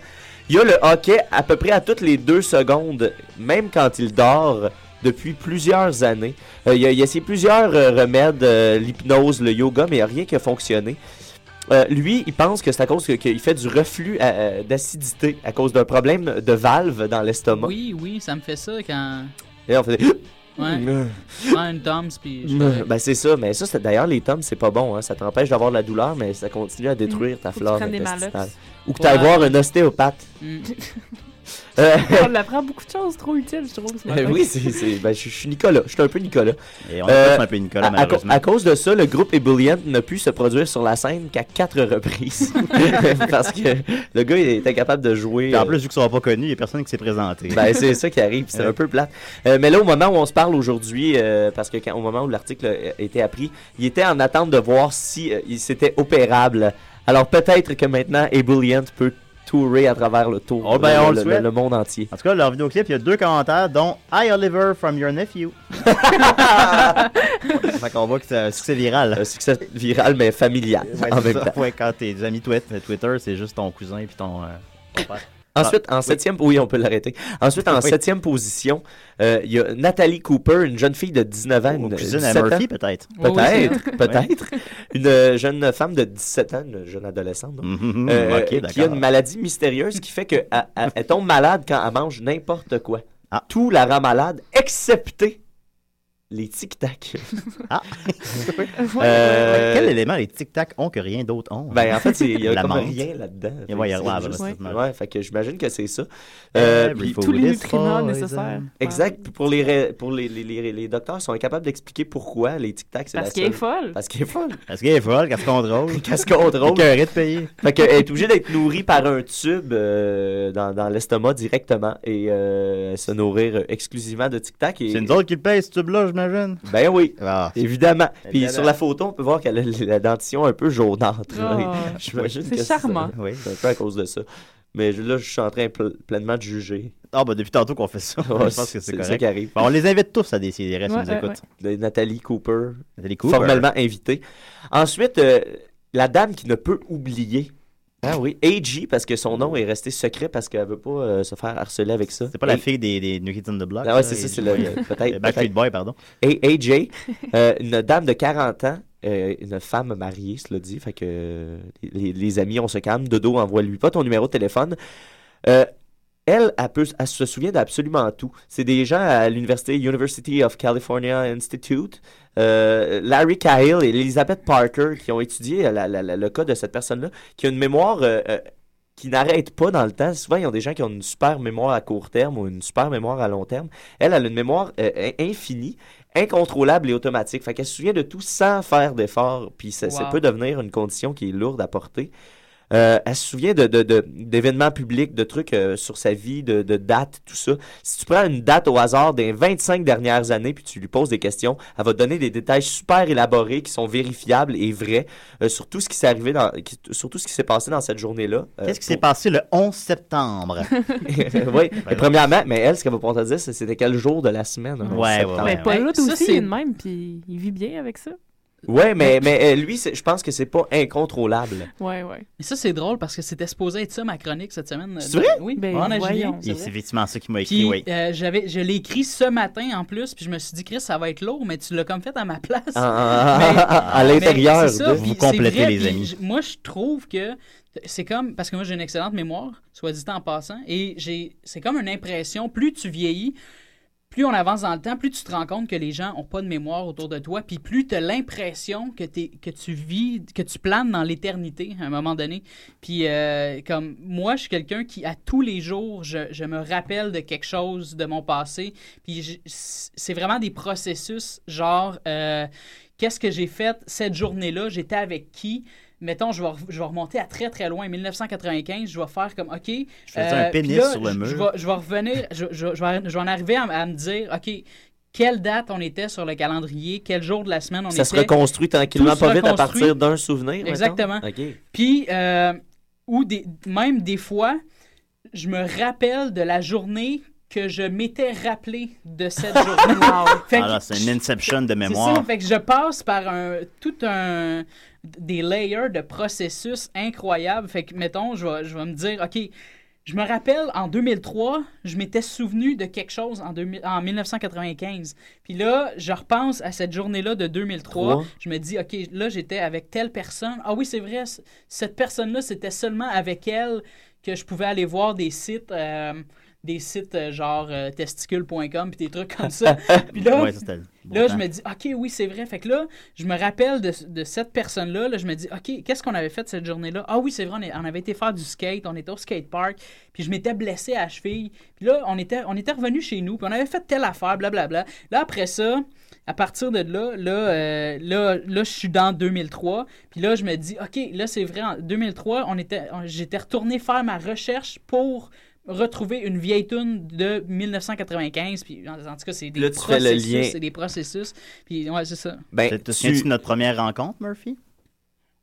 Speaker 10: Il a le hockey à peu près à toutes les deux secondes, même quand il dort, depuis plusieurs années. Euh, il, a, il a essayé plusieurs euh, remèdes, euh, l'hypnose, le yoga, mais il n'y a rien qui a fonctionné. Euh, lui, il pense que c'est à cause que- qu'il fait du reflux euh, euh, d'acidité à cause d'un problème de valve dans l'estomac.
Speaker 12: Oui, oui, ça me fait ça quand.
Speaker 10: Et on fait des-
Speaker 12: Ouais. Ah, une Tom's, puis. je-
Speaker 10: Ben c'est ça, mais ça, c'est- d'ailleurs, les tomes, c'est pas bon. hein. Ça t'empêche d'avoir de la douleur, mais ça continue à détruire
Speaker 11: Mmh.
Speaker 10: ta
Speaker 11: Faut que tu
Speaker 10: flore
Speaker 11: prennes des
Speaker 10: intestinale.
Speaker 11: Malox.
Speaker 10: Ou que tu ailles
Speaker 11: Ouais.
Speaker 10: voir un ostéopathe.
Speaker 12: Mm.
Speaker 10: Euh,
Speaker 11: On apprend beaucoup de choses trop utiles, je trouve. ce
Speaker 10: Ben
Speaker 11: matin.
Speaker 10: oui, c'est, c'est- ben, je, je suis Nicolas. Je suis un peu Nicolas.
Speaker 8: Et on est tous un peu Nicolas,
Speaker 10: à- à, co-
Speaker 8: malheureusement.
Speaker 10: à cause de ça, le groupe Ebullient n'a pu se produire sur la scène qu'à quatre reprises. Parce que le gars, il était capable de jouer.
Speaker 8: Puis en
Speaker 10: euh,
Speaker 8: plus, vu qu'ils sont pas connus, il n'y a personne qui s'est présenté.
Speaker 10: ben, c'est ça qui arrive, c'est
Speaker 8: Ouais.
Speaker 10: un peu plate. Euh, mais là, au moment où on se parle aujourd'hui, euh, parce que quand- au moment où l'article euh, était appris, il était en attente de voir si euh, il c'était opérable. Alors peut-être que maintenant, Ebullient peut tourer à travers le tour,
Speaker 8: Oh, ben, on le
Speaker 10: le,
Speaker 8: souhaite.
Speaker 10: monde entier.
Speaker 8: En tout cas, leur vidéoclip, il y a deux commentaires, dont Hi Oliver from your nephew. fait qu'on voit que c'est un succès viral.
Speaker 10: Un succès viral, mais familial.
Speaker 8: Ouais,
Speaker 10: en
Speaker 8: c'est
Speaker 10: même
Speaker 8: ça.
Speaker 10: temps.
Speaker 8: Ouais, quand tes amis tweet- euh, Twitter, c'est juste ton cousin et ton, euh, ton père.
Speaker 10: Ensuite,
Speaker 8: Ah,
Speaker 10: en
Speaker 8: oui.
Speaker 10: septième, oui, on peut l'arrêter. Ensuite, en
Speaker 8: Oui.
Speaker 10: septième position, euh, il y a Nathalie Cooper, une jeune fille de 19 ans. une,
Speaker 8: cousine à
Speaker 10: 17
Speaker 8: Murphy,
Speaker 10: euh, ans.
Speaker 8: Oh, peut-être. Oui, oui,
Speaker 10: Peut-être,
Speaker 8: c'est vrai.
Speaker 10: peut-être. Une euh, jeune femme de 17 ans, une jeune adolescente, donc,
Speaker 8: Mhm,
Speaker 10: Euh,
Speaker 8: ok,
Speaker 10: qui a
Speaker 8: d'accord.
Speaker 10: une maladie mystérieuse qui fait qu'elle tombe malade quand elle mange n'importe quoi.
Speaker 8: Ah.
Speaker 10: Tout la rend malade, excepté les tic-tac.
Speaker 8: Ah!
Speaker 10: Euh,
Speaker 8: Quel élément les tic-tac ont que rien d'autre ont?
Speaker 10: Ben, en fait, il y a
Speaker 8: La
Speaker 10: comme
Speaker 8: menthe.
Speaker 10: rien là-dedans.
Speaker 8: Il y a-
Speaker 10: Fait
Speaker 8: ouais,
Speaker 10: que c'est
Speaker 8: ouais,
Speaker 10: juste-
Speaker 8: ouais.
Speaker 10: ouais, fait que j'imagine que c'est ça. Euh,
Speaker 8: Every
Speaker 10: puis-
Speaker 8: food Tous les is nutriments poison. nécessaires.
Speaker 10: Exact. Puis Pour les, ra- pour les, les, les, les docteurs sont incapables d'expliquer pourquoi les Tic Tac, c'est
Speaker 11: Parce
Speaker 10: la
Speaker 11: qu'elle est
Speaker 10: seule- Ah,
Speaker 11: folle.
Speaker 10: Parce qu'elle est folle.
Speaker 8: Parce qu'elle est folle, qu'elle se contrôle.
Speaker 10: Qu'elle se contrôle.
Speaker 8: Écoeurée de payer.
Speaker 10: Fait qu'elle est obligée d'être nourrie par un tube euh, dans, dans l'estomac directement et euh, se nourrir exclusivement de Tic Tac. Et...
Speaker 8: C'est nous autres qui le payent, ce tube-là, j'imagine. Ah.
Speaker 10: Ben oui, évidemment. Puis
Speaker 8: Évidemment.
Speaker 10: sur la photo, on peut voir qu'elle a la- la dentition un peu jaunâtre. là.
Speaker 11: Ah.
Speaker 8: Oh.
Speaker 10: J'imagine
Speaker 8: C'est
Speaker 10: que
Speaker 8: charmant.
Speaker 10: Oui, c'est un peu à cause de ça. Mais je- là, je suis en train ple- pleinement de juger.
Speaker 8: Ah, ben, depuis tantôt qu'on fait ça.
Speaker 10: Ouais,
Speaker 8: je pense que c'est
Speaker 10: c'est ça
Speaker 8: correct.
Speaker 10: qui arrive.
Speaker 8: Ben, on les invite tous à décider, si
Speaker 10: Ouais,
Speaker 8: nous
Speaker 10: ouais,
Speaker 8: écoutent.
Speaker 10: De Nathalie Cooper,
Speaker 8: Cooper.
Speaker 10: formellement invitée. Ensuite, euh, la dame qui ne peut oublier. Ah oui, AG, parce que son nom est resté secret parce qu'elle veut pas euh, se faire harceler avec ça.
Speaker 8: C'est pas la
Speaker 10: Et-
Speaker 8: fille des, des New Kids on the Block.
Speaker 10: Ah ouais, c'est ça, c'est le. le-
Speaker 8: peut-être.
Speaker 10: Peut-être.
Speaker 8: euh, Backstreet
Speaker 10: peut-être.
Speaker 8: Boy, pardon.
Speaker 10: Et AJ, euh, une dame de 40 ans, euh, une femme mariée, cela dit, fait que euh, les, les amis, on se calme. Dodo, envoie-lui pas ton numéro de téléphone. Euh, elle, elle, peut- elle se souvient d'absolument tout. C'est des gens à l'université University of California Institute, euh, Larry Cahill et Elizabeth Parker qui ont étudié la- la- la- le cas de cette personne-là, qui a une mémoire euh, euh, qui n'arrête pas dans le temps. Souvent, il y a des gens qui ont une super mémoire à court terme ou une super mémoire à long terme. Elle, elle a une mémoire euh, in- infinie, incontrôlable et automatique. Fait qu'elle se souvient de tout sans faire d'effort. Puis ça, ça
Speaker 12: Wow.
Speaker 10: peut devenir une condition qui est lourde à porter. Euh, elle se souvient de, de- de- d'événements publics, de trucs euh, sur sa vie, de, de dates, tout ça. Si tu prends une date au hasard des 25 dernières années, puis tu lui poses des questions, elle va te donner des détails super élaborés qui sont vérifiables et vrais euh, sur tout ce qui s'est arrivé, dans, qui- sur tout ce qui s'est passé dans cette journée-là. euh,
Speaker 8: Qu'est-ce qui Ben
Speaker 10: pour-
Speaker 8: s'est passé le 11 septembre?
Speaker 10: oui, mais premièrement, mais elle, ce qu'elle va pouvoir te dire, c'est- c'était quel jour de la semaine. hein,
Speaker 8: Ouais,
Speaker 10: septembre.
Speaker 11: Mais Ben, Paul Rudd
Speaker 12: Ça,
Speaker 11: aussi,
Speaker 12: c'est-
Speaker 11: il est de même, puis il vit bien avec ça.
Speaker 10: Ouais, mais, mais euh, lui, c'est- je pense que c'est pas incontrôlable.
Speaker 11: Ouais, ouais.
Speaker 12: Et ça, c'est drôle parce que c'était supposé être ça ma chronique cette semaine.
Speaker 10: C'est vrai?
Speaker 12: Oui,
Speaker 11: Ben,
Speaker 12: on a
Speaker 11: voyons,
Speaker 12: Julien.
Speaker 8: Et C'est effectivement ça qui m'a écrit,
Speaker 12: Puis
Speaker 8: oui.
Speaker 12: euh, j'avais, je l'ai écrit ce matin en plus, puis je me suis dit, Chris, ça va être lourd, mais tu l'as comme fait à ma place.
Speaker 10: Ah, ah, ah, ah, à l'intérieur
Speaker 12: c'est ça,
Speaker 10: de-
Speaker 12: puis
Speaker 10: Vous
Speaker 12: c'est
Speaker 10: complétez, les
Speaker 12: puis
Speaker 10: amis.
Speaker 12: j- Moi, je trouve que c'est comme, parce que moi, j'ai une excellente mémoire, soit dit en passant, et j'ai, c'est comme une impression, plus tu vieillis, plus on avance dans le temps, plus tu te rends compte que les gens n'ont pas de mémoire autour de toi, puis plus tu as l'impression que, t'es- que tu vis, que tu planes dans l'éternité à un moment donné. Puis euh, comme moi, je suis quelqu'un qui, à tous les jours, je, je me rappelle de quelque chose de mon passé. Puis je- c'est vraiment des processus, genre, euh, qu'est-ce que j'ai fait cette journée-là, j'étais avec qui. Mettons, je vais, re- je vais remonter à très très loin, 1995, je vais faire comme, OK. Je
Speaker 8: faisais un pénis sur le
Speaker 12: je-
Speaker 8: mur.
Speaker 12: je vais- je vais revenir, je, je- je vais, je vais en arriver à, à me dire, OK, quelle date on était sur le calendrier, quel jour de la semaine on
Speaker 10: Ça
Speaker 12: était.
Speaker 10: se reconstruit tranquillement,
Speaker 12: Tout
Speaker 10: pas
Speaker 12: se
Speaker 10: vite, à
Speaker 12: reconstruit.
Speaker 10: partir d'un souvenir, mettons.
Speaker 12: Exactement.
Speaker 10: OK.
Speaker 12: Puis, euh, ou des, même des fois, je me rappelle de la journée que je m'étais rappelé de cette journée. Fait que-
Speaker 8: Alors, Ah, c'est une inception de
Speaker 12: c'est
Speaker 8: mémoire.
Speaker 12: ça, fait que je passe par un, tout un des layers de processus incroyables. Fait que, mettons, je vais, je vais me dire, OK, je me rappelle en 2003, je m'étais souvenu de quelque chose en, 2000 en 1995. Puis là, je repense à cette journée-là de 2003.
Speaker 10: Trois.
Speaker 12: Je me dis, OK, là, j'étais avec telle personne. Ah oui, c'est vrai, c- cette personne-là, c'était seulement avec elle que je pouvais aller voir des sites. euh, des sites euh, genre euh, testicule.com puis des trucs comme ça. Puis là,
Speaker 8: Ouais, ça, c'était le bon
Speaker 12: là,
Speaker 8: temps.
Speaker 12: je me dis, OK, oui, c'est vrai. Fait que là, je me rappelle de, de cette personne-là. Là, je me dis, OK, qu'est-ce qu'on avait fait cette journée-là? Ah oui, c'est vrai, on, est- on avait été faire du skate, on était au skatepark, puis je m'étais blessé à la cheville. Puis là, on était, on était revenu chez nous, puis on avait fait telle affaire, blablabla. Là, après ça, à partir de là, là, euh, là, là, je suis dans 2003. Puis là, je me dis, OK, là, c'est vrai, en 2003, on était, on- j'étais retourné faire ma recherche pour retrouver une vieille tune de 1995 puis en, en tout cas c'est des
Speaker 10: Là, tu fais le
Speaker 12: processus,
Speaker 10: lien.
Speaker 12: c'est des processus puis ouais c'est ça
Speaker 10: Ben,
Speaker 8: Te souviens-tu de notre première rencontre, Murphy?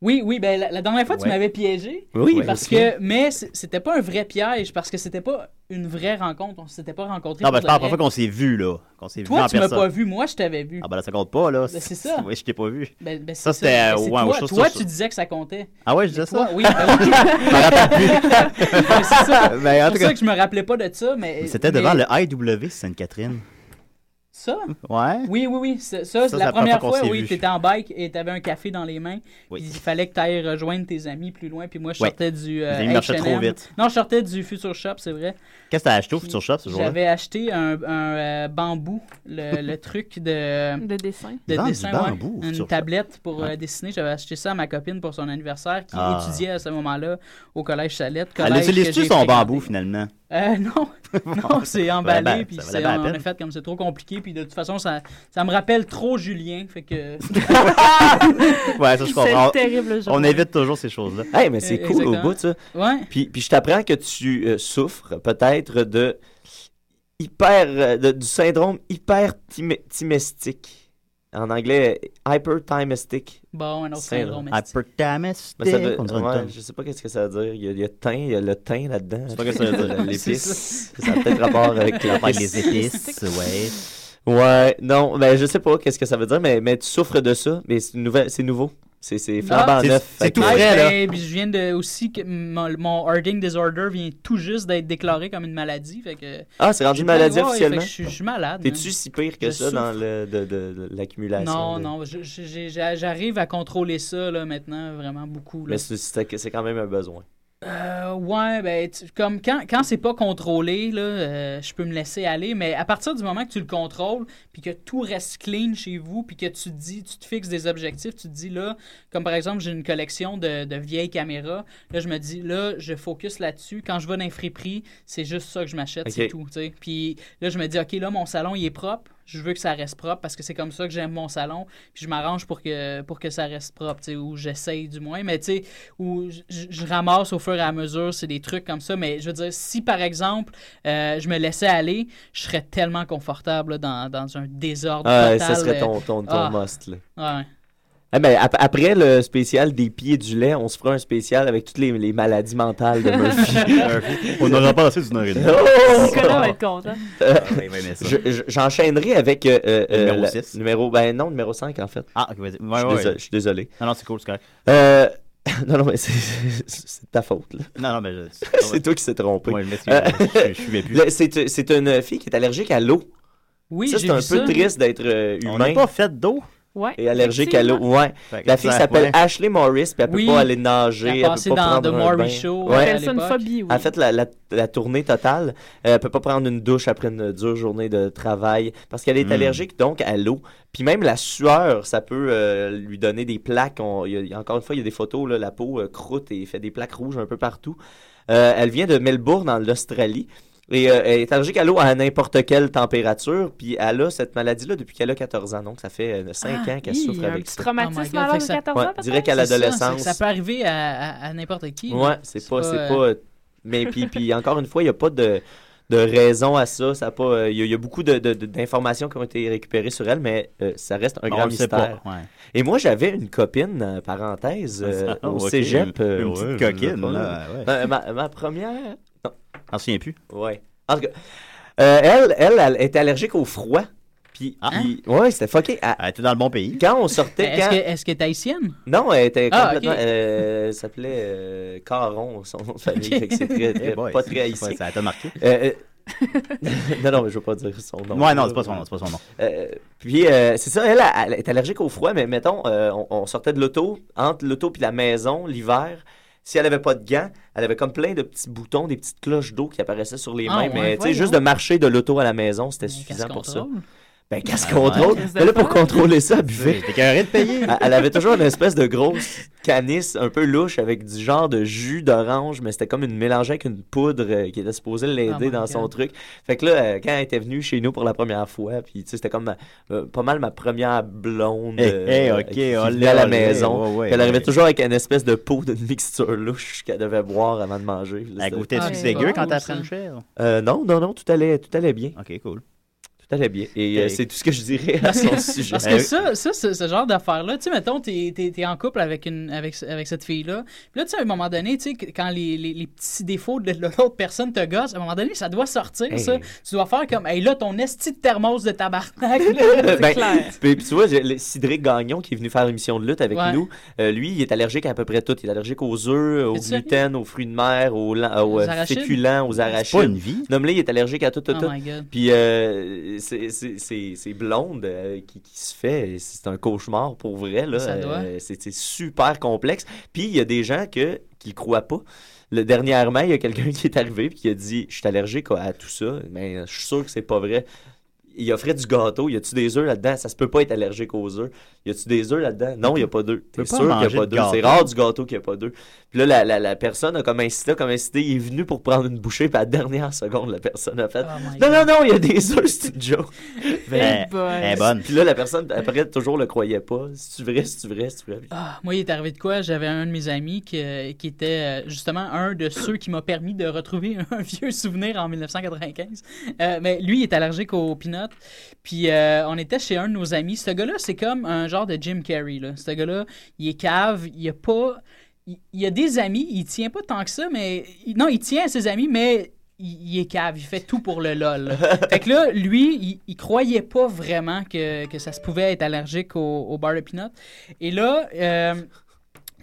Speaker 12: oui oui ben la, la dernière fois tu
Speaker 8: Ouais.
Speaker 12: m'avais piégé
Speaker 8: Oui, je
Speaker 12: parce
Speaker 8: me souviens.
Speaker 12: que mais c- c'était pas un vrai piège parce que c'était pas une vraie rencontre on s'était pas rencontrés
Speaker 8: Non,
Speaker 12: pour
Speaker 8: ben, je parle
Speaker 12: de
Speaker 8: pas
Speaker 12: vrai.
Speaker 8: qu'on s'est vu, là. Qu'on s'est vu en
Speaker 12: toi tu m'as
Speaker 8: personne.
Speaker 12: pas vu moi je t'avais vu
Speaker 8: Ah, ben là, ça compte pas, là.
Speaker 12: Ben, c'est ça.
Speaker 8: Oui, je t'ai pas vu.
Speaker 12: Ben- ben,
Speaker 8: ça,
Speaker 12: c'est ça.
Speaker 8: c'était.
Speaker 12: Ben, c'est
Speaker 8: ouais,
Speaker 12: toi,
Speaker 8: aux choses
Speaker 12: toi,
Speaker 8: sur-
Speaker 12: tu disais que ça comptait.
Speaker 8: Ah ouais, je disais
Speaker 12: Mais
Speaker 8: ça?
Speaker 12: toi, oui, ben oui.
Speaker 8: Je m'en rappelle plus.
Speaker 12: Ben, c'est ça.
Speaker 8: Ben, en tout
Speaker 12: C'est pour
Speaker 8: cas-
Speaker 12: ça que je me rappelais pas de ça, mais.
Speaker 8: C'était
Speaker 12: mais
Speaker 8: devant le IW Sainte-Catherine.
Speaker 12: Ça?
Speaker 8: Ouais.
Speaker 12: Oui, oui, oui. Ça, ça,
Speaker 8: Ça,
Speaker 12: la
Speaker 8: c'est la
Speaker 12: première
Speaker 8: première fois qu'on
Speaker 12: fois,
Speaker 8: s'est
Speaker 12: oui,
Speaker 8: vu.
Speaker 12: tu étais en bike et tu avais un café dans les mains.
Speaker 8: Oui.
Speaker 12: Puis il fallait que tu ailles rejoindre tes amis plus loin. Puis moi, je
Speaker 8: Ouais.
Speaker 12: sortais du. euh,
Speaker 8: Les amis marchaient
Speaker 12: H&M.
Speaker 8: trop vite. Ah,
Speaker 12: Non, je sortais du Future Shop, c'est vrai.
Speaker 8: Qu'est-ce que t'as acheté au Future Shop ce jour-là?
Speaker 12: J'avais acheté un, un, euh, bambou, le, le truc de.
Speaker 11: De dessin.
Speaker 12: De
Speaker 8: Ils vendent du
Speaker 12: dessin,
Speaker 8: bambou,
Speaker 12: ouais.
Speaker 8: sur
Speaker 12: Une
Speaker 8: ça.
Speaker 12: tablette pour euh,
Speaker 8: Ouais.
Speaker 12: dessiner. J'avais acheté ça à ma copine pour son anniversaire qui
Speaker 8: Ah.
Speaker 12: étudiait à ce moment-là au collège Salette.
Speaker 8: Elle
Speaker 12: collège que
Speaker 8: utilise-tu
Speaker 12: j'ai
Speaker 8: Ah, son
Speaker 12: fréquenté.
Speaker 8: bambou, finalement?
Speaker 12: Euh, non, non, c'est
Speaker 8: Ça
Speaker 12: emballé,
Speaker 8: valait bien-
Speaker 12: puis
Speaker 8: ça
Speaker 12: c'est,
Speaker 8: valait bien la
Speaker 12: on
Speaker 8: peine.
Speaker 12: a fait comme c'est trop compliqué, puis de toute façon, ça, ça me rappelle trop Julien, fait que...
Speaker 8: Ouais, ça, je comprends.
Speaker 12: terrible jour.
Speaker 8: On évite toujours ces choses-là.
Speaker 10: Hey, mais c'est
Speaker 12: Euh,
Speaker 10: cool au
Speaker 12: exactement.
Speaker 10: bout, ça.
Speaker 12: Ouais.
Speaker 10: Puis, puis je t'apprends que tu euh, souffres peut-être de hyper euh, de- du syndrome hyperthymestique. En anglais, euh, hyperthymestic.
Speaker 12: Bon, un autre
Speaker 10: C'est là.
Speaker 12: syndrome.
Speaker 8: Hyperthamestic.
Speaker 10: Mais Ben, ça doit-
Speaker 8: on dirait une
Speaker 10: ouais,
Speaker 8: tonne.
Speaker 10: je sais pas qu'est-ce que ça veut dire. Il y a, il y a thym, il y a le thym là-dedans. Je
Speaker 8: sais pas qu'est-ce que ça veut dire.
Speaker 10: L'épice.
Speaker 8: C'est
Speaker 10: Ça
Speaker 8: ça.
Speaker 10: a peut-être rapport avec
Speaker 8: Rapport avec
Speaker 10: l'épice.
Speaker 8: les épices, ouais.
Speaker 10: Ouais, non, mais je sais pas qu'est-ce que ça veut dire, mais, mais tu souffres de ça, mais c'est une nouvelle- c'est nouveau. C'est, c'est flambant
Speaker 8: Ah. c'est-
Speaker 10: neuf.
Speaker 8: c'est
Speaker 10: Fait que-
Speaker 12: Ouais, ben, puis je viens de aussi que mon, mon hoarding disorder vient tout juste d'être déclaré comme une maladie, fait que.
Speaker 10: Ah, c'est rendu une
Speaker 12: J'ai pas-
Speaker 10: maladie
Speaker 12: ouais, ouais,
Speaker 10: officiellement?
Speaker 12: fait que Je suis- je suis malade.
Speaker 10: T'es-tu
Speaker 12: man.
Speaker 10: si pire que
Speaker 12: Je
Speaker 10: ça dans
Speaker 12: souffre.
Speaker 10: le, de, de- de l'accumulation?
Speaker 12: Non,
Speaker 10: de-
Speaker 12: non, je- je- j'ai- j'arrive à contrôler ça là, maintenant, vraiment beaucoup. là.
Speaker 10: Mais c'est, c'est- c'est quand même un besoin.
Speaker 12: Euh, ouais, ben, tu- comme quand, quand c'est pas contrôlé, là, euh, je peux me laisser aller, mais à partir du moment que tu le contrôles, puis que tout reste clean chez vous, puis que tu te dis, tu te fixes des objectifs, tu te dis là, comme par exemple, j'ai une collection de, de vieilles caméras, là, je me dis là, je focus là-dessus. Quand je vais dans les friperies, c'est juste ça que je m'achète, c'est
Speaker 10: Ok.
Speaker 12: tout, tu sais. Puis là, je me dis, OK, là, mon salon, il est propre. je veux que ça reste propre parce que c'est comme ça que j'aime mon salon. Puis je m'arrange pour que, pour que ça reste propre, tu sais, ou j'essaye du moins. Mais tu sais, où j- j- je ramasse au fur et à mesure, c'est des trucs comme ça. Mais je veux dire, si par exemple, euh, je me laissais aller, je serais tellement confortable là, dans, dans un désordre.
Speaker 10: Ah, ouais,
Speaker 12: total,
Speaker 10: ça serait ton,
Speaker 12: euh,
Speaker 10: ton, ton
Speaker 12: ah.
Speaker 10: must. Là.
Speaker 12: Ouais.
Speaker 10: Ah, ben, ap- après le spécial des pieds du lait, on se fera un spécial avec toutes les, les maladies mentales de Murphy.
Speaker 8: On aura passé d'une heure et demie.
Speaker 10: Oh!
Speaker 11: Nicolas va être content.
Speaker 10: Euh,
Speaker 8: oui, oui, Ah, ben, mais ça.
Speaker 10: je- je- J'enchaînerai avec. euh, euh,
Speaker 8: Le numéro
Speaker 10: la-
Speaker 8: six.
Speaker 10: numéro- ben non, numéro 5 en fait.
Speaker 8: Ah, ok, vas-y. Ouais,
Speaker 10: je, suis
Speaker 8: ouais,
Speaker 10: désolé,
Speaker 8: ouais.
Speaker 10: je suis désolé.
Speaker 8: Non, non, c'est cool, c'est correct.
Speaker 10: Euh, non, non, mais c'est- c'est c'est de ta faute. Là.
Speaker 8: Non, non, mais je-
Speaker 10: c'est toi qui s'es trompé.
Speaker 8: Ouais, je m'excuse, je- je- je suivais plus.
Speaker 10: Le- c'est c'est une fille qui est allergique à l'eau.
Speaker 12: Oui,
Speaker 10: ça,
Speaker 12: j'ai
Speaker 10: c'est un
Speaker 12: vu
Speaker 10: peu
Speaker 12: ça.
Speaker 10: triste d'être euh,
Speaker 8: On
Speaker 10: humain.
Speaker 8: n'a pas fait d'eau.
Speaker 11: Ouais.
Speaker 10: Et allergique à l'eau. Ouais.
Speaker 8: Fait que
Speaker 10: La fille
Speaker 8: ça,
Speaker 10: s'appelle
Speaker 8: ouais.
Speaker 10: Ashley Morris, puis elle peut
Speaker 8: Oui.
Speaker 10: pas aller nager.
Speaker 8: Elle a
Speaker 10: Elle,
Speaker 8: passé
Speaker 10: peut
Speaker 8: dans
Speaker 10: pas prendre
Speaker 8: The
Speaker 10: un
Speaker 8: Maury
Speaker 10: bain.
Speaker 8: Show,
Speaker 10: Ouais.
Speaker 8: à Elle appelle ça une l'époque. phobie, oui.
Speaker 10: Elle a fait la, la- la tournée totale. Euh, Elle peut pas prendre une douche après une dure journée de travail parce qu'elle est
Speaker 8: Mm.
Speaker 10: allergique donc à l'eau. Puis même la sueur, ça peut euh, lui donner des plaques. On- il y a- il y a- encore une fois, il y a des photos, là, la peau euh, croûte et fait des plaques rouges un peu partout. Euh, elle vient de Melbourne, en Australie. Et euh, elle est allergique à l'eau à n'importe quelle température. Puis elle a cette maladie-là depuis qu'elle a 14 ans. Donc ça fait 5
Speaker 12: Ah,
Speaker 10: ans qu'elle
Speaker 12: hi,
Speaker 10: souffre
Speaker 12: un
Speaker 10: avec
Speaker 12: petit
Speaker 10: ça.
Speaker 12: traumatisme Oh my God, à l'âge fait que de ça- 14 ans,
Speaker 10: Ouais, direct à
Speaker 12: peut-être? C'est ça,
Speaker 10: l'adolescence.
Speaker 12: c'est que Ça, peut arriver à, à- à n'importe qui. là.
Speaker 10: Ouais, c'est pas, c'est
Speaker 12: euh,
Speaker 10: pas. Mais puis, puis encore une fois, il n'y a pas de, de raison à ça. Ça a pas. euh, Il y, a- il y a beaucoup de- de- de- d'informations qui ont été récupérées sur elle, mais euh, ça reste un
Speaker 8: On
Speaker 10: grand
Speaker 8: le sait
Speaker 10: mystère.
Speaker 8: pas, ouais.
Speaker 10: Et moi, j'avais une copine, euh, parenthèse, euh,
Speaker 8: Ah,
Speaker 10: au
Speaker 8: ok.
Speaker 10: cégep. euh,
Speaker 8: Une petite
Speaker 10: ouais, je sais
Speaker 8: coquine,
Speaker 10: pas,
Speaker 8: là,
Speaker 10: là.
Speaker 8: ouais.
Speaker 10: Euh, ma, ma première. Non.
Speaker 8: T'en souviens plus?
Speaker 10: Ouais. En tout cas, euh, elle, elle, elle était allergique au froid. Puis,
Speaker 8: Ah.
Speaker 10: puis- ouais, c'était fucké. Elle,
Speaker 8: était dans le bon pays.
Speaker 10: Quand on sortait,
Speaker 12: Est-ce
Speaker 10: quand-
Speaker 12: que- est-ce qu'elle est haïtienne?
Speaker 10: non, elle était
Speaker 12: Ah,
Speaker 10: complètement.
Speaker 12: ok.
Speaker 10: euh, elle s'appelait euh, Caron, son nom de famille.
Speaker 12: Ok.
Speaker 10: fait que c'est très, très-
Speaker 12: Eh boy,
Speaker 10: pas
Speaker 12: ça-
Speaker 10: très
Speaker 12: ça-
Speaker 10: haïtien.
Speaker 8: ça t'a marqué.
Speaker 10: Euh, euh, non, non, mais je veux pas dire son nom.
Speaker 8: Ouais, non, c'est pas son nom, c'est pas son nom.
Speaker 10: Euh, puis, euh, c'est ça, elle, elle est allergique au froid, mais mettons, euh, on, on sortait de l'auto, entre l'auto puis la maison, l'hiver. Si elle avait pas de gants, elle avait comme plein de petits boutons, des petites cloches d'eau qui apparaissaient sur les
Speaker 12: Ah,
Speaker 10: mains.
Speaker 12: ouais,
Speaker 10: mais tu sais,
Speaker 12: voyons.
Speaker 10: juste de marcher de l'auto à la maison,
Speaker 12: Ben,
Speaker 10: c'était suffisant pour ça.
Speaker 12: contrôle.
Speaker 10: Ben, casse
Speaker 8: Ah,
Speaker 10: contrôle.
Speaker 8: ouais.
Speaker 10: Mais là, pour contrôler ça, elle buvait.
Speaker 8: T'es carré de payer.
Speaker 10: Elle- Elle avait toujours une espèce de grosse canisse un peu louche avec du genre de jus d'orange, mais c'était comme une mélangée avec une poudre euh, qui était supposée
Speaker 12: Oh
Speaker 10: l'aider
Speaker 12: my
Speaker 10: dans son
Speaker 12: God.
Speaker 10: truc. Fait que là, euh, quand elle était venue chez nous pour la première fois, puis tu sais, c'était comme ma- euh, pas mal ma première blonde
Speaker 8: Eh,
Speaker 10: euh,
Speaker 8: eh, ok,
Speaker 10: qui- qui venait
Speaker 8: olé,
Speaker 10: à la
Speaker 8: olé,
Speaker 10: maison.
Speaker 8: oh, ouais, ouais,
Speaker 10: Puis elle arrivait
Speaker 8: ouais.
Speaker 10: toujours avec une espèce de pot d'une mixture louche qu'elle devait boire avant de manger. Là,
Speaker 8: Elle
Speaker 10: c'était-
Speaker 8: goûtait-tu
Speaker 10: Ah,
Speaker 8: du dégueu
Speaker 10: ouais.
Speaker 8: quand t'as
Speaker 10: ça.
Speaker 8: tranché?
Speaker 10: Euh, non, non, non, tout allait, tout allait bien.
Speaker 8: Ok, cool.
Speaker 10: Tout allait bien. Et euh,
Speaker 8: Ok.
Speaker 10: c'est tout ce que je dirais à son sujet.
Speaker 8: Eh
Speaker 12: Parce que ça, ça ce, ce genre d'affaire-là, tu sais, mettons, t'es es, en couple avec, une, avec, avec cette fille-là. Puis là, tu sais, à un moment donné, tu sais, que- quand les, les, les petits défauts de l'autre personne te gossent, à un moment donné, ça doit sortir,
Speaker 10: Hey.
Speaker 12: ça. Tu dois faire comme, hey, là, ton esti de thermos de tabarnak. là,
Speaker 10: Ben,
Speaker 12: c'est clair.
Speaker 10: Puis, puis tu vois, j'ai- le- Cédric Gagnon qui est venu faire une émission de lutte avec
Speaker 12: Ouais.
Speaker 10: nous, euh, lui, il est allergique à, à peu près tout. Il est allergique aux œufs, au
Speaker 12: Es-tu sérieux?
Speaker 10: gluten, aux fruits de mer, aux, lan- euh, aux,
Speaker 12: Aux
Speaker 10: euh,
Speaker 12: arachides?
Speaker 10: féculents, aux
Speaker 12: C'est pas
Speaker 10: arachides.
Speaker 12: une vie.
Speaker 10: Nomme-le, il est allergique à tout, tout,
Speaker 12: Oh
Speaker 10: tout.
Speaker 12: my God.
Speaker 10: Puis euh, c'est- c'est c'est- c'est blonde euh, qui, qui se fait, c'est un cauchemar pour vrai. là.
Speaker 12: Ça doit.
Speaker 10: Euh, c'est c'est super complexe. Puis il y a des gens que, qui le croient pas. Le dernièrement, il y a quelqu'un qui est arrivé et qui a dit Je suis allergique à, à tout ça, mais je suis sûr que c'est pas vrai. Il offrait du gâteau, y a-tu des œufs là-dedans Ça se peut pas être allergique aux œufs. Y a-tu des œufs là-dedans Non, y a pas d'œufs.
Speaker 8: Peut
Speaker 10: T'es
Speaker 8: pas
Speaker 10: sûr qu'il y a
Speaker 8: manger
Speaker 10: pas
Speaker 8: de
Speaker 10: d'œufs. C'est
Speaker 8: gâteau.
Speaker 10: rare du gâteau qu'il y a pas d'œufs. Puis là, la, la- la personne a comme incité, comme incité, il est venu pour prendre une bouchée, puis à la dernière seconde, la personne a fait
Speaker 12: Oh
Speaker 10: Non, non, non, il y a des œufs, c'est une joke.
Speaker 8: Ben,
Speaker 12: Eh boy. Elle est bonne.
Speaker 10: Puis là, la personne, après, toujours le croyait pas. Si tu vrai, si tu vrai, si tu vrai.
Speaker 12: Ah, moi, il est arrivé de quoi? J'avais un de mes amis qui, euh, qui était euh, justement un de ceux qui m'a permis de retrouver un vieux souvenir en 1995. Euh, mais lui, il est allergique aux peanuts. Puis euh, on était chez un de nos amis. Ce gars-là, c'est comme un genre de Jim Carrey. Là. Ce gars-là, il est cave, il a pas... Il, il a des amis, il tient pas tant que ça, mais... il- non, il tient à ses amis, mais... Il il est cave, il fait tout pour le lol. fait que là, lui, il, il croyait pas vraiment que, que ça se pouvait être allergique au, au beurre de peanut. Et là, euh,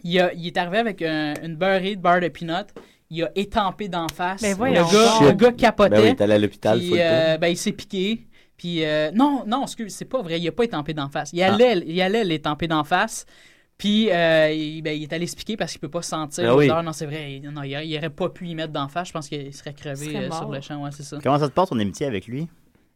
Speaker 12: il, a- il est arrivé avec un- une beurrée de beurre de peanut. Il a étampé d'en face.
Speaker 11: Mais
Speaker 12: le,
Speaker 11: voyons
Speaker 12: gars,
Speaker 11: donc.
Speaker 12: le gars capotait.
Speaker 10: Ben oui, t'es allé à l'hôpital,
Speaker 12: Puis,
Speaker 10: faut le
Speaker 12: euh,
Speaker 10: dire.
Speaker 12: ben, il s'est piqué. Puis, euh, non, non, excuse, c'est pas vrai. Il a pas étampé d'en
Speaker 10: Ah.
Speaker 12: face. Il allait, il allait l'étamper d'en face. Puis, euh, il, ben, il est allé se piquer parce qu'il peut pas sentir
Speaker 8: Ah oui.
Speaker 12: l'odeur. Non, c'est vrai. Il, non, il, il aurait pas pu y mettre d'en face. Je pense qu'il serait crevé
Speaker 8: Il serait
Speaker 12: euh, sur
Speaker 8: mort.
Speaker 12: le champ. Ouais, c'est ça.
Speaker 8: Comment ça se passe ton amitié avec lui?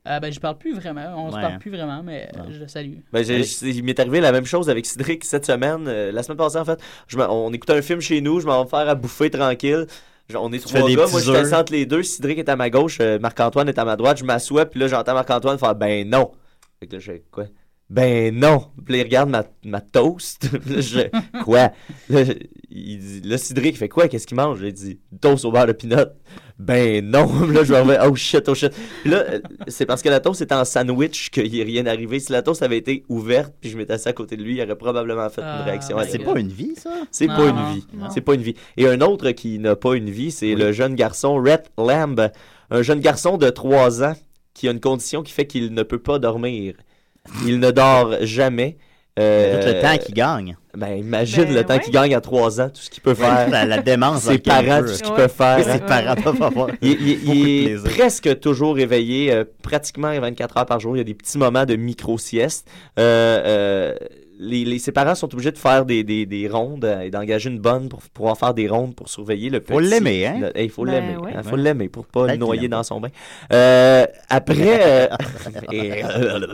Speaker 12: Euh, ben, je parle plus vraiment. On se
Speaker 10: Ouais.
Speaker 12: parle plus vraiment, mais euh, je le salue.
Speaker 10: Ben, j'ai- j'ai- il m'est arrivé la même chose avec Cédric cette semaine. Euh, la semaine passée, en fait, je m'en- on écoutait un film chez nous, je m'en vais me faire à bouffer tranquille. Je- on est
Speaker 8: Tu
Speaker 10: trois
Speaker 8: fais des
Speaker 10: gars,
Speaker 8: petits
Speaker 10: moi je suis assis
Speaker 8: œufs.
Speaker 10: entre les deux, Cédric est à ma gauche, euh, Marc-Antoine est à ma droite, je m'assois, puis là j'entends Marc-Antoine faire « Ben non! » Fait que là, j'ai quoi? Ben non! Puis là, il regarde ma, ma toast. Puis là, je- quoi? Là, je- il dit, là, Cédric fait quoi? Qu'est-ce qu'il mange? J'ai dit, toast au beurre de pinot. Ben non! Puis là, je me remets, oh shit, oh shit. Puis là, euh, c'est parce que la toast était en sandwich qu'il n'y est rien arrivé. Si la toast avait été ouverte, puis je m'étais assis à côté de lui, il aurait probablement fait
Speaker 8: Ah,
Speaker 10: une réaction.
Speaker 8: my
Speaker 10: assez
Speaker 8: God.
Speaker 10: forte.
Speaker 8: C'est pas une vie, ça?
Speaker 10: C'est
Speaker 8: Non,
Speaker 10: pas
Speaker 8: non,
Speaker 10: une vie.
Speaker 8: non.
Speaker 10: C'est pas une vie. Et un autre qui n'a pas une vie, c'est le jeune garçon Rhett Lamb. Un jeune garçon de 3 ans qui a une condition qui fait qu'il ne peut pas dormir. Il ne dort jamais. Euh,
Speaker 8: Tout le temps qu'il gagne.
Speaker 10: Ben, imagine le temps qu'il gagne à 3 ans, tout ce qu'il peut faire.
Speaker 8: La- la démence
Speaker 10: Ses
Speaker 8: dans lequel
Speaker 10: parents,
Speaker 8: il peut.
Speaker 10: tout ce qu'il
Speaker 8: Ouais.
Speaker 10: peut faire.
Speaker 8: Ses
Speaker 10: hein.
Speaker 8: parents doivent avoir
Speaker 10: Il, il-
Speaker 8: beaucoup de
Speaker 10: il est
Speaker 8: plaisir.
Speaker 10: presque toujours éveillé, euh, pratiquement 24 heures par jour. Il y a des petits moments de micro-sieste. Euh, euh, les, les- ses parents sont obligés de faire des, des- des rondes euh, et d'engager une bonne pour pouvoir faire des rondes pour surveiller le petit.
Speaker 8: Faut l'aimer, hein?
Speaker 10: Le- eh, Il faut
Speaker 8: Ben
Speaker 10: l'aimer.
Speaker 8: ouais.
Speaker 10: hein, faut
Speaker 8: Ouais.
Speaker 10: l'aimer pour pas
Speaker 8: Peut-être
Speaker 10: le noyer
Speaker 8: qu'il aime
Speaker 10: dans son bain. Euh, après... euh, et- euh,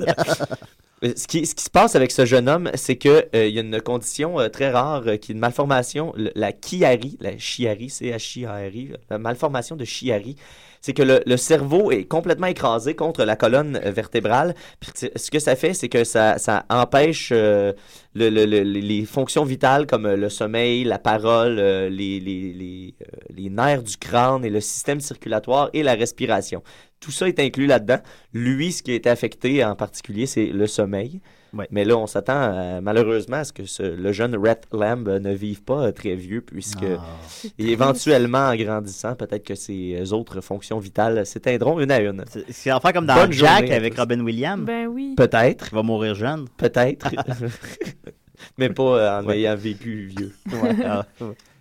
Speaker 10: ce qui, ce qui se passe avec ce jeune homme, c'est qu'il y a une condition euh, très rare euh, qui est une malformation, le- la Chiari, la Chiari, C-H-I-A-R-I, la malformation de Chiari. C'est que le, le cerveau est complètement écrasé contre la colonne euh, vertébrale. Puis t- ce que ça fait, c'est que ça, ça empêche euh, le- le- le- les- les fonctions vitales comme euh, le sommeil, la parole, euh, les, les- les, euh, les nerfs du crâne et le système circulatoire et la respiration. Tout ça est inclus là-dedans. Lui, ce qui a été affecté en particulier, c'est le sommeil. Mais là, on s'attend euh, malheureusement à ce que ce- le jeune Rhett Lamb euh, ne vive pas euh, très vieux, puisque
Speaker 8: Ah.
Speaker 10: et éventuellement, en grandissant, peut-être que ses euh, autres fonctions vitales s'éteindront une à une.
Speaker 8: C'est en fait comme dans Jack avec Robin Williams.
Speaker 11: Ben oui.
Speaker 10: Peut-être.
Speaker 8: Il va mourir jeune.
Speaker 10: Peut-être. Mais pas euh, en ayant vécu vieux.
Speaker 8: Ouais. Ah.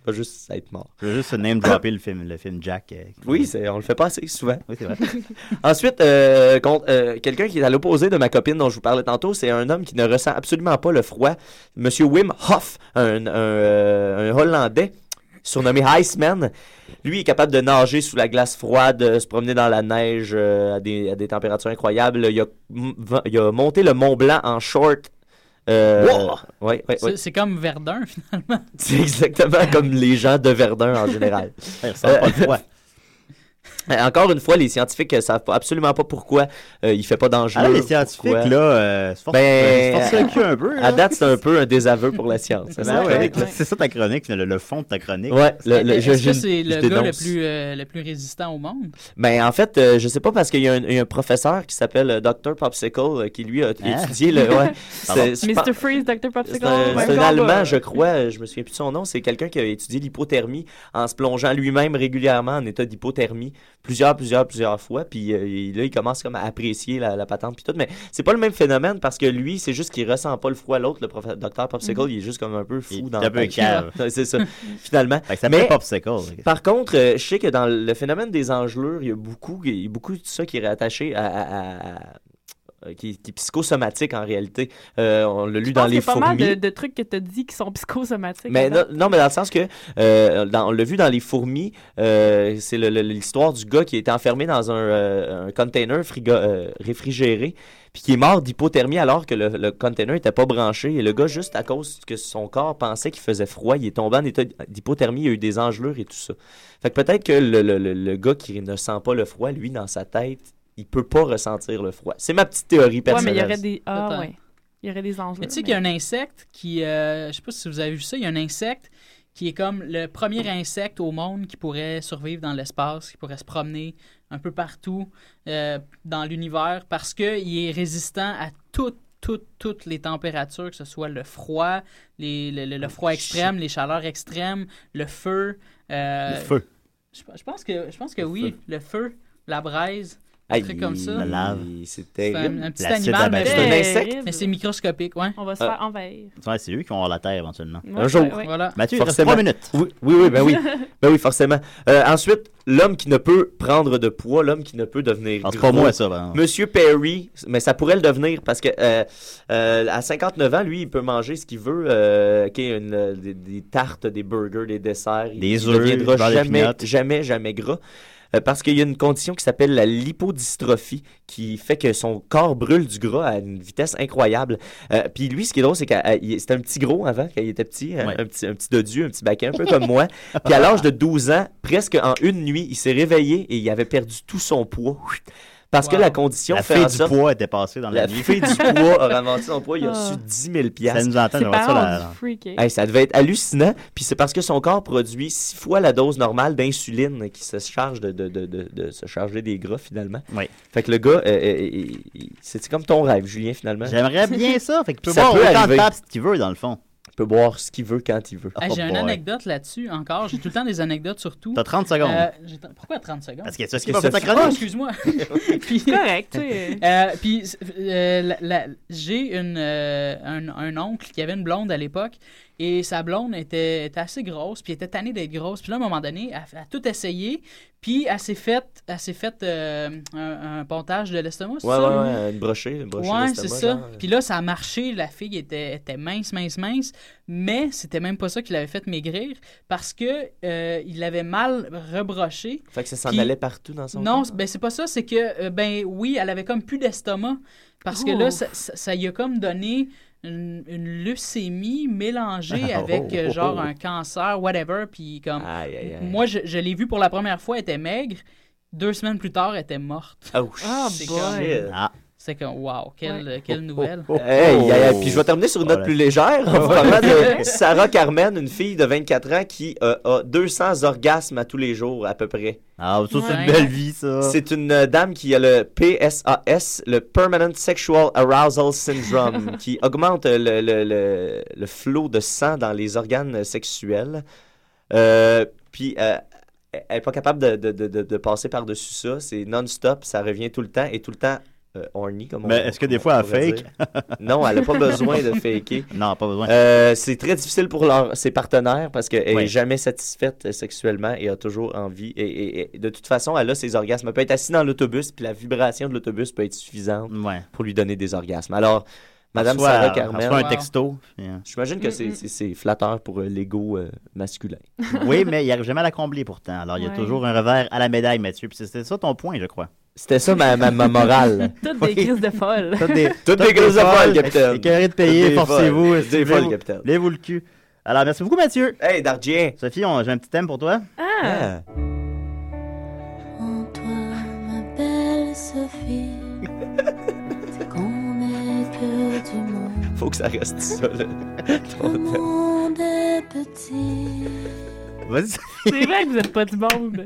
Speaker 10: Pas juste être mort.
Speaker 8: Je veux juste name dropper le film, le film Jack. euh,
Speaker 10: Oui, c'est- on le fait pas assez souvent.
Speaker 8: Oui, c'est vrai.
Speaker 10: Ensuite, euh, contre- euh, quelqu'un qui est à l'opposé de ma copine dont je vous parlais tantôt, c'est un homme qui ne ressent absolument pas le froid. Monsieur Wim Hof, un, un, euh, un Hollandais surnommé Iceman. Lui est capable de nager sous la glace froide, euh, se promener dans la neige euh, à, des, à des températures incroyables. Il a, il a monté le Mont Blanc en short. Euh, ouais, ouais, ouais.
Speaker 12: C'est- C'est comme Verdun, finalement.
Speaker 10: C'est exactement comme les gens de Verdun en général.
Speaker 8: Ils ressentent pas le froid.
Speaker 10: Euh, Encore une fois, les scientifiques ne savent pas- absolument pas pourquoi euh, il fait pas d'enjeu.
Speaker 8: Ah, les scientifiques,
Speaker 10: pourquoi.
Speaker 8: là, euh, se forcent-
Speaker 10: Ben,
Speaker 8: euh, se forcent le cul un peu,
Speaker 10: À
Speaker 8: là.
Speaker 10: date, c'est un peu un désaveu pour la science. hein.
Speaker 8: Ben ouais, là, c'est ça ta chronique, le, le fond de ta chronique.
Speaker 10: Ouais, le- le- je-
Speaker 12: Est-ce que
Speaker 10: je-
Speaker 12: c'est
Speaker 10: je
Speaker 12: le gars le
Speaker 10: dénonce.
Speaker 12: plus, euh, le plus résistant au monde?
Speaker 10: Ben, en fait, euh, je sais pas parce qu'il y, a un- il y a un professeur qui s'appelle euh, Dr. Popsicle euh, qui lui a
Speaker 8: Hein?
Speaker 10: étudié le. Ouais, c'est- je pense-
Speaker 11: Mr. Freeze, Dr.
Speaker 10: C'est
Speaker 11: Popsicle.
Speaker 12: Oh
Speaker 10: un,
Speaker 11: Mike
Speaker 10: c'est un
Speaker 11: Combat.
Speaker 10: Allemand, je crois, euh, je me souviens plus de son nom, c'est quelqu'un qui a étudié l'hypothermie en se plongeant lui-même régulièrement en état d'hypothermie plusieurs, plusieurs, plusieurs fois, puis euh, il- là, il commence comme à apprécier la, la patente, puis tout, mais c'est pas le même phénomène parce que lui, c'est juste qu'il ressent pas le froid, l'autre, le prof- docteur Popsicle,
Speaker 11: Mm.
Speaker 8: Mhm.
Speaker 10: il est juste comme un peu fou
Speaker 8: Il est
Speaker 10: dans
Speaker 8: un peu
Speaker 10: la-
Speaker 8: cave.
Speaker 10: c'est ça, finalement.
Speaker 8: Fait que ça s'appelle
Speaker 10: Mais-
Speaker 8: Popsicle.
Speaker 10: par contre, euh, je sais que dans le phénomène des engelures, il y a beaucoup, il y a beaucoup de ça qui est rattaché à. à- à- à- qui, qui est psychosomatique en réalité. Euh, on l'a lu
Speaker 11: Je pense
Speaker 10: dans les
Speaker 11: qu'il y a pas
Speaker 10: fourmis.
Speaker 11: mal de, de trucs que tu as dit qui sont psychosomatiques.
Speaker 10: Mais non,
Speaker 11: là-dedans.
Speaker 10: non, mais dans le sens que, euh, dans- on l'a vu dans Les Fourmis, euh, c'est le- le- l'histoire du gars qui était enfermé dans un, euh, un container frigo- euh, réfrigéré, puis qui est mort d'hypothermie alors que le, le container n'était pas branché. Et le gars, juste à cause que son corps pensait qu'il faisait froid, il est tombé en état d'hypothermie, il y a eu des engelures et tout ça. Fait que peut-être que le, le- le- le gars qui ne sent pas le froid, lui, dans sa tête, il peut pas ressentir le froid. C'est ma petite théorie
Speaker 11: Ouais, mais
Speaker 10: personnelle.
Speaker 11: il y aurait des. Ah,
Speaker 12: Attends.
Speaker 11: ouais. Il y aurait des enjeux.
Speaker 12: Mais tu sais qu'il y a un insecte qui. euh, je sais pas si vous avez vu ça, il y a un insecte qui est comme le premier insecte au monde qui pourrait survivre dans l'espace, qui pourrait se promener un peu partout euh, dans l'univers parce qu'il est résistant à toutes, toutes, toutes les températures, que ce soit le froid, les, le, le- le froid extrême, les chaleurs extrêmes, le feu. euh,
Speaker 8: Le feu.
Speaker 12: Je, je pense que, je pense que oui, le feu, la braise. Un
Speaker 10: Aïe,
Speaker 12: truc comme ça.
Speaker 10: la lave. C'est
Speaker 12: C'est un,
Speaker 10: terrible.
Speaker 12: un petit
Speaker 8: L'acide
Speaker 12: animal, mais
Speaker 8: abattu.
Speaker 12: c'est
Speaker 8: C'est un insecte.
Speaker 12: Mais c'est microscopique, ouais.
Speaker 11: On va
Speaker 8: se Ah. faire
Speaker 11: envahir.
Speaker 8: Ouais, c'est eux qui vont avoir la terre éventuellement.
Speaker 12: Ouais, Un jour. ouais, ouais. Voilà.
Speaker 8: Mathieu, il reste trois minutes.
Speaker 10: Oui, oui, oui, ben oui. ben oui, forcément. Euh, ensuite, l'homme qui ne peut prendre de poids, l'homme qui ne peut devenir.
Speaker 8: c'est pas
Speaker 10: gros.
Speaker 8: moi, ça, ben.
Speaker 10: Monsieur Perry, mais ça pourrait le devenir parce que euh, euh, à 59 ans, lui, il peut manger ce qu'il veut, euh, qu'il y ait une, euh, des, des tartes, des burgers, des desserts. Il-
Speaker 8: Des
Speaker 10: il
Speaker 8: œufs,
Speaker 10: deviendra
Speaker 8: beurre de
Speaker 10: jamais,
Speaker 8: peanut.
Speaker 10: jamais, jamais gras. euh, Parce qu'il y a une condition qui s'appelle la lipodystrophie, qui fait que son corps brûle du gras à une vitesse incroyable. Euh, Puis lui, ce qui est drôle, c'est qu'il c'était un petit gros avant, quand il était petit, hein, un petit, un petit dodu, un petit baquet, un peu comme moi. Puis à l'âge de 12 ans, presque en une nuit, il s'est réveillé et il avait perdu tout son poids. Parce que la condition
Speaker 8: La
Speaker 10: fait
Speaker 8: fille
Speaker 10: en
Speaker 8: du
Speaker 10: sorte-
Speaker 8: poids est dépassée dans la
Speaker 10: La
Speaker 8: nuit.
Speaker 10: fille du poids a avancé son poids, il a
Speaker 8: Ah.
Speaker 10: reçu 10 000 piastres.
Speaker 8: Ça nous entend, C'est j'aimerais ça, parent la- du
Speaker 11: freak, hein.
Speaker 10: Hey, ça devait être hallucinant. Puis c'est parce que son corps produit six fois la dose normale d'insuline qui se charge de, de- de- de- de se charger des gras finalement. Fait que le gars, euh, euh, il- il- c'est comme ton rêve, Julien, finalement.
Speaker 8: J'aimerais bien ça. Fait qu'il peut
Speaker 10: Ça
Speaker 8: boire
Speaker 10: peut
Speaker 8: autant de
Speaker 10: arriver.
Speaker 8: papes qu'il veut, dans le fond. Oh,
Speaker 10: Il peut boire ce qu'il veut quand il veut.
Speaker 12: Ah, j'ai une anecdote là-dessus encore. J'ai tout le temps des anecdotes sur tout.
Speaker 10: T'as hein? Ben, 30 secondes.
Speaker 12: j'ai t- Pourquoi 30 secondes?
Speaker 8: Parce que c'est ce
Speaker 12: Parce
Speaker 8: qui
Speaker 12: que
Speaker 8: va faire
Speaker 12: ça-
Speaker 8: ta chronique.
Speaker 12: Ah, excuse-moi. Puis-
Speaker 11: Correct, tu sais.
Speaker 12: Euh, puis euh, la- la- j'ai une, euh, un, un oncle qui avait une blonde à l'époque et sa blonde était, était assez grosse puis elle était tannée d'être grosse puis là à un moment donné elle, a- elle a tout essayé puis elle s'est faite elle s'est faite euh, un, un pontage de l'estomac c'est
Speaker 10: Ouais,
Speaker 12: ça?
Speaker 10: ouais, ouais, une brochée. Une brochée
Speaker 12: Ouais, c'est
Speaker 10: d'estomac,
Speaker 12: ça.
Speaker 10: genre.
Speaker 12: Puis là, ça a marché. La fille était, était mince, mince, mince. Mais c'était même pas ça qui l'avait fait maigrir parce que euh, il l'avait mal rebroché.
Speaker 10: Fait que ça s'en
Speaker 12: Puis-
Speaker 10: allait partout dans son
Speaker 12: Non,
Speaker 10: corps.
Speaker 12: c'est- ben c'est pas ça. C'est que, euh, ben oui, elle avait comme plus d'estomac parce que là,
Speaker 10: Oh.
Speaker 12: ça, ça, ça y a comme donné une, une leucémie mélangée
Speaker 10: Oh,
Speaker 12: avec euh,
Speaker 10: oh, oh.
Speaker 12: genre un cancer, whatever. Puis comme,
Speaker 10: aïe.
Speaker 12: moi, je, je l'ai vue pour la première fois, elle était maigre. Deux semaines plus tard, elle était morte.
Speaker 10: Oh,
Speaker 12: C'est
Speaker 10: shit.
Speaker 12: comme-
Speaker 10: Ah.
Speaker 12: C'est comme, wow, quelle,
Speaker 10: Ouais.
Speaker 12: Oh,
Speaker 10: Oh,
Speaker 12: quelle nouvelle.
Speaker 10: Hey, hey, hey, puis je vais terminer sur une note plus légère en vous
Speaker 12: Ouais.
Speaker 10: parlant de Sarah Carmen, une fille de 24 ans qui euh, a 200 orgasmes à tous les jours à peu près.
Speaker 8: Ah, ça, c'est une belle vie, ça.
Speaker 10: C'est une euh, dame qui a le PSAS, le Permanent Sexual Arousal Syndrome, qui augmente euh, le, le, le, le flot de sang dans les organes sexuels. Euh, puis euh, elle n'est pas capable de, de, de, de- de passer par-dessus ça. C'est non-stop, ça revient tout le temps et tout le temps euh, horny, comme on-
Speaker 8: Mais est-ce que des
Speaker 10: on
Speaker 8: fois, elle
Speaker 10: pourrait
Speaker 8: fake?
Speaker 10: dire. Non, elle n'a pas besoin de faker.
Speaker 8: Non, pas besoin.
Speaker 10: Euh, c'est très difficile pour leur- ses partenaires parce qu'elle n'est
Speaker 8: Oui.
Speaker 10: jamais satisfaite euh, sexuellement et a toujours envie. Et, et- et de toute façon, elle a ses orgasmes. Elle peut être assise dans l'autobus, puis la vibration de l'autobus peut être suffisante pour lui donner des orgasmes. Alors, Madame
Speaker 8: Reçoit-
Speaker 10: Sarah Carmel.
Speaker 8: reçoit un texto, puis, euh.
Speaker 10: J'imagine que c'est-
Speaker 8: Mm, mm.
Speaker 10: c'est c'est flatteur pour euh, l'ego euh, masculin.
Speaker 8: Oui, mais il n'arrive jamais à la combler pourtant. Alors, il y a
Speaker 10: Ouais.
Speaker 8: toujours un revers à la médaille, Mathieu. Puis c'était ça ton point, je crois.
Speaker 10: C'était ça ma, ma, ma morale.
Speaker 11: Toutes des crises de folle.
Speaker 8: Toutes des,
Speaker 10: Toutes des grosses folles, capitaine.
Speaker 8: Écœuré de
Speaker 10: Toutes
Speaker 8: payer,
Speaker 10: des
Speaker 8: forcez-vous.
Speaker 10: folles. Des folles,
Speaker 8: levez-vous-
Speaker 10: capitaine.
Speaker 8: Levez-vous le cul. Alors, merci beaucoup, Mathieu.
Speaker 10: Hey, Dardien.
Speaker 8: Sophie, on- j'ai un petit thème pour toi.
Speaker 11: Ah.
Speaker 7: En toi, ma belle Sophie, c'est qu'on n'est que du monde.
Speaker 10: Ah, Faut que ça reste ça, là.
Speaker 7: Le monde est petit.
Speaker 8: Vas-y.
Speaker 11: C'est vrai que vous êtes pas du monde.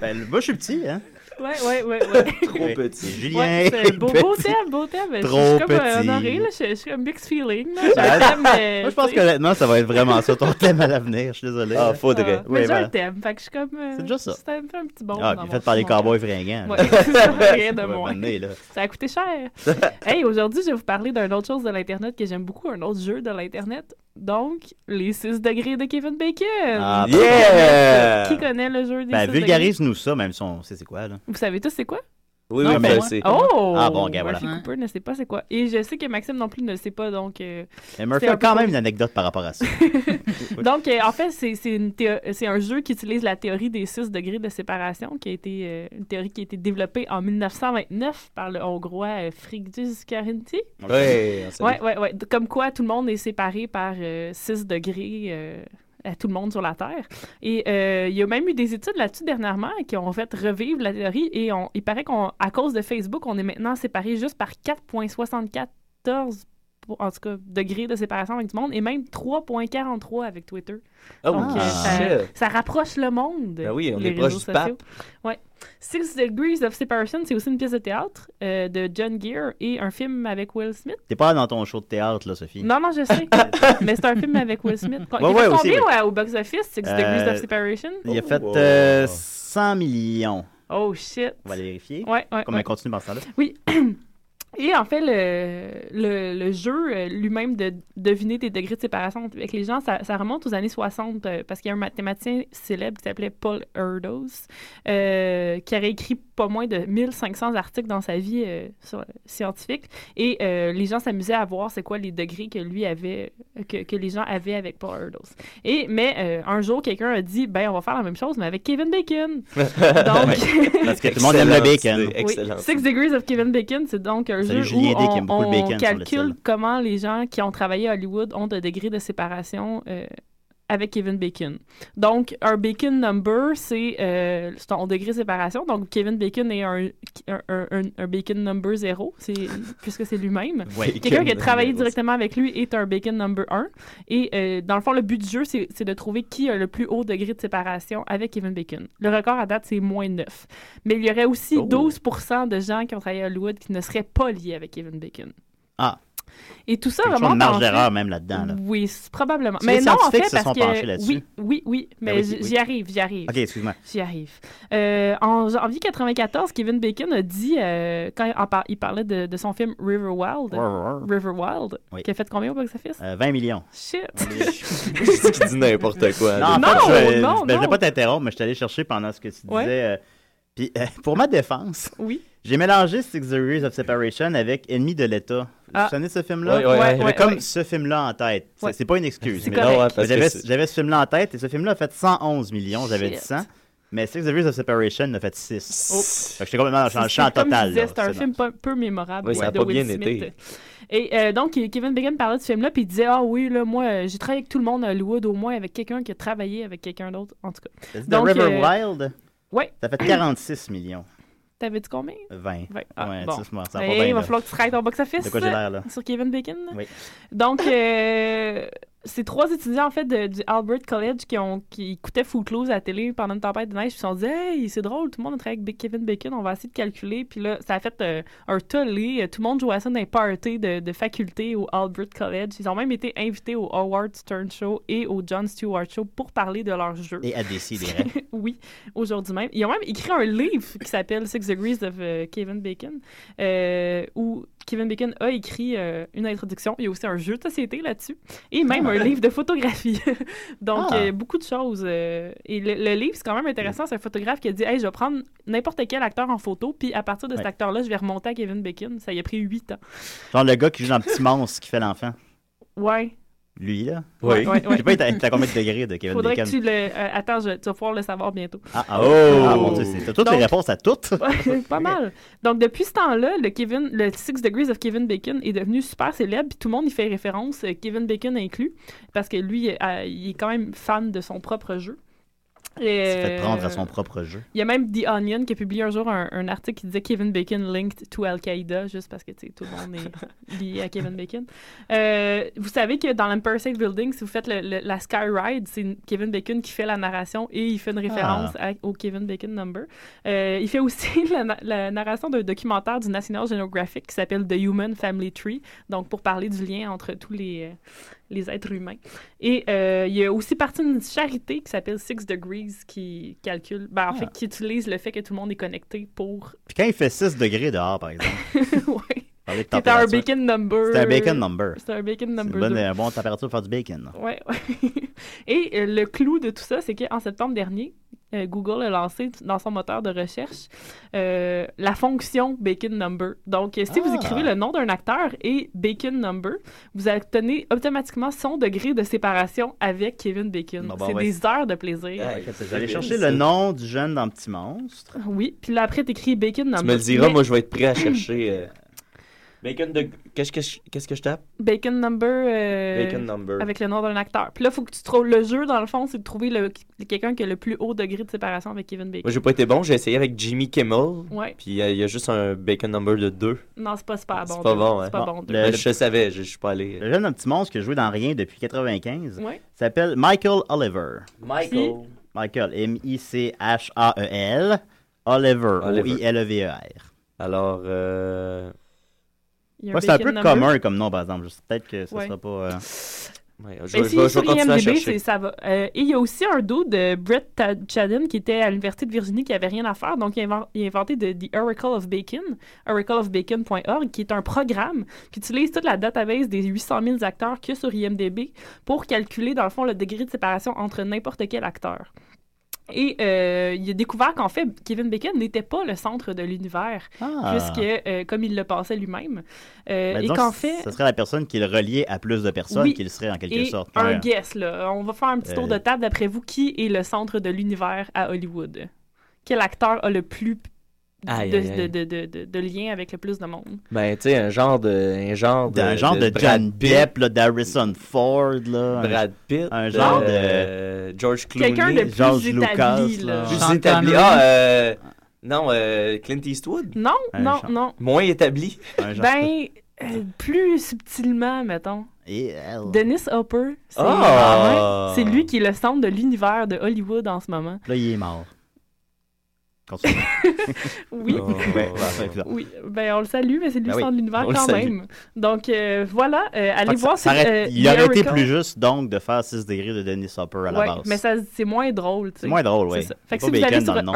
Speaker 8: Ben, moi, je suis petit, hein.
Speaker 11: Ouais, ouais, ouais. ouais.
Speaker 8: Trop petit. Julien.
Speaker 11: Ouais, c'est beau, beau
Speaker 8: petit.
Speaker 11: thème, beau thème. Je- je
Speaker 8: Trop
Speaker 11: suis comme euh,
Speaker 8: petit.
Speaker 11: honorée, là. Je je suis comme mixed feeling. Là.
Speaker 8: Ben,
Speaker 11: J'ai un thème, mais,
Speaker 8: Moi, je pense
Speaker 11: tu
Speaker 8: que
Speaker 11: sais.
Speaker 8: honnêtement, ça va être vraiment ça ton thème à l'avenir. Je suis désolé.
Speaker 10: Ah, faudrait.
Speaker 11: Mais
Speaker 8: Oui,
Speaker 11: j'ai
Speaker 8: voilà.
Speaker 11: un thème, fait que je suis comme. euh,
Speaker 8: C'est déjà ça.
Speaker 11: C'est un peu un petit bon.
Speaker 8: Ah,
Speaker 11: dans
Speaker 8: puis
Speaker 11: mon-
Speaker 8: fait par les
Speaker 11: dans mon
Speaker 8: cowboys
Speaker 11: cœur.
Speaker 8: fringants.
Speaker 11: Ouais, c'est rien de
Speaker 8: Ça va
Speaker 11: moins.
Speaker 8: m'amener, là.
Speaker 11: Ça a coûté cher. hey, aujourd'hui, je vais vous parler d'une autre chose de l'Internet que j'aime beaucoup, un autre jeu de l'Internet. Donc, les 6 degrés de Kevin Bacon.
Speaker 8: Ah,
Speaker 11: Qui
Speaker 8: yeah!
Speaker 11: connaît ça? Qui connaît le jeu des
Speaker 8: Ben,
Speaker 11: 6 degrés?
Speaker 8: vulgarise-nous ça, même si on sait c'est quoi, là.
Speaker 11: Vous savez tous c'est quoi?
Speaker 8: Oui, oui, Non, mais pas moi. c'est-
Speaker 11: Oh!
Speaker 8: Ah, bon, gars, voilà.
Speaker 11: Murphy Cooper ne sait pas c'est quoi. Et je sais que Maxime non plus ne le sait pas, donc... euh,
Speaker 8: Et Murphy
Speaker 11: c'est un
Speaker 8: a quand
Speaker 11: peu
Speaker 8: même une anecdote par rapport à ça.
Speaker 11: donc, euh, en fait, c'est c'est une théo- euh, c'est un jeu qui utilise la théorie des 6 degrés de séparation, qui a été euh, une théorie qui a été développée en 1929 par le Hongrois euh, Frigyes Karinthy.
Speaker 10: Ouais, on salue.
Speaker 11: ouais, ouais, ouais. D- Comme quoi, tout le monde est séparé par 6 degrés. euh, à tout le monde sur la Terre. Et euh, il y a même eu des études là-dessus dernièrement qui ont fait revivre la théorie et on, il paraît qu'à cause de Facebook, on est maintenant séparé juste par 4,74 pour- en tout cas, degrés de séparation avec du monde, et même 3,43 avec Twitter.
Speaker 10: Oh,
Speaker 11: Donc, euh,
Speaker 8: Ah.
Speaker 10: shit.
Speaker 11: ça, ça rapproche le monde.
Speaker 10: Ben oui, on
Speaker 11: les
Speaker 10: est proche
Speaker 11: réseaux
Speaker 10: du pape.
Speaker 11: sociaux. Ouais. Six Degrees of Separation, c'est aussi une pièce de théâtre euh, de John Gere et un film avec Will Smith.
Speaker 8: T'es pas dans ton show de théâtre, là, Sophie.
Speaker 11: Non, non, je sais. mais c'est un film avec Will Smith. Il
Speaker 8: Ouais,
Speaker 11: fait
Speaker 8: ouais,
Speaker 11: combien
Speaker 8: aussi, ouais.
Speaker 11: ouais, au box-office, Six
Speaker 8: Euh,
Speaker 11: Degrees of Separation?
Speaker 8: Il a fait euh, 100 millions.
Speaker 11: Oh, shit.
Speaker 8: On va aller vérifier.
Speaker 11: Ouais, ouais,
Speaker 8: Comme
Speaker 11: ouais.
Speaker 8: on continue par ce temps-là.
Speaker 11: Oui. Et en fait, le, le, le jeu euh, lui-même de deviner tes degrés de séparation avec les gens, ça, ça remonte aux années 60 euh, parce qu'il y a un mathématicien célèbre qui s'appelait Paul Erdos euh, qui aurait écrit pas moins de 1500 articles dans sa vie euh, sur- scientifique. Et euh, les gens s'amusaient à voir c'est quoi les degrés que lui avait, euh, que, que les gens avaient avec Paul Erdos. Et, mais euh, un jour, quelqu'un a dit, ben, on va faire la même chose, mais avec Kevin Bacon.
Speaker 8: Ouais, Parce que tout le monde aime le bacon.
Speaker 11: Oui, Six Degrees of Kevin Bacon, c'est donc un
Speaker 8: Salut
Speaker 11: jeu
Speaker 8: Julien Day
Speaker 11: où
Speaker 8: qui
Speaker 11: on,
Speaker 8: aime beaucoup le
Speaker 11: on
Speaker 8: bacon sur le
Speaker 11: calcule comment les gens qui ont travaillé à Hollywood ont de degrés de séparation euh, avec Kevin Bacon. Donc, un Bacon number, c'est euh, c'est en degré de séparation. Donc, Kevin Bacon est un, un, un- un Bacon number 0, puisque c'est lui-même.
Speaker 20: Ouais,
Speaker 11: Quelqu'un qui a
Speaker 20: Bacon
Speaker 11: travaillé
Speaker 20: number
Speaker 11: directement avec lui est un Bacon number 1. Et euh, dans le fond, le but du jeu, c'est c'est de trouver qui a le plus haut degré de séparation avec Kevin Bacon. Le record à date, c'est moins 9. Mais il y aurait
Speaker 8: Oh.
Speaker 11: aussi 12 de gens qui ont travaillé à Hollywood qui ne seraient pas liés avec Kevin Bacon.
Speaker 8: Ah,
Speaker 11: Et tout ça
Speaker 8: quelque chose
Speaker 11: Ah, vraiment Mm.
Speaker 8: de marge d'erreur même là-dedans. Là.
Speaker 11: oui, c- probablement.
Speaker 8: Tu sais,
Speaker 11: Mais
Speaker 8: les
Speaker 11: non, en
Speaker 8: scientifiques
Speaker 11: fait,
Speaker 8: se
Speaker 11: parce
Speaker 8: sont
Speaker 11: que
Speaker 8: penchés là-dessus.
Speaker 11: oui, oui, oui, mais
Speaker 8: Ben oui,
Speaker 11: j-
Speaker 8: oui.
Speaker 11: j'y arrive, j'y arrive.
Speaker 8: Ok, excuse-moi.
Speaker 11: J'y arrive. Euh, en janvier 94, Kevin Bacon a dit, euh, quand il en par- il parlait de, de son film River Wild,
Speaker 8: Rrr.
Speaker 11: River Wild,
Speaker 8: Oui.
Speaker 11: qui a fait combien au box-office?
Speaker 8: Euh, 20 millions.
Speaker 11: Shit!
Speaker 10: C'est qui dit n'importe quoi.
Speaker 8: Non, en
Speaker 11: Non,
Speaker 8: fait, je,
Speaker 11: non,
Speaker 8: ben, je
Speaker 11: non.
Speaker 8: voulais pas t'interrompre, mais je suis allé chercher pendant ce que tu
Speaker 11: Ouais.
Speaker 8: disais. euh, puis, euh, pour ma défense,
Speaker 11: Oui.
Speaker 8: j'ai mélangé Six Degrees of Separation avec Ennemi de l'État. Vous
Speaker 11: Ah.
Speaker 8: vous souvenez de ce film-là?
Speaker 10: Ouais, ouais, ouais.
Speaker 8: J'avais
Speaker 10: Ouais,
Speaker 8: comme
Speaker 10: ouais.
Speaker 8: ce film-là en tête. C'est-
Speaker 10: Ouais.
Speaker 8: C'est pas une excuse.
Speaker 10: C'est
Speaker 8: mais
Speaker 10: correct. Ouais, Ah, parce
Speaker 8: j'avais
Speaker 10: que c'est-
Speaker 8: j'avais ce film-là en tête et ce film-là a fait 111 millions. J'avais dit
Speaker 11: Shit.
Speaker 8: 100. Mais Six Degrees of Separation a fait 6.
Speaker 11: Oh.
Speaker 8: Fait que j'étais complètement dans le champ-
Speaker 11: C'est-
Speaker 8: champ
Speaker 11: c'est comme je
Speaker 8: Ah, total.
Speaker 11: disais,
Speaker 8: là.
Speaker 11: C'est un
Speaker 8: C'est
Speaker 11: film peu, peu mémorable
Speaker 8: Oui, ça a
Speaker 11: de
Speaker 8: pas
Speaker 11: Will
Speaker 8: bien
Speaker 11: Smith.
Speaker 8: été.
Speaker 11: Et euh, donc, Kevin Bacon parlait de ce film-là, puis il disait Ah oui, là, moi, euh, j'ai travaillé avec tout le monde à Hollywood, au moins avec quelqu'un qui a travaillé avec quelqu'un d'autre, en tout cas.
Speaker 8: The River Wild,
Speaker 11: euh, ouais.
Speaker 8: ça fait 46 millions.
Speaker 11: T'avais dit combien
Speaker 8: 20.
Speaker 11: Ouais, ah,
Speaker 8: Ouais,
Speaker 11: bon.
Speaker 8: tu sais, moi, ça va
Speaker 11: Ben,
Speaker 8: pas
Speaker 11: il
Speaker 8: bien,
Speaker 11: va
Speaker 8: là.
Speaker 11: falloir que tu travailles ton box-office
Speaker 8: De quoi j'ai l'air, là?
Speaker 11: sur Kevin Bacon.
Speaker 8: Oui.
Speaker 11: Donc, euh, c'est trois étudiants en fait de- du Albert College qui, ont, qui écoutaient Footloose à la télé pendant une tempête de neige. Puis ils se sont dit Hey, c'est drôle, tout le monde a travaillé avec Big Kevin Bacon, on va essayer de calculer. Puis là, ça a fait euh, un tollé. Tout le monde jouait à ça dans les parties de, de faculté au Albert College. Ils ont même été invités au Howard Stern Show et au John Stewart Show pour parler de leur jeu.
Speaker 8: Et à décider.
Speaker 11: oui, aujourd'hui même. Ils ont même écrit un livre qui s'appelle Six Degrees of euh, Kevin Bacon, euh, où Kevin Bacon a écrit euh, une introduction. Il y a aussi un jeu de société là-dessus et même
Speaker 20: Ah.
Speaker 11: un livre de photographie. Donc,
Speaker 20: Ah.
Speaker 11: euh, beaucoup de choses. euh, et le, le livre, c'est quand même intéressant. C'est un photographe qui a dit Hey, je vais prendre n'importe quel acteur en photo, puis à partir de cet
Speaker 8: Ouais.
Speaker 11: acteur-là, je vais remonter à Kevin Bacon. Ça y a pris huit ans.
Speaker 8: Genre le gars qui joue dans Petit Monstre qui fait l'enfant.
Speaker 11: Ouais.
Speaker 8: Lui, là.
Speaker 11: Ouais, ouais,
Speaker 8: Je sais pas,
Speaker 11: ouais.
Speaker 8: il est à- t'as combien de degrés de Kevin
Speaker 11: Faudrait
Speaker 8: Bacon?
Speaker 11: que tu le. euh, attends, je- tu vas pouvoir le savoir bientôt.
Speaker 8: Ah, ah,
Speaker 10: Oh!
Speaker 8: ah, mon Dieu, c'est- t'as toutes
Speaker 11: Donc-
Speaker 8: les réponses à toutes.
Speaker 11: Ouais, pas mal. Donc, depuis ce temps-là, le Kevin, le Six Degrees of Kevin Bacon est devenu super célèbre, puis tout le monde y fait référence, euh, Kevin Bacon inclus, parce que lui, euh, il est quand même fan de son propre jeu. Et,
Speaker 8: Il fait prendre à son
Speaker 11: euh,
Speaker 8: propre jeu.
Speaker 11: Il y a même The Onion qui a publié un jour un, un article qui disait Kevin Bacon linked to Al-Qaïda, juste parce que tu sais, tout le monde est lié à Kevin Bacon. Euh, vous savez que dans l'Empire State Building, si vous faites le- le- la Sky Ride, c'est une- Kevin Bacon qui fait la narration et il fait une référence
Speaker 20: Ah.
Speaker 11: à- au Kevin Bacon number. Euh, il fait aussi la, na- la narration d'un documentaire du National Geographic qui s'appelle The Human Family Tree, donc pour parler du lien entre tous les, euh, les êtres humains. Et euh, il y a aussi parti d'une charité qui s'appelle Six Degrees qui calcule, ben, en
Speaker 8: Ah.
Speaker 11: fait, qui utilise le fait que tout le monde est connecté pour.
Speaker 8: Puis quand il fait 6 degrés dehors, par exemple. ouais.
Speaker 11: C'était un bacon number.
Speaker 8: C'était un bacon number.
Speaker 11: C'était un bacon
Speaker 8: C'est une
Speaker 11: number.
Speaker 8: bonne,
Speaker 11: deux.
Speaker 8: euh, bonne température pour faire du bacon.
Speaker 11: Ouais, ouais. Et euh, le clou de tout ça, c'est qu'en septembre dernier, euh, Google a lancé t- dans son moteur de recherche euh, la fonction Bacon Number. Donc, euh, si vous
Speaker 20: Ah.
Speaker 11: écrivez le nom d'un acteur et Bacon Number, vous obtenez automatiquement son degré de séparation avec Kevin Bacon.
Speaker 8: Bon, bon,
Speaker 11: c'est
Speaker 8: ouais. Euh,
Speaker 11: des heures de
Speaker 10: euh,
Speaker 11: plaisir.
Speaker 8: J'allais chercher le nom du jeune dans Petit Monstre.
Speaker 11: Oui, puis là, après, t'écris Bacon Number.
Speaker 10: Tu me le diras,
Speaker 11: Mais
Speaker 10: moi je vais être prêt à chercher. euh, Bacon de. Qu'est-ce que je, qu'est-ce que je tape
Speaker 11: Bacon Number, euh,
Speaker 10: Bacon Number.
Speaker 11: avec le nom d'un acteur. Puis là, faut que tu trouves le jeu, dans le fond, c'est de trouver le- quelqu'un qui a le plus haut degré de séparation avec Kevin Bacon.
Speaker 10: Moi j'ai pas été bon, j'ai essayé avec Jimmy Kimmel.
Speaker 11: Ouais.
Speaker 10: Puis euh, il y a juste un Bacon Number de 2.
Speaker 11: Non, c'est pas super bon.
Speaker 10: C'est pas
Speaker 11: deux.
Speaker 10: bon, hein.
Speaker 11: C'est pas bon. deux.
Speaker 10: Mais Je savais, je je suis pas allé.
Speaker 8: Le jeune dans Petit Monstre qui a joué dans rien depuis 95
Speaker 11: Ouais.
Speaker 8: s'appelle Michael Oliver.
Speaker 10: Michael.
Speaker 8: Michael, M-I-C-H-A-E-L. E Oliver,
Speaker 10: Oliver.
Speaker 8: E O-I-L-E-V-E-R.
Speaker 10: Alors, euh...
Speaker 11: Il y a
Speaker 8: Ouais, c'est un
Speaker 11: bacon
Speaker 8: peu
Speaker 11: number.
Speaker 8: commun comme nom, par exemple. Je sais Peut-être que ça
Speaker 11: Ouais.
Speaker 8: sera pas. euh,
Speaker 10: je,
Speaker 11: Mais
Speaker 10: vais-
Speaker 11: Ben, si
Speaker 10: je vais- je
Speaker 11: sur
Speaker 10: vais continuer à
Speaker 11: IMDb,
Speaker 10: chercher.
Speaker 11: c'est- ça va. Euh, et il y a aussi un dos de Brett Ta- Chadden qui était à l'Université de Virginie qui avait rien à faire. Donc, il a, inven- il a inventé de- The Oracle of Bacon, oracleofbacon.org, qui est un programme qui utilise toute la database des 800 000 acteurs qu'il y a sur IMDb pour calculer, dans le fond, le degré de séparation entre n'importe quel acteur. Et euh, il a découvert qu'en fait, Kevin Bacon n'était pas le centre de l'univers,
Speaker 8: Ah.
Speaker 11: puisque, euh, comme il le pensait lui-même, euh,
Speaker 8: ben,
Speaker 11: et
Speaker 8: disons,
Speaker 11: qu'en
Speaker 8: c-
Speaker 11: fait...
Speaker 8: Ce serait la personne qui le reliait à plus de personnes
Speaker 11: Oui.
Speaker 8: qu'il serait en quelque
Speaker 11: Et
Speaker 8: sorte.
Speaker 11: Un
Speaker 8: Ouais.
Speaker 11: guess, là. On va faire un petit tour de
Speaker 8: Euh.
Speaker 11: table d'après vous. Qui est le centre de l'univers à Hollywood? Quel acteur a le plus
Speaker 10: Aïe,
Speaker 11: de,
Speaker 10: aïe, aïe.
Speaker 11: de- de- de- de- de lien avec le plus de monde.
Speaker 10: Ben, tu sais, un genre de. Un genre de.
Speaker 8: D'un genre de,
Speaker 10: Brad
Speaker 8: John
Speaker 10: Pitt,
Speaker 8: Depp, là, d'Harrison Ford, là. un-
Speaker 10: Brad Pitt.
Speaker 8: Un genre de.
Speaker 10: euh, George Clooney.
Speaker 8: Quelqu'un de plus George Lucas, établi, là. là. Sean
Speaker 10: Plus établi.
Speaker 8: Connery.
Speaker 10: Ah, euh, non, euh, Clint Eastwood.
Speaker 11: Non,
Speaker 10: Un
Speaker 11: non,
Speaker 10: genre-
Speaker 11: non.
Speaker 10: Moins établi.
Speaker 11: Ben, euh, plus subtilement, mettons. Dennis Hopper, c'est
Speaker 8: Ah!
Speaker 11: Ouais, c'est lui qui est le centre de l'univers de Hollywood en ce moment.
Speaker 8: Là, il est mort. Continue.
Speaker 11: Oui.
Speaker 8: Ouais, bah, c'est bizarre.
Speaker 11: Oui, ben on le salue, mais c'est lui
Speaker 8: Ben
Speaker 11: le
Speaker 8: oui,
Speaker 11: centre de l'univers
Speaker 8: on le
Speaker 11: quand
Speaker 8: salue.
Speaker 11: même. Donc euh, voilà, euh,
Speaker 8: Fait
Speaker 11: allez
Speaker 8: que ça-
Speaker 11: voir
Speaker 8: ça
Speaker 11: sur,
Speaker 8: aurait-
Speaker 11: euh,
Speaker 8: Il aurait été
Speaker 11: Miracle.
Speaker 8: plus juste, donc, de faire 6 degrés de Dennis Hopper à la
Speaker 11: Ouais,
Speaker 8: base.
Speaker 11: Mais ça, c'est moins drôle. tu sais.
Speaker 8: C'est moins drôle,
Speaker 11: C'est
Speaker 8: ouais.
Speaker 11: ça.
Speaker 8: C'est
Speaker 11: Fait que
Speaker 8: pas
Speaker 11: si vous
Speaker 8: bacon
Speaker 11: allez
Speaker 8: dans
Speaker 11: sur
Speaker 8: le nom.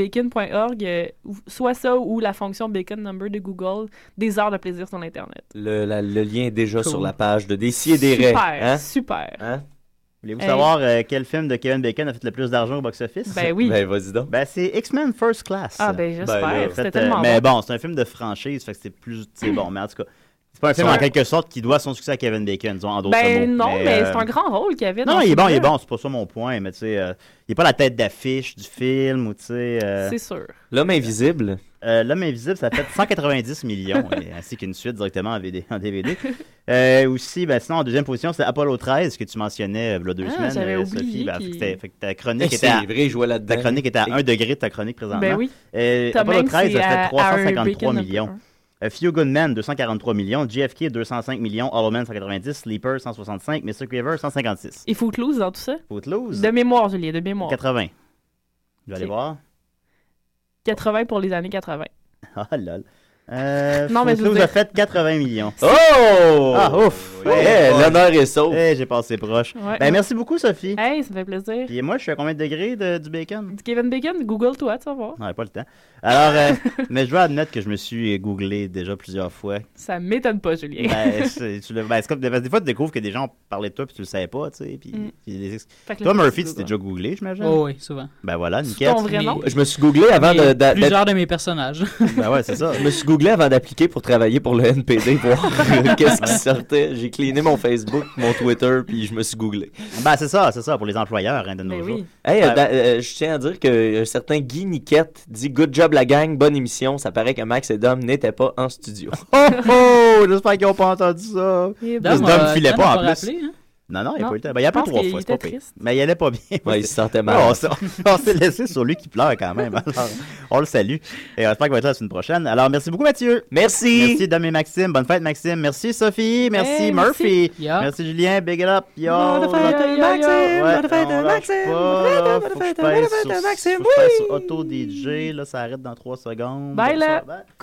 Speaker 11: oracleofbacon.org, euh, ou- soit ça ou la fonction bacon number de Google, des heures de plaisir sur Internet.
Speaker 10: Le, la- le lien est déjà
Speaker 11: Cool.
Speaker 10: sur la page de Décideret.
Speaker 11: Super,
Speaker 10: hein?
Speaker 8: Ah,
Speaker 11: super.
Speaker 10: Hein?
Speaker 8: Voulez-vous
Speaker 11: Hey.
Speaker 8: savoir euh, quel film de Kevin Bacon a fait le plus d'argent au box-office?
Speaker 11: Ben oui. Ben,
Speaker 10: vas-y donc.
Speaker 8: Ben, c'est X-Men First Class.
Speaker 11: Ah, ben, j'espère.
Speaker 8: là,
Speaker 11: C'était
Speaker 8: fait, euh,
Speaker 11: tellement
Speaker 8: Mais
Speaker 11: bon.
Speaker 8: bon, c'est un film de franchise, fait que c'est plus... C'est bon, mais en tout cas, c'est pas un film
Speaker 11: Ouais.
Speaker 8: en quelque sorte qui doit son succès à Kevin Bacon, disons, en d'autres
Speaker 11: Ben
Speaker 8: mots.
Speaker 11: non, mais
Speaker 8: euh,
Speaker 11: c'est un grand rôle qu'il y avait.
Speaker 8: Non,
Speaker 11: dans
Speaker 8: il
Speaker 11: ce
Speaker 8: est bon, il est
Speaker 11: film-là.
Speaker 8: bon, c'est pas ça mon point, mais tu sais, euh, il est pas la tête d'affiche du film, ou tu sais... euh,
Speaker 11: C'est sûr.
Speaker 10: L'homme invisible.
Speaker 8: Euh, L'homme invisible, ça fait 190 millions, et- ainsi qu'une suite directement en, VD en DVD. Euh, aussi, ben, sinon, en deuxième position, c'est Apollo 13 que tu mentionnais il y a deux
Speaker 11: Ah,
Speaker 8: semaines,
Speaker 11: j'avais
Speaker 8: euh, Sophie.
Speaker 11: oublié
Speaker 8: Ben, fait, que
Speaker 11: qu'il-
Speaker 8: t'as- fait que ta chronique
Speaker 10: Eh,
Speaker 8: était
Speaker 10: c'est
Speaker 8: à,
Speaker 10: vrai, je vois là-dedans.
Speaker 8: ta chronique était à 1 degré de ta chronique présentement.
Speaker 11: Ben oui.
Speaker 8: Euh,
Speaker 11: Tom
Speaker 8: Apollo
Speaker 11: Hanks
Speaker 8: 13 a
Speaker 11: est
Speaker 8: fait
Speaker 11: à- à un
Speaker 8: 353
Speaker 11: bacon
Speaker 8: millions. Euh, Few Good Men, 243 millions. JFK, 205 millions. Hollow Man, 190. Sleeper, 165. Mr. Craver, 156.
Speaker 11: Et Footloose dans tout ça?
Speaker 8: Footloose?
Speaker 11: De mémoire, Julien, de mémoire.
Speaker 8: 80. Je vais aller
Speaker 11: Ok.
Speaker 8: voir.
Speaker 11: 80 pour les années 80.
Speaker 8: Ah, lol. Euh,
Speaker 11: Non, mais je veux
Speaker 8: Footloose
Speaker 11: dire-
Speaker 8: a fait 80 millions.
Speaker 10: Oh!
Speaker 8: Ah, ouf!
Speaker 10: Eh, l'honneur est sauf.
Speaker 8: Eh, j'ai passé proche.
Speaker 11: Ouais.
Speaker 8: Ben, merci beaucoup, Sophie.
Speaker 11: Hey, ça fait plaisir.
Speaker 8: Et moi, je suis à combien de degrés de- du bacon?
Speaker 11: Du Kevin Bacon, Google-toi, tu vas voir.
Speaker 8: Non, j'ai pas le temps. Alors, euh, mais je dois admettre que je me suis googlé déjà plusieurs fois.
Speaker 11: Ça m'étonne pas, Julien.
Speaker 8: Ben, c'est tu le- ben, c'est comme parce que des fois, tu découvres que des gens parlaient de toi puis tu le savais pas, tu sais. Puis,
Speaker 11: Mm.
Speaker 8: puis les ex-
Speaker 11: Fait que
Speaker 8: Toi,
Speaker 11: là,
Speaker 8: Murphy,
Speaker 11: tu
Speaker 8: tu t'es
Speaker 11: googles.
Speaker 8: déjà googlé, j'imagine?
Speaker 12: Oh, oui, souvent.
Speaker 8: Ben voilà,
Speaker 12: Sous
Speaker 8: nickel.
Speaker 12: ton vrai nom?
Speaker 10: Je me suis googlé avant de-
Speaker 12: Mais
Speaker 10: d'a-
Speaker 12: Plusieurs de mes personnages.
Speaker 8: Ben ouais, c'est ça.
Speaker 10: Je me suis googlé avant d'appliquer pour travailler pour le NPD, voir qu'est-ce qui sortait. J'ai cliné mon Facebook, mon Twitter, puis je me suis googlé.
Speaker 8: Ben, c'est ça, c'est ça, pour les employeurs hein, de nos jours.
Speaker 10: Hey, euh,
Speaker 8: Ben,
Speaker 10: da- euh, je tiens à dire que un certain Guy Niquette dit Good job la gang, bonne émission. Ça paraît que Max et Dom n'étaient pas en studio.
Speaker 8: Oh, oh! J'espère qu'ils n'ont pas entendu ça.
Speaker 12: Eh
Speaker 11: Et
Speaker 12: ben,
Speaker 8: Parce que
Speaker 10: bon.
Speaker 12: euh,
Speaker 8: Dom filait
Speaker 10: Dom
Speaker 8: pas
Speaker 10: a
Speaker 8: en
Speaker 10: pas
Speaker 8: plus.
Speaker 10: rappelé, hein?
Speaker 8: Non, non, il a
Speaker 10: Non.
Speaker 8: pas eu le temps. Ben, il a
Speaker 10: Je
Speaker 8: appelé
Speaker 10: pense
Speaker 8: trois
Speaker 10: qu'il
Speaker 8: fois, c'est
Speaker 10: était
Speaker 8: pas pire.
Speaker 10: triste.
Speaker 8: Mais il allait pas bien.
Speaker 10: Ouais, il se sentait mal.
Speaker 8: Ouais, on s'est- on s'est laissé sur lui qui pleure quand même. Alors, on le salue. Et on espère qu'il va être là la semaine prochaine. Alors, merci beaucoup, Mathieu.
Speaker 10: Merci.
Speaker 8: Merci, Dom et Maxime. Bonne fête, Maxime. Merci, Sophie. Merci,
Speaker 10: Hey, merci.
Speaker 8: Murphy.
Speaker 10: Yeah.
Speaker 8: Merci, Julien. Big it up. Yo.
Speaker 10: Bonne fête,
Speaker 8: Ouais,
Speaker 10: Maxime.
Speaker 8: ouais,
Speaker 10: Bonne fête,
Speaker 8: on lâche
Speaker 10: Maxime.
Speaker 8: pas,
Speaker 10: Bonne fête,
Speaker 8: là.
Speaker 10: bonne
Speaker 8: Faut que je
Speaker 10: fête,
Speaker 8: pèse
Speaker 10: bonne
Speaker 8: sur-
Speaker 10: fête, Maxime.
Speaker 8: faut que je pèse sur Auto DJ. Là, ça arrête dans trois secondes.
Speaker 11: Bye,
Speaker 8: Comme
Speaker 11: là.
Speaker 8: ça, bye.